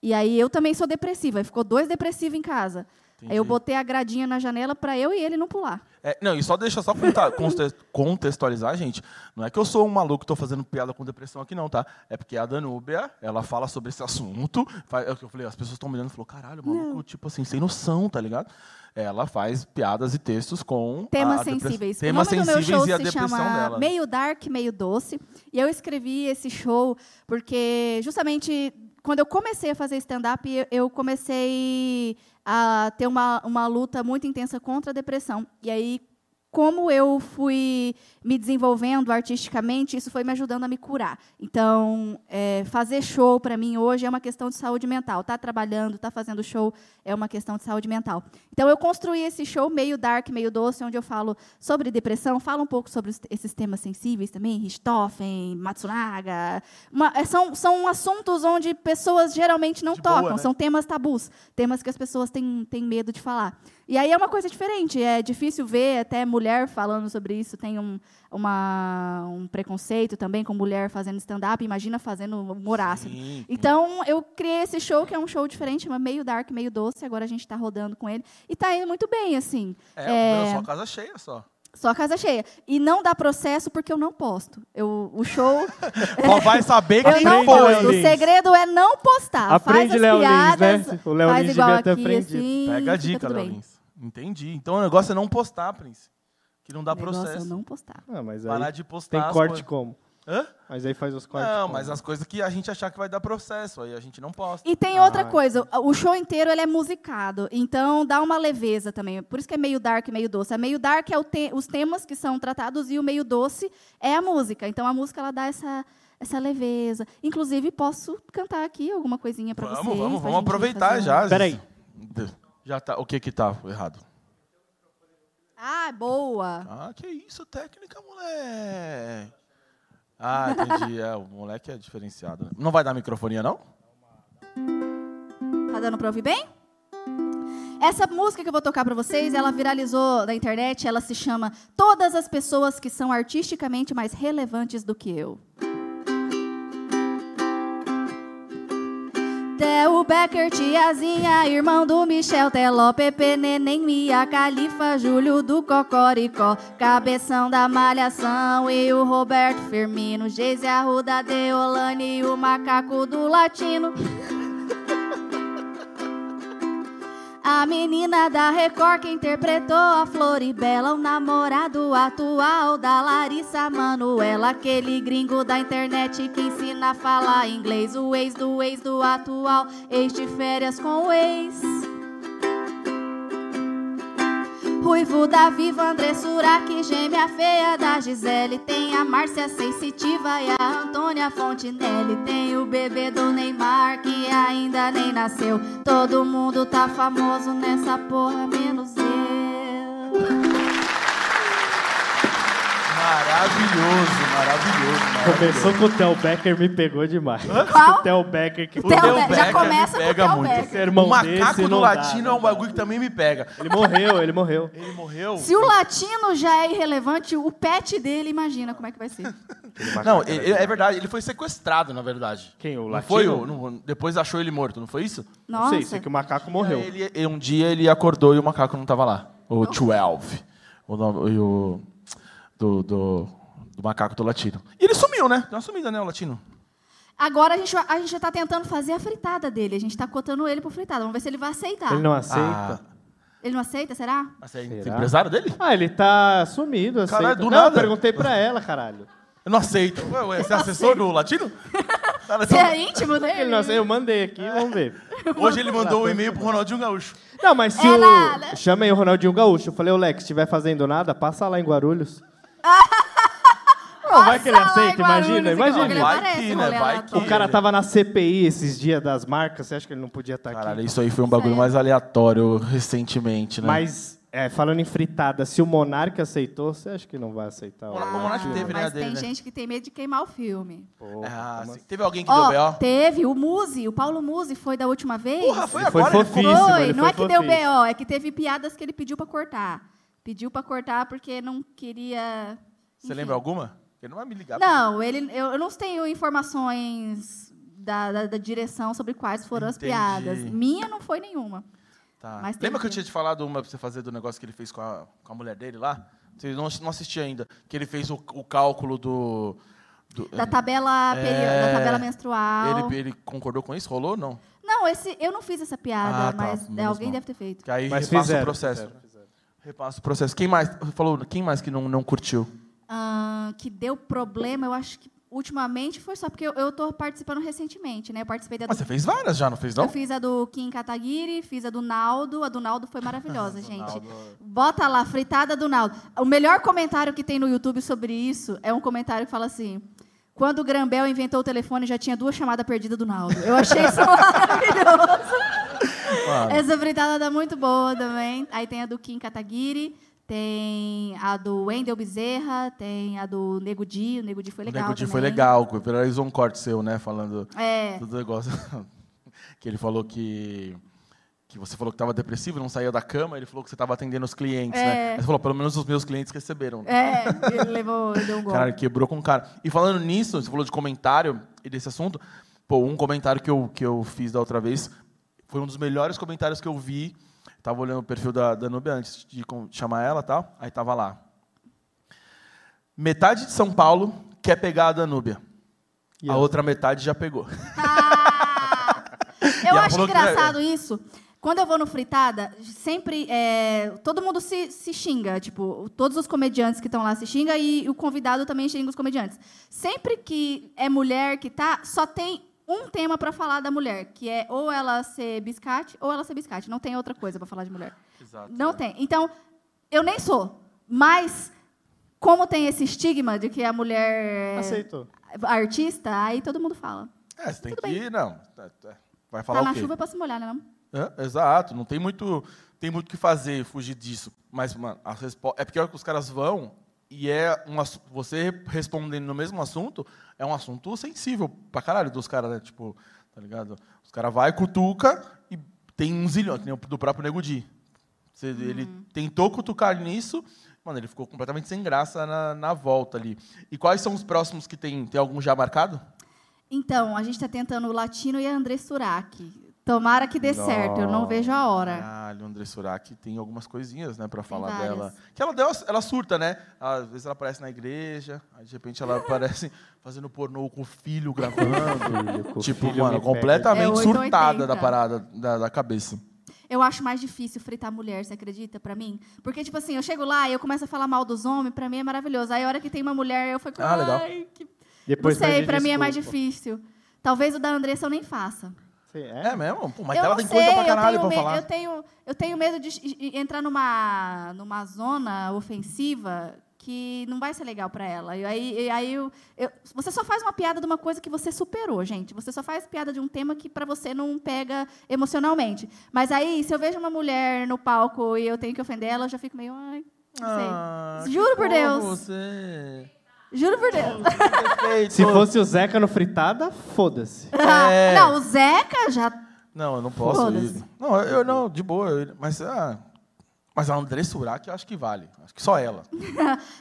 Speaker 7: E aí eu também sou depressiva. Aí ficou dois depressivos em casa. Aí eu
Speaker 1: Entendi.
Speaker 7: botei a gradinha na janela pra eu e ele não pular.
Speaker 1: É, não, e só deixa só conta- conte- contextualizar, gente. Não é que eu sou um maluco que tô fazendo piada com depressão aqui, não, tá? É porque a Danúbia, ela fala sobre esse assunto. fa- É o que eu falei, as pessoas estão me olhando e falou, caralho, maluco, tipo assim, sem noção, tá ligado? Ela faz piadas e textos com. a-
Speaker 7: Temas
Speaker 1: a depressão-
Speaker 7: sensíveis.
Speaker 1: Temas
Speaker 7: o nome
Speaker 1: sensíveis
Speaker 7: do
Speaker 1: e a
Speaker 7: meu show se
Speaker 1: depressão
Speaker 7: chama
Speaker 1: dela.
Speaker 7: Meio Dark, Meio Doce. E eu escrevi esse show porque justamente quando eu comecei a fazer stand-up, eu- eu comecei a ter uma, uma luta muito intensa contra a depressão. E aí, como eu fui me desenvolvendo artisticamente, isso foi me ajudando a me curar. Então, é, fazer show para mim hoje é uma questão de saúde mental. Tá trabalhando, tá fazendo show é uma questão de saúde mental. Então, eu construí esse show meio dark, meio doce, onde eu falo sobre depressão, falo um pouco sobre os- esses temas sensíveis também, Richthofen, Matsunaga. Uma- é, são, são assuntos onde pessoas geralmente não
Speaker 1: De boa,
Speaker 7: tocam,
Speaker 1: né?
Speaker 7: são temas tabus, temas que as pessoas têm, têm medo de falar. E aí é uma coisa diferente, é difícil ver até mulher falando sobre isso, tem um, uma- um preconceito também com mulher fazendo stand-up, imagina fazendo um humor ácido.
Speaker 1: Sim.
Speaker 7: Então, eu criei esse show, que é um show diferente, chama meio dark, meio doce, agora a gente está rodando com ele, e tá indo muito bem, assim.
Speaker 1: É, só casa cheia só.
Speaker 7: Só casa cheia. E não dá processo porque eu não posto. Eu, o show.
Speaker 1: Só vai saber
Speaker 7: eu
Speaker 1: quem
Speaker 7: não
Speaker 1: foi.
Speaker 7: posto. O segredo é não postar. faz
Speaker 2: Aprende,
Speaker 7: as
Speaker 2: Léo
Speaker 7: piadas.
Speaker 2: Lins, né? O Léo
Speaker 7: faz
Speaker 2: Lins
Speaker 7: igual
Speaker 2: devia ter
Speaker 7: aqui,
Speaker 2: aprendido.
Speaker 7: assim.
Speaker 1: Pega a
Speaker 7: fica
Speaker 1: dica,
Speaker 7: tudo
Speaker 1: Léo
Speaker 7: bem.
Speaker 1: Lins. Entendi. Então o negócio é não postar, Prince. Que não dá
Speaker 7: O negócio
Speaker 1: processo.
Speaker 7: é eu não postar.
Speaker 2: Ah, mas
Speaker 1: Parar
Speaker 2: aí
Speaker 1: de postar.
Speaker 2: tem
Speaker 1: as
Speaker 2: corte
Speaker 1: coisas.
Speaker 2: como?
Speaker 1: Hã?
Speaker 2: Mas aí faz os cortes
Speaker 1: Não,
Speaker 2: como?
Speaker 1: mas as coisas que a gente achar que vai dar processo, aí a gente não posta.
Speaker 7: E tem
Speaker 2: Ah,
Speaker 7: outra coisa, o show inteiro ele é musicado, então dá uma leveza também. Por isso que é meio dark, meio doce. É meio dark é o te- os temas que são tratados e o meio doce é a música. Então a música ela dá essa essa leveza. Inclusive posso cantar aqui alguma coisinha para vocês.
Speaker 1: vamos, vamos,
Speaker 7: pra
Speaker 1: vamos
Speaker 7: gente
Speaker 1: aproveitar
Speaker 7: fazer um-
Speaker 1: já.
Speaker 2: Peraí.
Speaker 1: Já tá. O que que tá errado?
Speaker 7: Ah, boa.
Speaker 1: Ah, que isso, técnica, moleque. Ah, entendi. É, o moleque é diferenciado. né? Não vai dar microfonia, não?
Speaker 7: Tá dando pra ouvir bem? Essa música que eu vou tocar pra vocês, ela viralizou na internet, ela se chama Todas as pessoas que são artisticamente mais relevantes do que eu. Theo Becker, tiazinha, irmão do Michel, Teló, Pepe, Neném, Mia, Califa, Júlio do Cocoricó, Cabeção da Malhação e o Roberto Firmino, Geise Arruda, Deolane e o Macaco do Latino. A menina da Record que interpretou a Floribela, o namorado atual da Larissa Manoela, aquele gringo da internet que ensina a falar inglês, o ex do ex do atual, ex de férias com o ex. Ruivo da Viva, André Surak, gêmea feia da Gisele. Tem a Márcia Sensitiva e a Antônia Fontinelli. Tem o bebê do Neymar que ainda nem nasceu. Todo mundo tá famoso nessa porra, menos eu.
Speaker 1: Maravilhoso, maravilhoso. maravilhoso.
Speaker 2: Começou com o Theo Becker, me pegou demais.
Speaker 7: Qual?
Speaker 2: O Theo Becker que
Speaker 7: O Theo
Speaker 1: Theo
Speaker 7: Be-
Speaker 1: Becker
Speaker 7: já começa
Speaker 1: me
Speaker 7: com o
Speaker 1: pega
Speaker 7: Theo
Speaker 1: muito.
Speaker 7: Becker.
Speaker 2: Ser irmão
Speaker 1: o macaco
Speaker 2: desse
Speaker 1: do
Speaker 2: não dá,
Speaker 1: latino
Speaker 2: não
Speaker 1: é um bagulho que também me pega.
Speaker 2: Ele morreu, ele morreu.
Speaker 1: Ele morreu?
Speaker 7: Se o latino já é irrelevante, o pet dele, imagina como é que vai ser.
Speaker 1: Não, ele- ele- é verdade, ele foi sequestrado, na verdade.
Speaker 2: né? Quem, o
Speaker 1: Não
Speaker 2: latino?
Speaker 1: foi o, não- depois achou ele morto, não foi isso?
Speaker 2: Não
Speaker 7: Nossa.
Speaker 2: sei, sei que é o macaco morreu.
Speaker 1: E aí ele- e um dia ele acordou e o macaco não tava lá. O 12. O, nome- e o- do, do- do macaco do latino. E ele sumiu, né? Deu uma sumida, né, o latino?
Speaker 7: Agora a gente, vai- a gente já tá tentando fazer a fritada dele. A gente tá cotando ele pro fritada. Vamos ver se ele vai aceitar.
Speaker 2: Ele não
Speaker 1: Ah,
Speaker 2: aceita.
Speaker 7: Ele não aceita, será?
Speaker 1: mas é
Speaker 2: Será?
Speaker 1: empresário dele?
Speaker 2: Ah, ele tá sumido, aceita.
Speaker 1: Caralho, do
Speaker 2: não,
Speaker 1: nada.
Speaker 2: eu perguntei pra ela, caralho.
Speaker 1: Eu não aceito. Ué, ué, você é assessor do latino? Cara, um
Speaker 7: Você é íntimo
Speaker 2: Ele
Speaker 7: dele?
Speaker 2: não aceita, eu mandei aqui, vamos ver.
Speaker 1: Hoje ele mandou um e-mail pro Ronaldinho Gaúcho.
Speaker 2: Não, mas se
Speaker 7: É
Speaker 2: o...
Speaker 7: nada.
Speaker 2: Chamei o Ronaldinho Gaúcho. Eu falei, ô Lex, se estiver fazendo nada, passa lá em Guarulhos. não, vai que ele
Speaker 7: Passa lá em
Speaker 2: aceita, imagina,
Speaker 7: Guarulhos,
Speaker 2: imagina.
Speaker 7: Ele
Speaker 1: Vai
Speaker 7: aparece
Speaker 1: que,
Speaker 7: no
Speaker 1: né?
Speaker 7: rolê
Speaker 1: Vai
Speaker 7: aleatório.
Speaker 2: O cara tava na CPI esses dias das marcas, você acha que ele não podia estar
Speaker 1: Caralho,
Speaker 2: aqui?
Speaker 1: isso aí foi um bagulho mais aleatório recentemente, né?
Speaker 2: Mas, é, falando em fritada, se o Monark aceitou, você acha que não vai aceitar?
Speaker 1: Mona- o Monark teve, né?
Speaker 7: Mas
Speaker 1: dele,
Speaker 7: tem
Speaker 1: né?
Speaker 7: gente que tem medo de queimar o filme.
Speaker 2: Porra,
Speaker 1: Ah,
Speaker 2: como
Speaker 1: sim.
Speaker 2: assim?
Speaker 1: Teve alguém que
Speaker 7: Ó,
Speaker 1: deu B.O.?
Speaker 7: teve o Muzi, o Paulo Muzi foi da última vez.
Speaker 1: Porra, foi
Speaker 2: Ele foi
Speaker 1: agora?
Speaker 7: Foi,
Speaker 2: fofíssimo, ele
Speaker 7: não
Speaker 2: foi
Speaker 7: é que deu
Speaker 2: fofíssimo.
Speaker 7: B.O., é que teve piadas que ele pediu pra cortar. Pediu pra cortar porque não queria...
Speaker 1: Você lembra alguma? Ele não vai me ligar.
Speaker 7: Não, ele, eu, eu não tenho informações da, da- da direção sobre quais foram as
Speaker 1: Entendi.
Speaker 7: piadas. Minha não foi nenhuma.
Speaker 1: Tá.
Speaker 7: Mas tem
Speaker 1: Lembra que eu
Speaker 7: que-
Speaker 1: tinha te falado uma pra você fazer do negócio que ele fez com a, com a mulher dele lá? Você não, ass- não assistiu ainda. Que ele fez o, o cálculo do. do-
Speaker 7: Da tabela,
Speaker 1: É.
Speaker 7: peri- da tabela menstrual.
Speaker 1: ele, ele concordou com isso? Rolou ou não?
Speaker 7: Não, esse, eu não fiz essa piada,
Speaker 1: Ah, tá.
Speaker 7: mas é,
Speaker 1: Menos
Speaker 7: alguém
Speaker 1: mal.
Speaker 7: deve ter feito.
Speaker 1: Que aí
Speaker 2: Mas
Speaker 1: repassa
Speaker 2: fizeram,
Speaker 1: o processo.
Speaker 2: fizeram,
Speaker 1: Repassa o processo. Quem mais? Falou, quem mais que não, não curtiu?
Speaker 7: Ah, que deu problema, eu acho que ultimamente foi só porque eu, eu tô participando recentemente, né? Eu participei da
Speaker 1: Mas
Speaker 7: do-
Speaker 1: você fez várias já, não fez não?
Speaker 7: Eu fiz a do Kim Kataguiri, fiz a do Naldo. A do Naldo foi maravilhosa, gente. Bota lá, fritada do Naldo. O melhor comentário que tem no YouTube sobre isso é um comentário que fala assim... Quando o Grambel inventou o telefone, já tinha duas chamadas perdidas do Naldo. Eu achei isso maravilhoso. Essa fritada tá muito boa também. Aí tem a do Kim Kataguiri, tem a do Wendel Bezerra, tem a do Nego Di. O Nego Di foi legal
Speaker 1: o Nego Di foi
Speaker 7: também.
Speaker 1: legal, viralizou um corte seu, né? Falando
Speaker 7: É.
Speaker 1: do negócio. que ele falou que. Que você falou que estava depressivo, não saía da cama, ele falou que você estava atendendo os clientes, né?
Speaker 7: É.
Speaker 1: Mas falou, pelo menos os meus clientes receberam.
Speaker 7: É, ele levou, ele deu um golpe.
Speaker 1: Caralho, quebrou com o cara. E falando nisso, você falou de comentário e desse assunto. Pô, um comentário que eu, que eu fiz da outra vez foi um dos melhores comentários que eu vi. Tava olhando o perfil da, da Nubia antes de com- chamar ela e tal. Aí tava lá. Metade de São Paulo quer pegar a Danúbia.
Speaker 2: E
Speaker 1: a
Speaker 2: ela?
Speaker 7: tá-
Speaker 1: outra metade já pegou.
Speaker 7: Ah!
Speaker 1: E
Speaker 7: Eu
Speaker 1: ela
Speaker 7: acho
Speaker 1: falou que-
Speaker 7: engraçado isso. Quando eu vou no Fritada, sempre. é, todo mundo se, se xinga. Tipo, todos os comediantes que estão lá se xingam e o convidado também xinga os comediantes. Sempre que é mulher que tá, só tem um tema para falar da mulher, que é ou ela ser biscate ou ela ser biscate. Não tem outra coisa para falar de mulher.
Speaker 1: Exato. é.
Speaker 7: Não tem. Então, eu nem sou. Mas, como tem esse estigma de que a mulher é
Speaker 2: Aceitou.
Speaker 7: artista, aí todo mundo fala.
Speaker 1: É, você tem
Speaker 7: Tudo
Speaker 1: que
Speaker 7: bem.
Speaker 1: ir, não. Tá- tá. Vai falar
Speaker 7: Tá na
Speaker 1: o quê?
Speaker 7: chuva pra se molhar, né? Não?
Speaker 1: Hã? Exato, não tem muito tem muito o que fazer, fugir disso. Mas, mano, as respo- é porque a hora que os caras vão e é um assu- você respondendo no mesmo assunto, é um assunto sensível pra caralho dos caras, né? Tipo, tá ligado? Os caras vai, cutuca e tem um zilhão, que nem o do próprio Nego Di. Você- Ele tentou cutucar nisso, mano, ele ficou completamente sem graça na, na volta ali. E quais são os próximos que tem? Tem algum já marcado?
Speaker 7: Então, a gente está tentando o Latino e a André Surak. Tomara que dê certo, eu não vejo a hora.
Speaker 1: Caralho, André Surak tem algumas coisinhas, né, pra falar
Speaker 7: É. várias.
Speaker 1: dela. Que ela, deu- ela surta, né? Às vezes ela aparece na igreja, aí de repente ela aparece fazendo pornô com o filho gravando. Ah, tipo, mano,
Speaker 7: É
Speaker 1: completamente
Speaker 7: 880.
Speaker 1: surtada da parada, da, da cabeça.
Speaker 7: Eu acho mais difícil fritar mulher, você acredita, pra mim? Porque, tipo assim, eu chego lá e eu começo a falar mal dos homens, pra mim é maravilhoso. Aí, a hora que tem uma mulher, eu fico,
Speaker 1: Ah, legal.
Speaker 7: ai, que... Não
Speaker 2: Depois
Speaker 7: sei,
Speaker 2: pede
Speaker 7: pra mim é mais
Speaker 2: desculpa.
Speaker 7: difícil. Talvez o da Andressa eu nem faça.
Speaker 2: Sim,
Speaker 1: É,
Speaker 2: é?
Speaker 1: mesmo? Pô, mas
Speaker 7: eu
Speaker 1: ela tem
Speaker 7: não sei,
Speaker 1: coisa pra
Speaker 7: eu,
Speaker 1: caralho
Speaker 7: tenho
Speaker 1: pra
Speaker 7: me-
Speaker 1: falar.
Speaker 7: eu, tenho, eu tenho medo de e- e- entrar numa, numa zona ofensiva que não vai ser legal para ela. E aí, e aí eu- eu- você só faz uma piada de uma coisa que você superou, gente. Você só faz piada de um tema que para você não pega emocionalmente. Mas aí, se eu vejo uma mulher no palco e eu tenho que ofender ela, eu já fico meio, ai, não sei.
Speaker 1: Ah, que
Speaker 7: Juro por
Speaker 1: fofo
Speaker 7: Deus.
Speaker 1: Você.
Speaker 7: Juro por Deus.
Speaker 1: Perfeito.
Speaker 2: Se fosse o Zeca no fritada, foda-se.
Speaker 1: É.
Speaker 7: Não, o Zeca já
Speaker 1: Não, eu não posso
Speaker 7: Foda-se.
Speaker 1: ir. Não, eu eu não, de boa. eu- mas, ah, mas a André Surak eu acho que vale. Acho que só ela.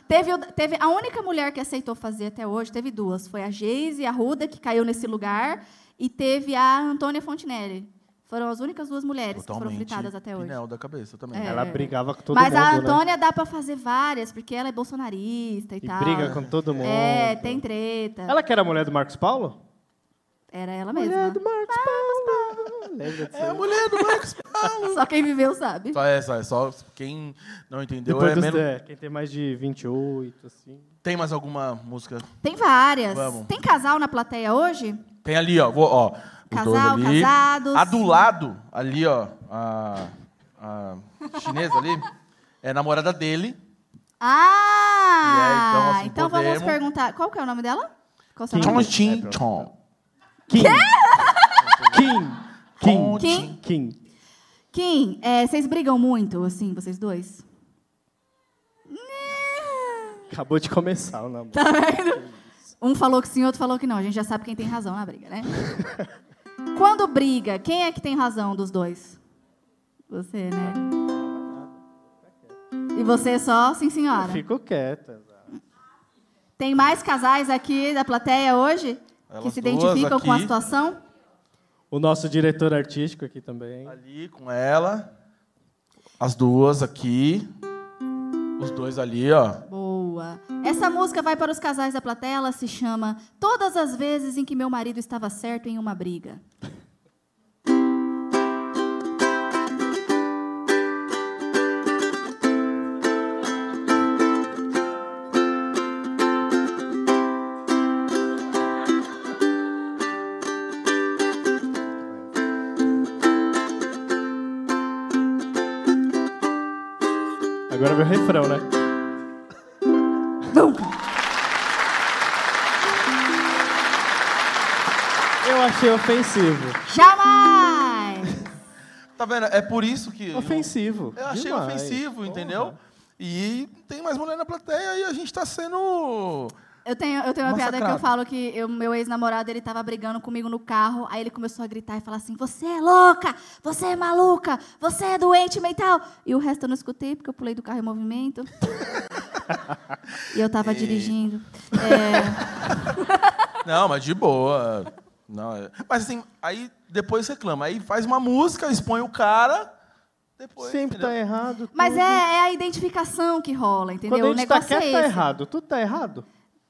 Speaker 7: Teve, o- teve a única mulher que aceitou fazer até hoje, teve duas. Foi a Geise e a Ruda, que caiu nesse lugar, e teve a Antônia Fontinelli. Foram as únicas duas mulheres que foram fritadas até hoje.
Speaker 1: Pinel da cabeça também.
Speaker 7: É.
Speaker 2: Ela brigava com todo
Speaker 7: Mas
Speaker 2: mundo,
Speaker 7: a
Speaker 2: né?
Speaker 7: Antônia dá pra fazer várias, porque ela é bolsonarista e,
Speaker 2: E
Speaker 7: tal.
Speaker 2: briga com todo mundo.
Speaker 7: É, tem treta.
Speaker 2: Ela que era a mulher do Marcos Paulo?
Speaker 7: Era ela mesma.
Speaker 2: Marcos Paulo. Lembra disso?
Speaker 1: É a mulher do Marcos Paulo.
Speaker 7: Só quem viveu sabe.
Speaker 1: Só é, só é, só quem não entendeu
Speaker 2: Depois
Speaker 1: é
Speaker 2: dos,
Speaker 1: menos-
Speaker 2: é, quem tem mais de 28, assim.
Speaker 1: Tem mais alguma música?
Speaker 7: Tem várias.
Speaker 1: Vamos.
Speaker 7: Tem casal na plateia hoje?
Speaker 1: Tem ali, ó. vou- ó os
Speaker 7: Casal,
Speaker 1: dois ali.
Speaker 7: casados.
Speaker 1: A do lado, ali, ó. A, a chinesa ali. É namorada dele.
Speaker 7: Ah!
Speaker 1: E aí, então, assim,
Speaker 7: então
Speaker 1: podemos-
Speaker 7: vamos perguntar. Qual que é o nome dela? Qual seu
Speaker 1: Chong
Speaker 7: nome?
Speaker 2: É,
Speaker 1: Chin Chong.
Speaker 2: Kim. Kim.
Speaker 7: Kim?
Speaker 2: Kim. Kim.
Speaker 7: Kim, é, vocês brigam muito, assim, vocês dois?
Speaker 2: Acabou de começar o namoro.
Speaker 7: Tá Um falou que sim, outro falou que não. A gente já sabe quem tem razão na briga, né? Quando briga, quem é que tem razão dos dois? Você, né? E você só, sim, senhora.
Speaker 2: Ficou quieta.
Speaker 7: Tem mais casais aqui da plateia hoje que
Speaker 1: Elas
Speaker 7: se
Speaker 1: duas
Speaker 7: identificam com a
Speaker 1: aqui.
Speaker 7: situação?
Speaker 2: O nosso diretor artístico aqui também.
Speaker 1: Ali com ela. As duas aqui. Os dois ali, ó.
Speaker 7: Boa. Essa música vai para os casais da plateia. Ela se chama Todas as vezes em que meu marido estava certo em uma briga.
Speaker 2: Agora vem o refrão, né? Eu achei ofensivo.
Speaker 7: Jamais!
Speaker 1: Tá vendo? É por isso que.
Speaker 2: Ofensivo.
Speaker 1: Eu achei
Speaker 2: demais.
Speaker 1: ofensivo,
Speaker 2: Porra.
Speaker 1: entendeu? E tem mais mulher na plateia e a gente tá sendo.
Speaker 7: Eu tenho, eu tenho uma piada que eu
Speaker 1: Massacrado.
Speaker 7: falo que eu- meu ex-namorado, ele tava brigando comigo no carro, aí ele começou a gritar e falar assim, você é louca, você é maluca, você é doente mental. E o resto eu não escutei, porque eu pulei do carro em movimento. e eu tava dirigindo. É,
Speaker 1: Não, mas de boa. Não, é- mas assim, aí depois reclama. Aí faz uma música, expõe o cara. Depois.
Speaker 2: Sempre tá
Speaker 1: entendeu?
Speaker 2: errado.
Speaker 7: mas
Speaker 2: tudo.
Speaker 7: é, é a identificação que rola, entendeu?
Speaker 2: Quando a
Speaker 7: o
Speaker 2: gente tá
Speaker 7: negócio
Speaker 2: quieto,
Speaker 7: é
Speaker 2: tá
Speaker 7: esse.
Speaker 2: errado. Tudo tá errado.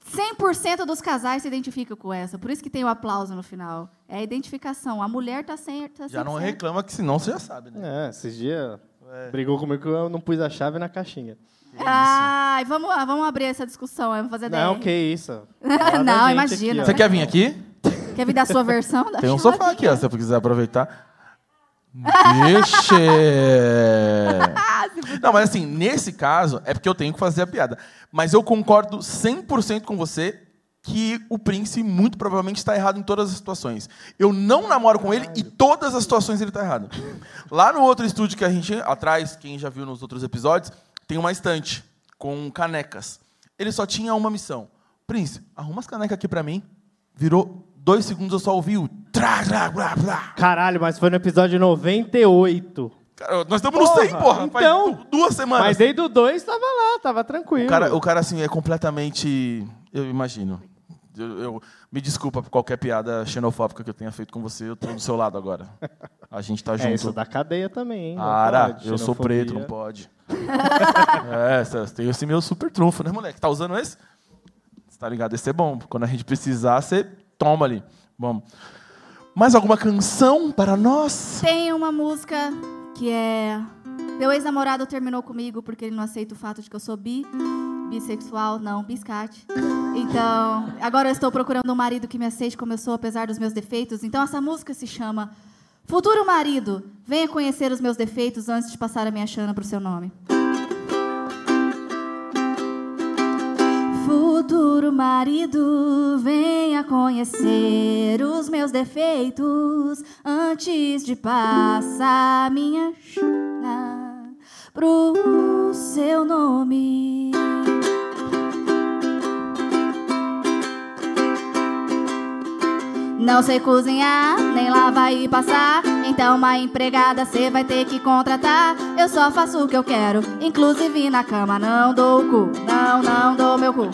Speaker 7: 100% dos casais se identificam com essa, por isso que tem o aplauso no final. É a identificação, a mulher tá certa.
Speaker 1: Já não
Speaker 7: 100%.
Speaker 1: reclama, que senão você já sabe, né?
Speaker 2: É, esses dias
Speaker 1: É.
Speaker 2: brigou comigo que eu não pus a chave na caixinha.
Speaker 7: Ai, vamos, lá, vamos abrir essa discussão, aí, vamos fazer
Speaker 2: Não,
Speaker 7: DR.
Speaker 2: que isso.
Speaker 7: Tá
Speaker 2: Tá
Speaker 7: Não, imagina.
Speaker 1: Você quer vir aqui?
Speaker 7: Quer vir dar sua versão? Da
Speaker 1: Tem um
Speaker 7: chave?
Speaker 1: sofá aqui, ó, se você quiser aproveitar. Vixe! Não, mas assim, nesse caso, é porque eu tenho que fazer a piada. Mas eu concordo 100% com você que o Prince muito provavelmente está errado em todas as situações. Eu não namoro com ele e todas as situações ele está errado. Lá no outro estúdio que a gente... Atrás, quem já viu nos outros episódios, tem uma estante com canecas. Ele só tinha uma missão. Prince, arruma as canecas aqui para mim. Virou dois segundos, eu só ouvi o... Tra, tra, blá, blá.
Speaker 2: Caralho, mas foi no episódio 98.
Speaker 1: Cara, nós estamos no 100, porra.
Speaker 2: então.
Speaker 1: Faz du- duas semanas.
Speaker 2: Mas desde o 2 tava lá, tava tranquilo.
Speaker 1: O cara, o cara, assim, é completamente. Eu imagino. Eu, eu- me desculpa por qualquer piada xenofóbica que eu tenha feito com você, eu tô do seu lado agora. A gente tá junto.
Speaker 2: É, isso da cadeia também, hein? Não
Speaker 1: Ara,
Speaker 2: pode,
Speaker 1: eu sou
Speaker 2: xenofobia.
Speaker 1: preto, não pode. é, cê- tem esse meu super trunfo, né, moleque? Tá usando esse? Você tá ligado? Esse é bom. Quando a gente precisar, você toma ali. Vamos. Mais alguma canção para nós?
Speaker 7: Tem uma música que é. Meu ex-namorado terminou comigo porque ele não aceita o fato de que eu sou bi. Bissexual, não, biscate. Então, agora eu estou procurando um marido que me aceite como eu sou, apesar dos meus defeitos. Então, essa música se chama Futuro Marido, venha conhecer os meus defeitos antes de passar a minha chana para o seu nome. Futuro marido, venha conhecer os meus defeitos antes de passar minha chana pro seu nome. Não sei cozinhar, nem lavar e passar. Então, uma empregada cê vai ter que contratar. Eu só faço o que eu quero, inclusive na cama. Não dou o cu, não, não dou meu cu.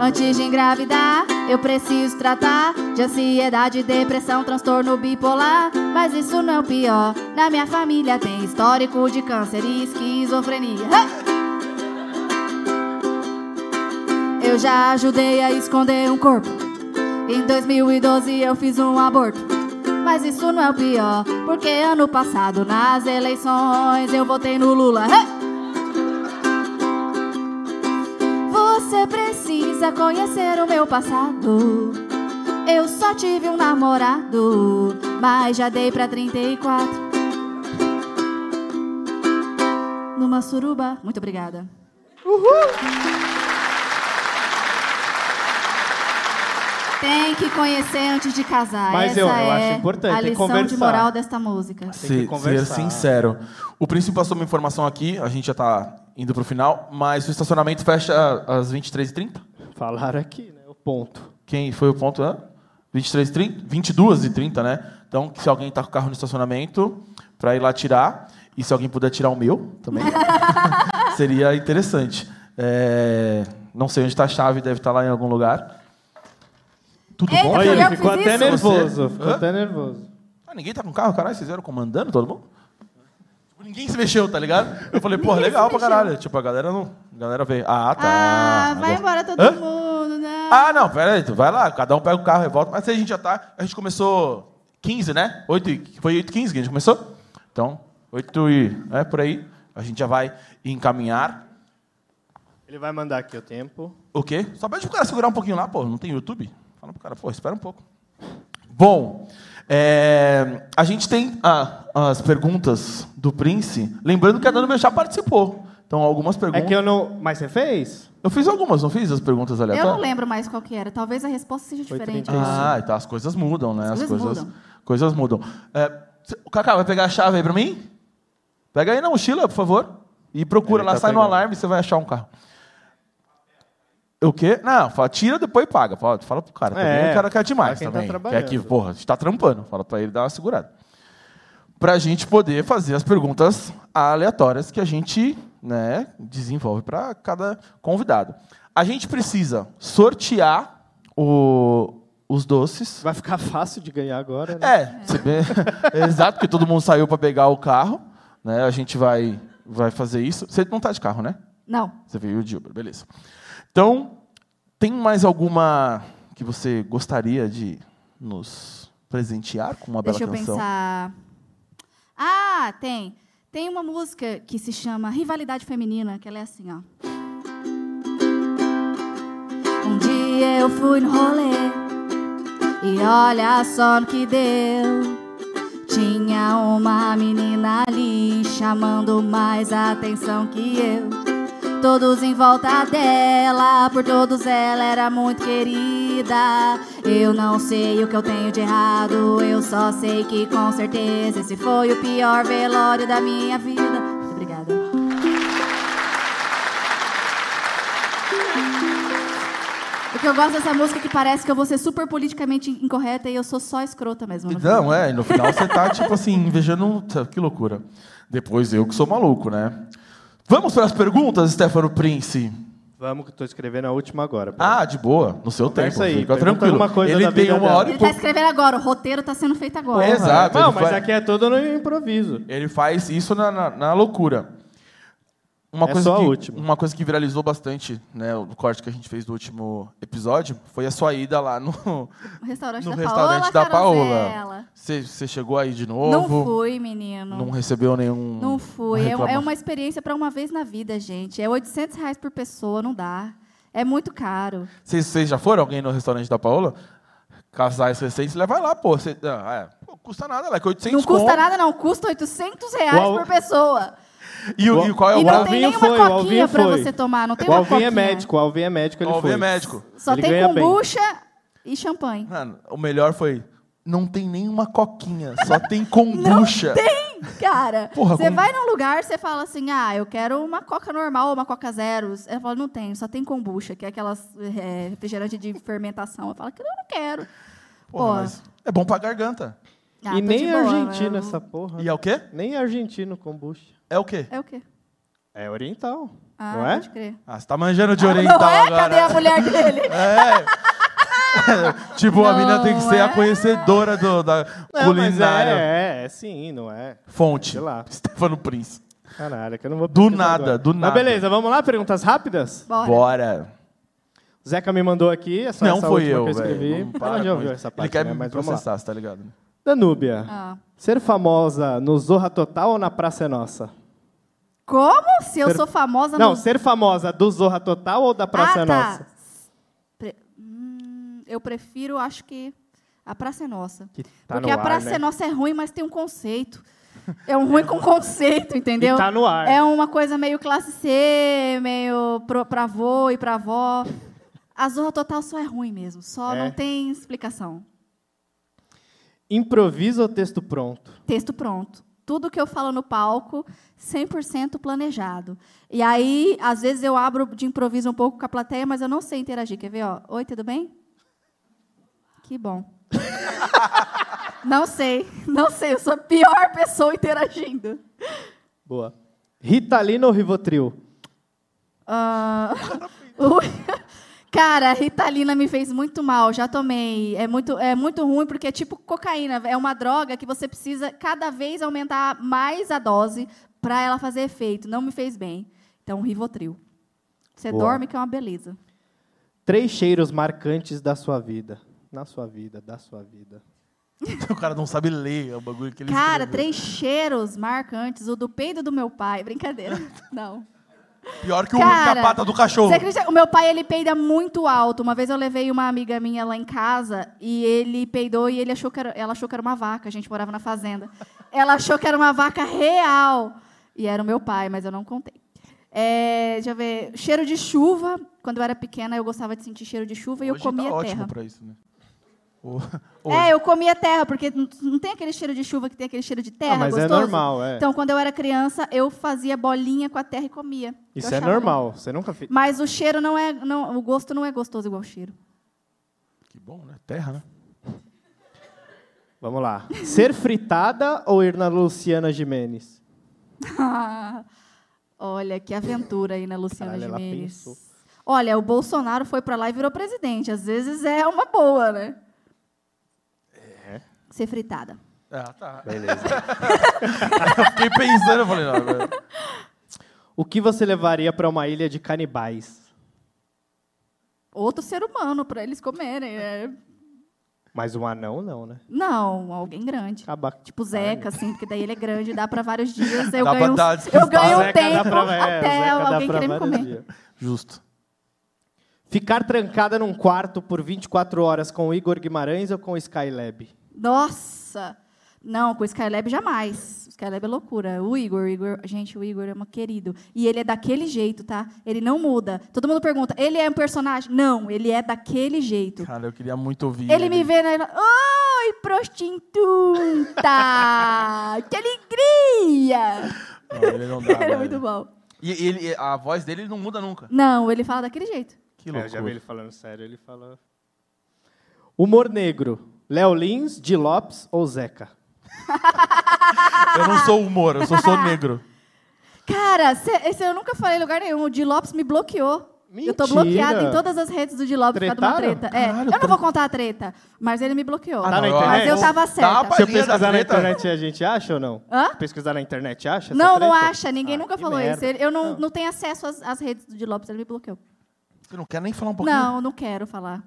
Speaker 7: Antes de engravidar, eu preciso tratar de ansiedade, depressão, transtorno bipolar. Mas isso não é o pior. Na minha família tem histórico de câncer e esquizofrenia. Eu já ajudei a esconder um corpo. Em 2012 eu fiz um aborto. Mas isso não é o pior, porque ano passado nas eleições eu votei no Lula. Hey! Você precisa conhecer o meu passado. Eu só tive um namorado, mas já dei pra 34. Numa suruba. Muito obrigada. Tem que conhecer antes de casar.
Speaker 2: Mas
Speaker 7: Essa
Speaker 2: eu- eu
Speaker 7: é
Speaker 2: acho importante,
Speaker 7: a
Speaker 2: tem que
Speaker 7: lição de
Speaker 2: conversar.
Speaker 7: moral desta música.
Speaker 2: Tem que
Speaker 1: Se- ser
Speaker 2: conversar.
Speaker 1: sincero. O príncipe passou uma informação aqui, a gente já tá indo pro final, mas o estacionamento fecha às 23h30?
Speaker 2: Falaram aqui, né? O ponto.
Speaker 1: Quem foi o ponto? né? Hã? 23h30? 22h30, né? Então, se alguém tá com o carro no estacionamento, pra ir lá tirar. E se alguém puder tirar o meu também, seria interessante. É, Não sei onde tá a chave, deve estar lá em algum lugar. Tudo
Speaker 7: Eita,
Speaker 1: bom?
Speaker 7: fui
Speaker 2: Olha,
Speaker 7: É eu
Speaker 2: ele
Speaker 7: que
Speaker 2: ficou
Speaker 7: fiz
Speaker 2: até
Speaker 7: isso?
Speaker 2: nervoso. Ficou
Speaker 1: Hã?
Speaker 2: até nervoso.
Speaker 1: Ah, ninguém tá com carro, caralho, vocês vieram comandando todo mundo? Tipo, Ninguém se mexeu, tá ligado? Eu falei, pô, legal pra caralho. Tipo, a galera não. A galera veio. Ah, tá.
Speaker 7: Ah,
Speaker 1: Agora-
Speaker 7: vai embora todo
Speaker 1: Hã?
Speaker 7: mundo, né?
Speaker 1: Ah, não, pera aí, tu vai lá, cada um pega o carro e volta. Mas aí a gente já tá. A gente começou 15, né? 8 e, foi 8 e 15 que a gente começou? Então, 8 e. É por aí. A gente já vai encaminhar.
Speaker 2: Ele vai mandar aqui o tempo.
Speaker 1: O quê? Só pede pro cara segurar um pouquinho lá, pô. Não tem YouTube? Fala pro cara, pô, espera um pouco. Bom, é, a gente tem a- as perguntas do Prince. Lembrando que a Dani Mechá participou. Então, algumas
Speaker 2: É
Speaker 1: perguntas.
Speaker 2: que eu não. Mas você fez?
Speaker 1: Eu fiz algumas, não fiz as perguntas
Speaker 7: Eu
Speaker 1: aleatórias?
Speaker 7: não lembro mais qual que era. Talvez a resposta seja
Speaker 2: Foi
Speaker 7: diferente.
Speaker 2: 35.
Speaker 1: Ah, então as coisas mudam, né?
Speaker 7: é As
Speaker 1: As
Speaker 7: coisas
Speaker 1: coisas, coisas mudam. É, cê- o Cacá, vai pegar a chave aí pra mim? Pega aí na mochila, por favor. E procura
Speaker 2: Ele
Speaker 1: lá,
Speaker 2: tá
Speaker 1: sai no
Speaker 2: pegando.
Speaker 1: alarme e você vai achar um carro. O quê? Não, fala, tira, depois paga. Fala, fala pro cara. Também
Speaker 2: É,
Speaker 1: o cara quer demais
Speaker 2: fala quem tá
Speaker 1: também. quer
Speaker 2: trabalhando.
Speaker 1: que, porra, a gente tá trampando. Fala pra ele dar uma segurada. Pra gente poder fazer as perguntas aleatórias que a gente né, desenvolve para cada convidado. A gente precisa sortear o- os doces.
Speaker 2: Vai ficar fácil de ganhar agora, né?
Speaker 1: É, se bem- exato, porque todo mundo saiu para pegar o carro. Né, a gente vai, vai fazer isso. Você não tá de carro, né?
Speaker 7: Não.
Speaker 1: Você veio de Uber, beleza. Então, tem mais alguma que você gostaria de nos presentear com uma
Speaker 7: Deixa eu
Speaker 1: bela canção?
Speaker 7: pensar. Ah, tem. Tem uma música que se chama Rivalidade Feminina, que ela é assim, ó. Um dia eu fui no rolê e olha só no que deu. Tinha uma menina ali chamando mais atenção que eu. Todos em volta dela, por todos ela era muito querida. Eu não sei o que eu tenho de errado, eu só sei que com certeza esse foi o pior velório da minha vida. Muito obrigada. O que eu gosto dessa música é que parece que eu vou ser super politicamente incorreta e eu sou só escrota mesmo. né? no
Speaker 1: Não, é, e no final você tá, tipo assim, invejando. um- Que loucura. Depois eu que sou maluco, né? Vamos para as perguntas, Stefano Prince.
Speaker 2: Vamos que eu tô escrevendo a última agora. peraí.
Speaker 1: Ah, de boa, no seu tempo.
Speaker 2: Conversa aí,
Speaker 1: fica
Speaker 2: pergunta
Speaker 1: tranquilo.
Speaker 2: alguma coisa
Speaker 1: Ele
Speaker 2: da
Speaker 1: tem
Speaker 2: vida
Speaker 1: uma
Speaker 2: dela.
Speaker 1: hora e
Speaker 7: Ele tá
Speaker 1: pouco.
Speaker 7: escrevendo agora, o roteiro tá sendo feito agora.
Speaker 1: É, Exato,
Speaker 2: Não,
Speaker 1: ele
Speaker 2: mas
Speaker 1: faz-
Speaker 2: aqui é todo no improviso.
Speaker 1: Ele faz isso na, na- na loucura. Uma
Speaker 2: É
Speaker 1: coisa
Speaker 2: só a
Speaker 1: que,
Speaker 2: última.
Speaker 1: Uma coisa que viralizou bastante, né? O corte que a gente fez do último episódio foi a sua ida lá no,
Speaker 7: O restaurante
Speaker 1: no
Speaker 7: da
Speaker 1: restaurante
Speaker 7: Paola.
Speaker 1: da
Speaker 7: Carosella.
Speaker 1: Paola. Você você chegou aí de novo?
Speaker 7: Não fui, menino.
Speaker 1: Não recebeu nenhum.
Speaker 7: Não fui. É,
Speaker 1: reclama-
Speaker 7: é uma experiência pra uma vez na vida, gente. É 800 reais por pessoa, não dá. É muito caro.
Speaker 1: Vocês vocês já foram alguém no restaurante da Paola? Casais recentes, leva lá, pô. Cê- ah, é. Pô, custa nada, lá, que 800
Speaker 7: não custa
Speaker 1: conto.
Speaker 7: nada, não. Custa 800 reais
Speaker 2: Uau.
Speaker 7: por pessoa.
Speaker 1: E, o- e qual é o
Speaker 7: e não
Speaker 1: prato?
Speaker 7: tem
Speaker 2: Alvinho
Speaker 7: nenhuma
Speaker 2: foi, o
Speaker 7: coquinha
Speaker 2: Alvinho
Speaker 7: pra
Speaker 2: foi.
Speaker 7: você tomar. Ah, Não tem
Speaker 2: O
Speaker 7: uma
Speaker 2: Alvin
Speaker 7: coquinha.
Speaker 2: é médico, o Alvin é médico, ele
Speaker 1: Ó,
Speaker 2: foi.
Speaker 1: vem médico.
Speaker 7: Só
Speaker 2: Ele
Speaker 7: tem
Speaker 2: ganha bem.
Speaker 7: kombucha e champanhe.
Speaker 1: Mano, o melhor foi. Não tem nenhuma coquinha, só tem kombucha.
Speaker 7: Tem, cara.
Speaker 1: Porra,
Speaker 7: você
Speaker 1: como-
Speaker 7: vai num lugar, você fala assim, ah, eu quero uma coca normal, uma coca zero. Ela fala, não tem, só tem kombucha, que é aquelas é, refrigerante de fermentação. Eu falo, que eu não quero.
Speaker 1: Porra,
Speaker 7: Pô.
Speaker 1: mas é bom pra garganta.
Speaker 2: E
Speaker 7: Ah, tô de
Speaker 2: nem é
Speaker 7: boa, né?
Speaker 2: argentino
Speaker 7: eu-
Speaker 2: essa porra.
Speaker 1: E é o quê?
Speaker 2: Nem é argentino kombucha.
Speaker 1: É o quê?
Speaker 7: É o quê?
Speaker 2: É oriental.
Speaker 7: Ah,
Speaker 2: não é?
Speaker 7: pode crer.
Speaker 1: Ah, você tá manjando de oriental
Speaker 7: Não é?
Speaker 1: agora.
Speaker 2: né?
Speaker 1: É.
Speaker 7: Cadê a mulher dele?
Speaker 1: Tipo, a menina tem que ser a
Speaker 7: é.
Speaker 1: conhecedora do- da
Speaker 2: Não, mas
Speaker 1: culinária.
Speaker 2: é, é, é sim, não é.
Speaker 1: Fonte.
Speaker 2: Sei lá.
Speaker 1: Stefano Prince.
Speaker 2: Caralho, que eu não vou
Speaker 1: Do
Speaker 2: pesquisar
Speaker 1: nada,
Speaker 2: agora.
Speaker 1: do nada.
Speaker 2: Mas beleza, vamos lá, perguntas rápidas?
Speaker 7: Bora.
Speaker 1: Bora.
Speaker 2: O Zeca me mandou aqui, essa,
Speaker 1: não
Speaker 2: essa
Speaker 1: foi
Speaker 2: última
Speaker 1: eu,
Speaker 2: que eu escrevi.
Speaker 1: velho. Não para
Speaker 2: Ela já
Speaker 1: com
Speaker 2: ouviu
Speaker 1: isso.
Speaker 2: essa
Speaker 1: Ele
Speaker 2: parte,
Speaker 1: quer
Speaker 2: né?
Speaker 1: me
Speaker 2: Mas vamos lá.
Speaker 1: processar, você tá ligado?
Speaker 2: Danúbia,
Speaker 7: Ah.
Speaker 2: ser famosa no Zorra Total ou na Praça é Nossa?
Speaker 7: Como? Se eu sou famosa...
Speaker 2: Não,
Speaker 7: no-
Speaker 2: ser famosa do Zorra Total ou da Praça
Speaker 7: ah,
Speaker 2: é Nossa?
Speaker 7: Tá. Pre- Hum, eu prefiro, acho que, a Praça é Nossa.
Speaker 2: Que tá
Speaker 7: Porque
Speaker 2: no
Speaker 7: a
Speaker 2: ar,
Speaker 7: Praça
Speaker 2: né?
Speaker 7: é Nossa é ruim, mas tem um conceito. É um ruim com conceito, entendeu?
Speaker 2: E tá no ar.
Speaker 7: É uma coisa meio classe C, meio pro, pra avô e pra avó. A Zorra Total só é ruim mesmo, só
Speaker 2: É.
Speaker 7: não tem explicação.
Speaker 2: Improviso ou texto pronto?
Speaker 7: Texto pronto. Tudo que eu falo no palco, 100% planejado. E aí, às vezes, eu abro de improviso um pouco com a plateia, mas eu não sei interagir. Quer ver? Ó? Oi, tudo bem? Que bom. não sei, não sei. Eu sou a pior pessoa interagindo.
Speaker 2: Boa. Ritalina ou Rivotril?
Speaker 7: Ah, ui. Cara, a Ritalina me fez muito mal, já tomei. É muito, é muito ruim porque é tipo cocaína, é uma droga que você precisa cada vez aumentar mais a dose para ela fazer efeito. Não me fez bem. Então, Rivotril. Você
Speaker 2: Boa.
Speaker 7: dorme que é uma beleza.
Speaker 2: Três cheiros marcantes da sua vida. Na sua vida, da sua vida.
Speaker 1: O cara não sabe ler é o bagulho que ele
Speaker 7: Cara,
Speaker 1: escreveu.
Speaker 7: três cheiros marcantes, o do peido do meu pai, brincadeira. Não.
Speaker 1: Pior que o
Speaker 7: Cara,
Speaker 1: capata do cachorro.
Speaker 7: Você acredita? O meu pai, ele peida muito alto. Uma vez eu levei uma amiga minha lá em casa e ele peidou e ele achou que era, ela achou que era uma vaca. A gente morava na fazenda. Ela achou que era uma vaca real. E era o meu pai, mas eu não contei. É, deixa eu ver. Cheiro de chuva. Quando eu era pequena, eu gostava de sentir cheiro de chuva e eu
Speaker 1: Hoje
Speaker 7: comia
Speaker 1: tá
Speaker 7: terra.
Speaker 1: ótimo pra isso, né? O-
Speaker 7: É, eu comia terra, porque n- não tem aquele cheiro de chuva que tem aquele cheiro de terra.
Speaker 2: Ah, mas é
Speaker 7: gostoso?
Speaker 2: normal, é.
Speaker 7: Então, quando eu era criança, eu fazia bolinha com a terra e comia. Eu
Speaker 2: Isso é
Speaker 7: achava um-
Speaker 2: normal. Você nunca fez.
Speaker 7: bom. Mas o cheiro não é. Não, o gosto não é gostoso igual o cheiro.
Speaker 1: Que bom, né? Terra, né?
Speaker 2: Vamos lá. Ser fritada ou ir na Luciana Jimenez?
Speaker 7: Olha, que aventura aí na Luciana
Speaker 2: Caralho, ela
Speaker 7: Gimenez.
Speaker 2: pensou.
Speaker 7: Olha, o Bolsonaro foi pra lá e virou presidente. Às vezes é uma boa, né?
Speaker 2: É.
Speaker 7: Ser fritada.
Speaker 1: Ah, tá.
Speaker 2: Beleza.
Speaker 1: Fiquei pensando, eu falei, não, é velho.
Speaker 2: o que você levaria pra uma ilha de canibais?
Speaker 7: Outro ser humano pra eles comerem. né?
Speaker 2: Mas um anão não, né?
Speaker 7: Não, alguém grande.
Speaker 2: Acabar.
Speaker 7: Tipo Zeca, assim, porque daí ele é grande, dá pra vários dias. Eu
Speaker 1: Dá pra
Speaker 7: ganho,
Speaker 1: dar
Speaker 7: uns-
Speaker 1: descansar.
Speaker 7: eu ganho um
Speaker 2: tipo, Zeca dá
Speaker 7: tempo
Speaker 2: pra- é,
Speaker 7: até
Speaker 2: Zeca dá
Speaker 7: alguém
Speaker 2: pra
Speaker 7: querer me
Speaker 2: vários
Speaker 7: comer.
Speaker 2: dias.
Speaker 1: Justo.
Speaker 2: Ficar trancada num quarto por 24 horas com o Igor Guimarães ou com o Skylab?
Speaker 7: Nossa! Não, com o Skylab jamais. O Skylab é loucura. O Igor, o Igor, gente, o Igor é um querido. E ele é daquele jeito, tá? Ele não muda. Todo mundo pergunta, ele é um personagem? Não, ele é daquele jeito.
Speaker 1: Cara, eu queria muito ouvir.
Speaker 7: Ele me vê na. Oi, prostituta! que alegria!
Speaker 1: Não, ele não dá,
Speaker 7: Ele é
Speaker 1: velho.
Speaker 7: muito bom.
Speaker 1: E ele, a voz dele não muda nunca.
Speaker 7: Não, ele fala daquele jeito.
Speaker 1: Que
Speaker 2: É, eu
Speaker 1: loucura.
Speaker 2: já vi ele falando sério, ele fala. Humor negro. Léo Lins, Di Lopes ou Zeca?
Speaker 1: Eu não sou humor, eu só sou negro.
Speaker 7: Cara, cê- esse eu nunca falei em lugar nenhum. O Di Lopes me bloqueou. Eu tô
Speaker 2: Mentira.
Speaker 7: bloqueada em todas as redes do Di Lopes por causa de uma
Speaker 2: Tretaram?
Speaker 7: treta. É, eu não vou contar a treta, mas ele me bloqueou.
Speaker 2: Ah, Tá não. na
Speaker 1: eu-
Speaker 2: internet?
Speaker 7: Mas eu tava certa.
Speaker 1: Dá uma
Speaker 2: Se
Speaker 1: palhinha
Speaker 2: eu
Speaker 1: da
Speaker 2: pesquisar na
Speaker 1: treta.
Speaker 2: internet, a gente acha ou não?
Speaker 7: Hã?
Speaker 2: Pesquisar na internet, acha? essa
Speaker 7: Não, não
Speaker 2: treta?
Speaker 7: acha. Ninguém
Speaker 2: Ah,
Speaker 7: nunca
Speaker 2: que
Speaker 7: falou
Speaker 2: merda.
Speaker 7: isso. Ele- eu não, não tenho acesso às, às redes do Di Lopes, ele me bloqueou.
Speaker 1: Você não quer nem falar um pouquinho?
Speaker 7: Não, não quero falar.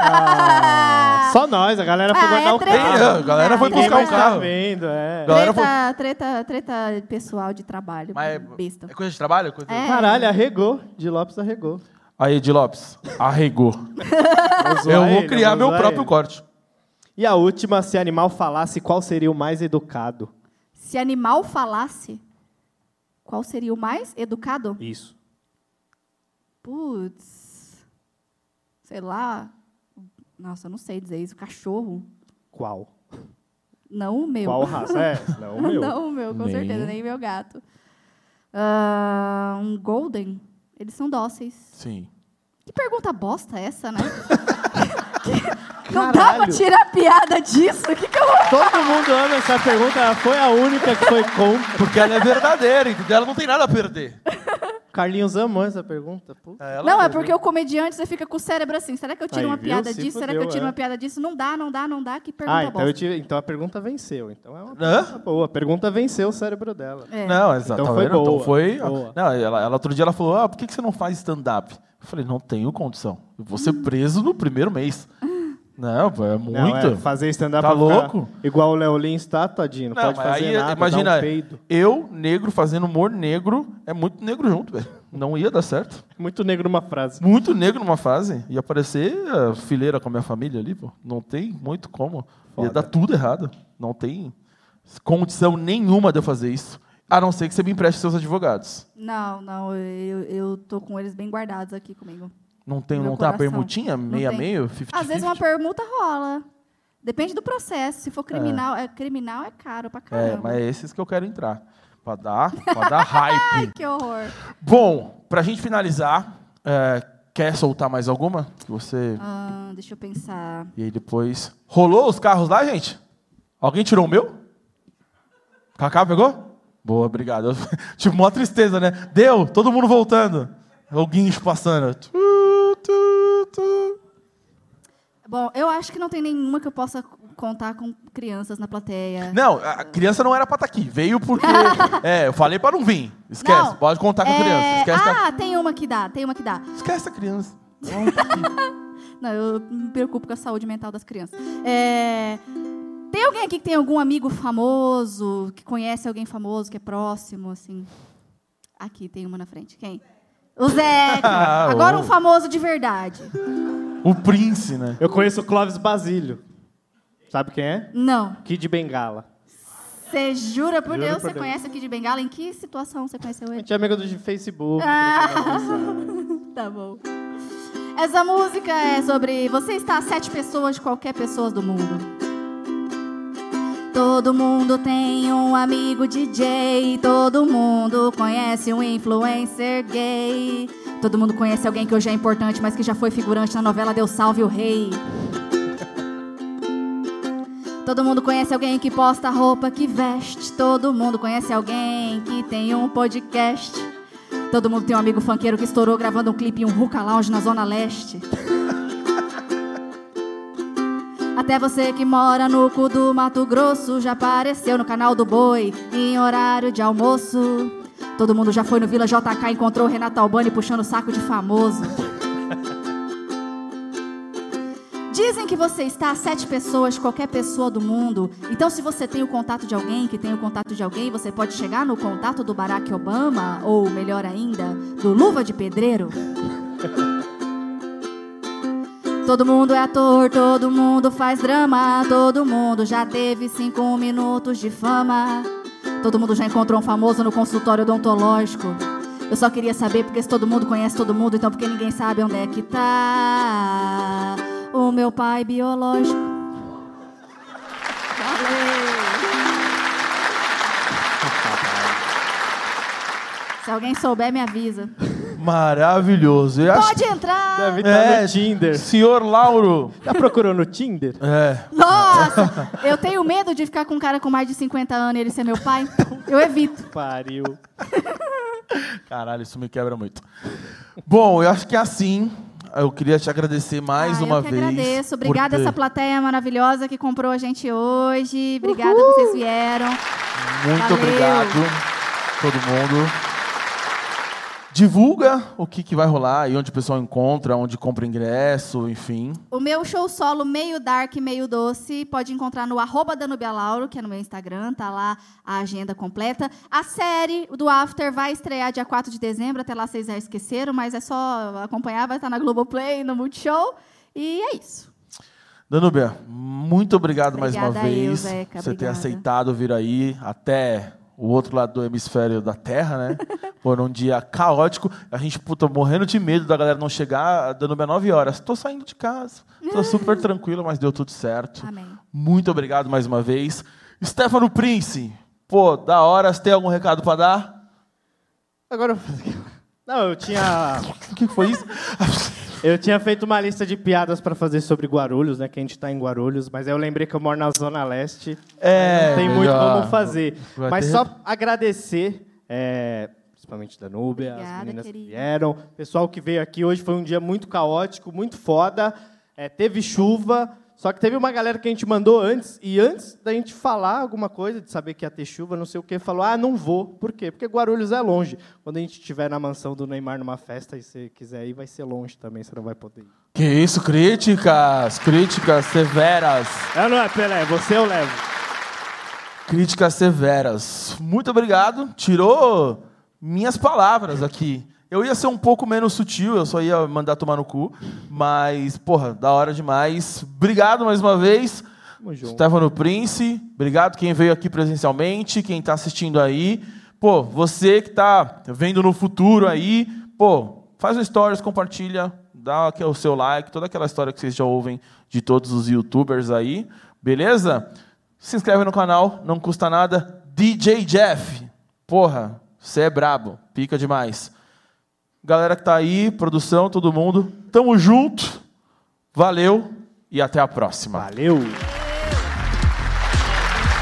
Speaker 7: Ah!
Speaker 2: Só nós, a galera foi um
Speaker 7: Ah,
Speaker 2: guardar
Speaker 7: é
Speaker 2: o
Speaker 7: treta. É
Speaker 2: carro.
Speaker 1: Ei, a galera foi
Speaker 7: Ninguém
Speaker 1: buscar o
Speaker 7: mais
Speaker 2: Tá
Speaker 1: carro.
Speaker 2: vendo, é.
Speaker 1: Galera,
Speaker 7: Treta, treta, treta pessoal de trabalho.
Speaker 1: Mas
Speaker 7: besta.
Speaker 1: é coisa de trabalho? Coisa...
Speaker 7: É.
Speaker 2: Caralho, arregou. Di Lopes arregou.
Speaker 1: Aí, Edi Lopes, arregou.
Speaker 2: Vou zoar
Speaker 1: eu
Speaker 2: ele,
Speaker 1: vou criar
Speaker 2: vou
Speaker 1: meu
Speaker 2: zoar
Speaker 1: próprio
Speaker 2: ele.
Speaker 1: corte.
Speaker 2: E a última, se animal falasse, qual seria o mais educado?
Speaker 7: Se animal falasse, qual seria o mais educado?
Speaker 2: Isso.
Speaker 7: Putz. Sei lá. Nossa, eu não sei dizer isso. Cachorro.
Speaker 2: Qual?
Speaker 7: Não o meu.
Speaker 2: Qual raça? É, não, o meu.
Speaker 7: não o meu, com
Speaker 1: Nem.
Speaker 7: certeza. Nem o meu gato. Ah, um golden. Eles são dóceis.
Speaker 1: Sim.
Speaker 7: Que pergunta bosta essa, né? Que- não dá pra
Speaker 2: Caralho.
Speaker 7: tirar piada disso. O que, que eu vou...
Speaker 2: Todo mundo ama essa pergunta, ela foi a única que foi contra.
Speaker 1: Porque ela é verdadeira, entendeu? Ela não tem nada a perder.
Speaker 2: Carlinhos amou essa pergunta. pô.
Speaker 1: Ela
Speaker 7: Não, é porque o comediante você fica com o cérebro assim. Será que eu tiro
Speaker 2: Aí,
Speaker 7: uma
Speaker 2: viu?
Speaker 7: piada
Speaker 2: Se
Speaker 7: disso? Será que
Speaker 2: fudeu,
Speaker 7: eu tiro
Speaker 2: é.
Speaker 7: uma piada disso? Não dá, não dá, não dá. Que pergunta
Speaker 2: Ah, então, eu
Speaker 7: bosta.
Speaker 2: tive- então a pergunta venceu. Então é uma
Speaker 1: Hã?
Speaker 2: pergunta boa. A pergunta venceu o cérebro dela.
Speaker 7: É.
Speaker 1: Não, exato.
Speaker 2: Então
Speaker 1: tá
Speaker 2: foi
Speaker 1: vendo?
Speaker 2: boa,
Speaker 1: Então foi.
Speaker 2: boa.
Speaker 1: Não, ela, ela- outro dia ela falou: ah, por que que você não faz stand-up? Eu falei: não tenho condição. Eu vou ser preso no primeiro mês. Não, pô, é muito.
Speaker 2: Não, é, fazer stand-up
Speaker 1: Tá
Speaker 2: pra ficar
Speaker 1: louco?
Speaker 2: igual o Léo Lins tá, tadinho. Não,
Speaker 1: Não,
Speaker 2: pode
Speaker 1: mas
Speaker 2: fazer
Speaker 1: aí,
Speaker 2: nada,
Speaker 1: imagina,
Speaker 2: dá um peido.
Speaker 1: eu, negro, fazendo humor negro, é muito negro junto, velho. Não ia dar certo.
Speaker 2: Muito negro numa frase.
Speaker 1: Muito negro numa fase, ia aparecer ah, fileira com a minha família ali, pô. Não tem muito como. Ia dar tudo errado. Não tem condição nenhuma de eu fazer isso. A não ser que você me empreste seus advogados.
Speaker 7: Não, não, eu, eu tô com eles bem guardados aqui comigo.
Speaker 1: Não tem,
Speaker 7: Meu
Speaker 1: não tem uma
Speaker 7: coração.
Speaker 1: permutinha?
Speaker 7: Não
Speaker 1: Meia,
Speaker 7: tem.
Speaker 1: meio? 50,
Speaker 7: Às vezes é uma permuta rola. Depende do processo. Se for criminal, é, criminal é caro pra caramba.
Speaker 1: É, mas é esses que eu quero entrar. Pra dar, pra dar hype.
Speaker 7: Que horror.
Speaker 1: Bom, pra gente finalizar, é, quer soltar mais alguma? Que você...
Speaker 7: Ah, deixa eu pensar.
Speaker 1: E aí depois. Rolou os carros lá, gente? Alguém tirou o meu? Cacá pegou? Boa, obrigado. Eu, tipo, mó tristeza, né? Deu, todo mundo voltando. O guincho passando. Tu, tu, tu.
Speaker 7: Bom, eu acho que não tem nenhuma que eu possa contar com crianças na plateia.
Speaker 1: Não, a criança não era pra estar aqui. Veio porque. é, eu falei pra não vir. Esquece,
Speaker 7: Não,
Speaker 1: pode contar tá com a
Speaker 7: é,
Speaker 1: criança. Esquece,
Speaker 7: ah, tem uma que dá, tem uma que dá.
Speaker 1: a... Esquece a criança. Ela não tá aqui.
Speaker 7: Não, eu me preocupo com a saúde mental das crianças. É, tem alguém aqui que tem algum amigo famoso, que conhece alguém famoso, que é próximo, assim? Aqui, tem uma na frente. Quem? O Zé.
Speaker 2: Ah,
Speaker 7: Agora um famoso de verdade.
Speaker 1: O Prince, né?
Speaker 2: Eu conheço o Clóvis Basílio. Sabe quem é?
Speaker 7: Não.
Speaker 2: Kid Bengala.
Speaker 7: Você jura por
Speaker 2: Juro
Speaker 7: Deus,
Speaker 2: por
Speaker 7: você
Speaker 2: Deus.
Speaker 7: conhece o Kid Bengala? Em que situação você conheceu ele?
Speaker 2: Gente, é amigo do de Facebook.
Speaker 7: Tá bom. Essa música é sobre você está a sete pessoas de qualquer pessoa do mundo. Todo mundo tem um amigo DJ, todo mundo conhece um influencer gay. Todo mundo conhece alguém que hoje é importante, mas que já foi figurante na novela Deus Salve o Rei. Todo mundo conhece alguém que posta a roupa que veste. Todo mundo conhece alguém que tem um podcast. Todo mundo tem um amigo funkeiro que estourou gravando um clipe em um Ruka Lounge na Zona Leste. Até você que mora no cu do Mato Grosso já apareceu no canal do Boi em horário de almoço. Todo mundo já foi no Vila JK, encontrou Renato Albani puxando o saco de famoso. Dizem que você está a sete pessoas, qualquer pessoa do mundo. Então, se você tem o contato de alguém que tem o contato de alguém, você pode chegar no contato do Barack Obama, ou melhor ainda, do Luva de Pedreiro. Todo mundo é ator, todo mundo faz drama, todo mundo já teve cinco minutos de fama. Todo mundo já encontrou um famoso no consultório odontológico. Eu só queria saber porque se todo mundo conhece todo mundo, então porque ninguém sabe onde é que tá o meu pai biológico. Se alguém souber, me avisa.
Speaker 1: Maravilhoso. Eu acho
Speaker 7: Pode entrar!
Speaker 2: Deve estar
Speaker 1: É.
Speaker 2: no Tinder.
Speaker 1: Senhor Lauro.
Speaker 2: Já procurou Tá no Tinder?
Speaker 1: É.
Speaker 7: Nossa, eu tenho medo de ficar com um cara com mais de 50 anos e ele ser meu pai. Eu evito.
Speaker 2: Pariu.
Speaker 1: Caralho, isso me quebra muito. Bom, eu acho que assim. Eu queria te agradecer mais
Speaker 7: Ah,
Speaker 1: uma
Speaker 7: eu que
Speaker 1: vez.
Speaker 7: agradeço.
Speaker 1: por
Speaker 7: Obrigada a
Speaker 1: ter-
Speaker 7: essa plateia maravilhosa que comprou a gente hoje. Obrigada, vocês vieram.
Speaker 1: Muito
Speaker 7: Valeu.
Speaker 1: obrigado, todo mundo. Divulga o que, que vai rolar e onde o pessoal encontra, onde compra ingresso, enfim.
Speaker 7: O meu show solo meio dark, meio doce, pode encontrar no arroba Danubia Lauro, que é no meu Instagram, tá lá a agenda completa. A série do After vai estrear dia 4 de dezembro, até lá vocês já esqueceram, mas é só acompanhar, vai estar na Globoplay, no Multishow. E é isso.
Speaker 1: Danúbia, muito obrigado mais uma
Speaker 7: Obrigada eu,
Speaker 1: vez
Speaker 7: Zeca,
Speaker 1: por você ter
Speaker 7: obrigada.
Speaker 1: aceitado vir aí até o outro lado do hemisfério da Terra, né? Por um dia caótico. A gente, puta, morrendo de medo da galera não chegar. A Danúbia, 9 horas. Tô saindo de casa. Tô super tranquilo, mas deu tudo certo.
Speaker 7: Amém.
Speaker 1: Muito obrigado mais uma vez. Stefano Prince, pô, da hora. Você tem algum recado pra dar?
Speaker 2: Agora eu faço aqui. Não, eu tinha.
Speaker 1: O que foi isso?
Speaker 2: Eu tinha feito uma lista de piadas pra fazer sobre Guarulhos, né? Que a gente tá em Guarulhos, mas aí eu lembrei que eu moro na Zona Leste.
Speaker 1: É,
Speaker 2: Não tem muito
Speaker 1: já.
Speaker 2: como fazer.
Speaker 1: Vai
Speaker 2: mas
Speaker 1: ter-
Speaker 2: só agradecer, é, principalmente da Núbia, as
Speaker 7: Obrigada,
Speaker 2: meninas que
Speaker 7: querida.
Speaker 2: vieram. O pessoal que veio aqui hoje foi um dia muito caótico, muito foda. É, teve chuva, só que teve uma galera que a gente mandou antes, e antes da gente falar alguma coisa, de saber que ia ter chuva, não sei o quê, falou: ah, não vou. Por quê? Porque Guarulhos é longe. Quando a gente estiver na mansão do Neymar numa festa e você quiser ir, vai ser longe também, você não vai poder ir.
Speaker 1: Que isso, críticas, críticas severas.
Speaker 2: Não, não é, Pelé, você eu levo.
Speaker 1: Críticas severas. Muito obrigado. Tirou minhas palavras aqui. Eu ia ser um pouco menos sutil, eu só ia mandar tomar no cu. Mas, porra, da hora demais. Obrigado mais uma vez.
Speaker 2: Tamo junto.
Speaker 1: Stefano Prince, obrigado quem veio aqui presencialmente, quem está assistindo aí. Pô, você que está vendo no futuro aí, pô, faz um stories, compartilha, dá aqui o seu like, toda aquela história que vocês já ouvem de todos os youtubers aí, beleza? Se inscreve no canal, não custa nada. DJ Jeff, porra, você é brabo, pica demais. Galera que tá aí, produção, todo mundo, tamo junto, valeu e até a próxima.
Speaker 2: Valeu!